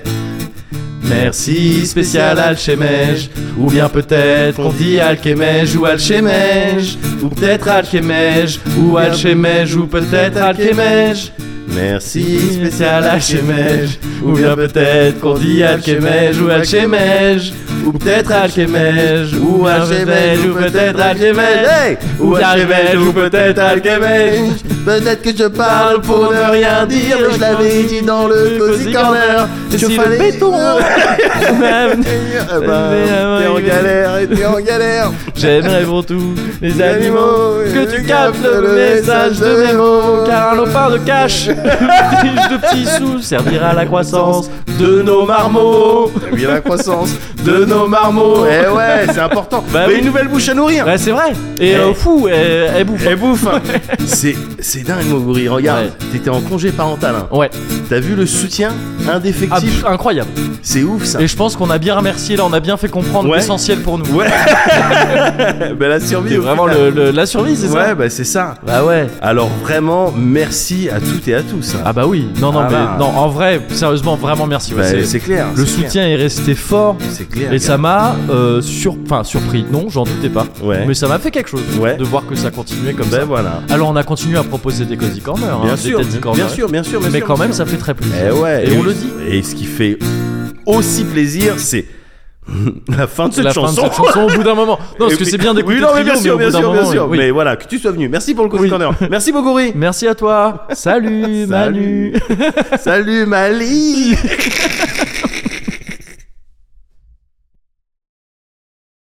Merci spécial Alchemège, ou bien peut-être qu'on dit Alchemège ou Alchemège, ou peut-être Alchemège ou Alchemège ou peut-être Alchemège.
Merci
Si spécial Alchemège, ou bien peut-être qu'on dit Alchemège ou Alchemège, ou peut-être Alchemège ou Alchemège ou peut-être Alchemège,
Hey
ou Alchemège ou peut-être Alchemège.
Peut-être que je parle pour ne rien dire, mais je l'avais dit dans le Cozy Corner.
Et
Je
si le
fallait
béton
Ah bah, T'es en galère, et t'es en galère.
J'aimerais pour tous les
Les
animaux
animaux,
que
et
tu captes le message de mes mots, car un lopin de cash, une fiche de petits sous, servira à la croissance de nos marmots.
Eh Oui, la croissance
De nos marmots.
Eh ouais, c'est important.
Bah
Mais
oui.
une nouvelle bouche à nourrir.
Ouais, c'est vrai. Et
Eh.
au fou, elle, elle bouffe.
Et bouffe. C'est c'est dingue, Moguri. Regarde,
Ouais.
t'étais en congé parental. hein.
Ouais,
T'as vu le soutien
Ah,
indéfectible
pff, incroyable.
C'est ouf ça.
Et je pense qu'on a bien remercié, là, on a bien fait comprendre
Ouais.
l'essentiel pour nous.
Ouais. bah, la survie.
C'est
au
vraiment
final.
le- le- la survie, c'est ça
Ouais, bah c'est ça.
Bah ouais.
Alors vraiment, merci à toutes et à tous. hein.
Ah bah oui. Non, non,
Ah
mais
bah.
non, en vrai, sérieusement, vraiment merci. ouais,
Bah,
c'est-
c'est clair.
le
c'est clair.
soutien est resté fort.
C'est clair.
Et
gars. Ben,
ça m'a euh, sur... enfin, surpris, non, j'en doutais pas.
Ouais.
Mais ça m'a fait quelque chose
Ouais.
de voir que ça continuait comme
Ben
ça.
voilà.
Alors on a continué à proposer des Cozy Corner, hein,
Bien
des
sûr,
Teddy
bien,
Corner.
sûr, bien sûr, bien
mais
sûr, Eh
quand
bien
même
sûr.
ça fait très plaisir.
Eh ouais.
Et on le dit.
Et ce qui fait aussi plaisir, c'est la fin de
C'est
cette
la fin de
chanson.
cette chanson au bout d'un moment. Non, parce
Et
que
puis-
c'est bien d'écouter
Oui, non, mais bien
Trio,
sûr,
mais au
bien
bout d'un
sûr, bien
moment,
sûr.
oui.
Mais voilà, que tu sois venu. Merci pour le coup
Oui.
de corner. Merci beaucoup, Ri.
Merci à toi. Salut, Manu.
Salut Mali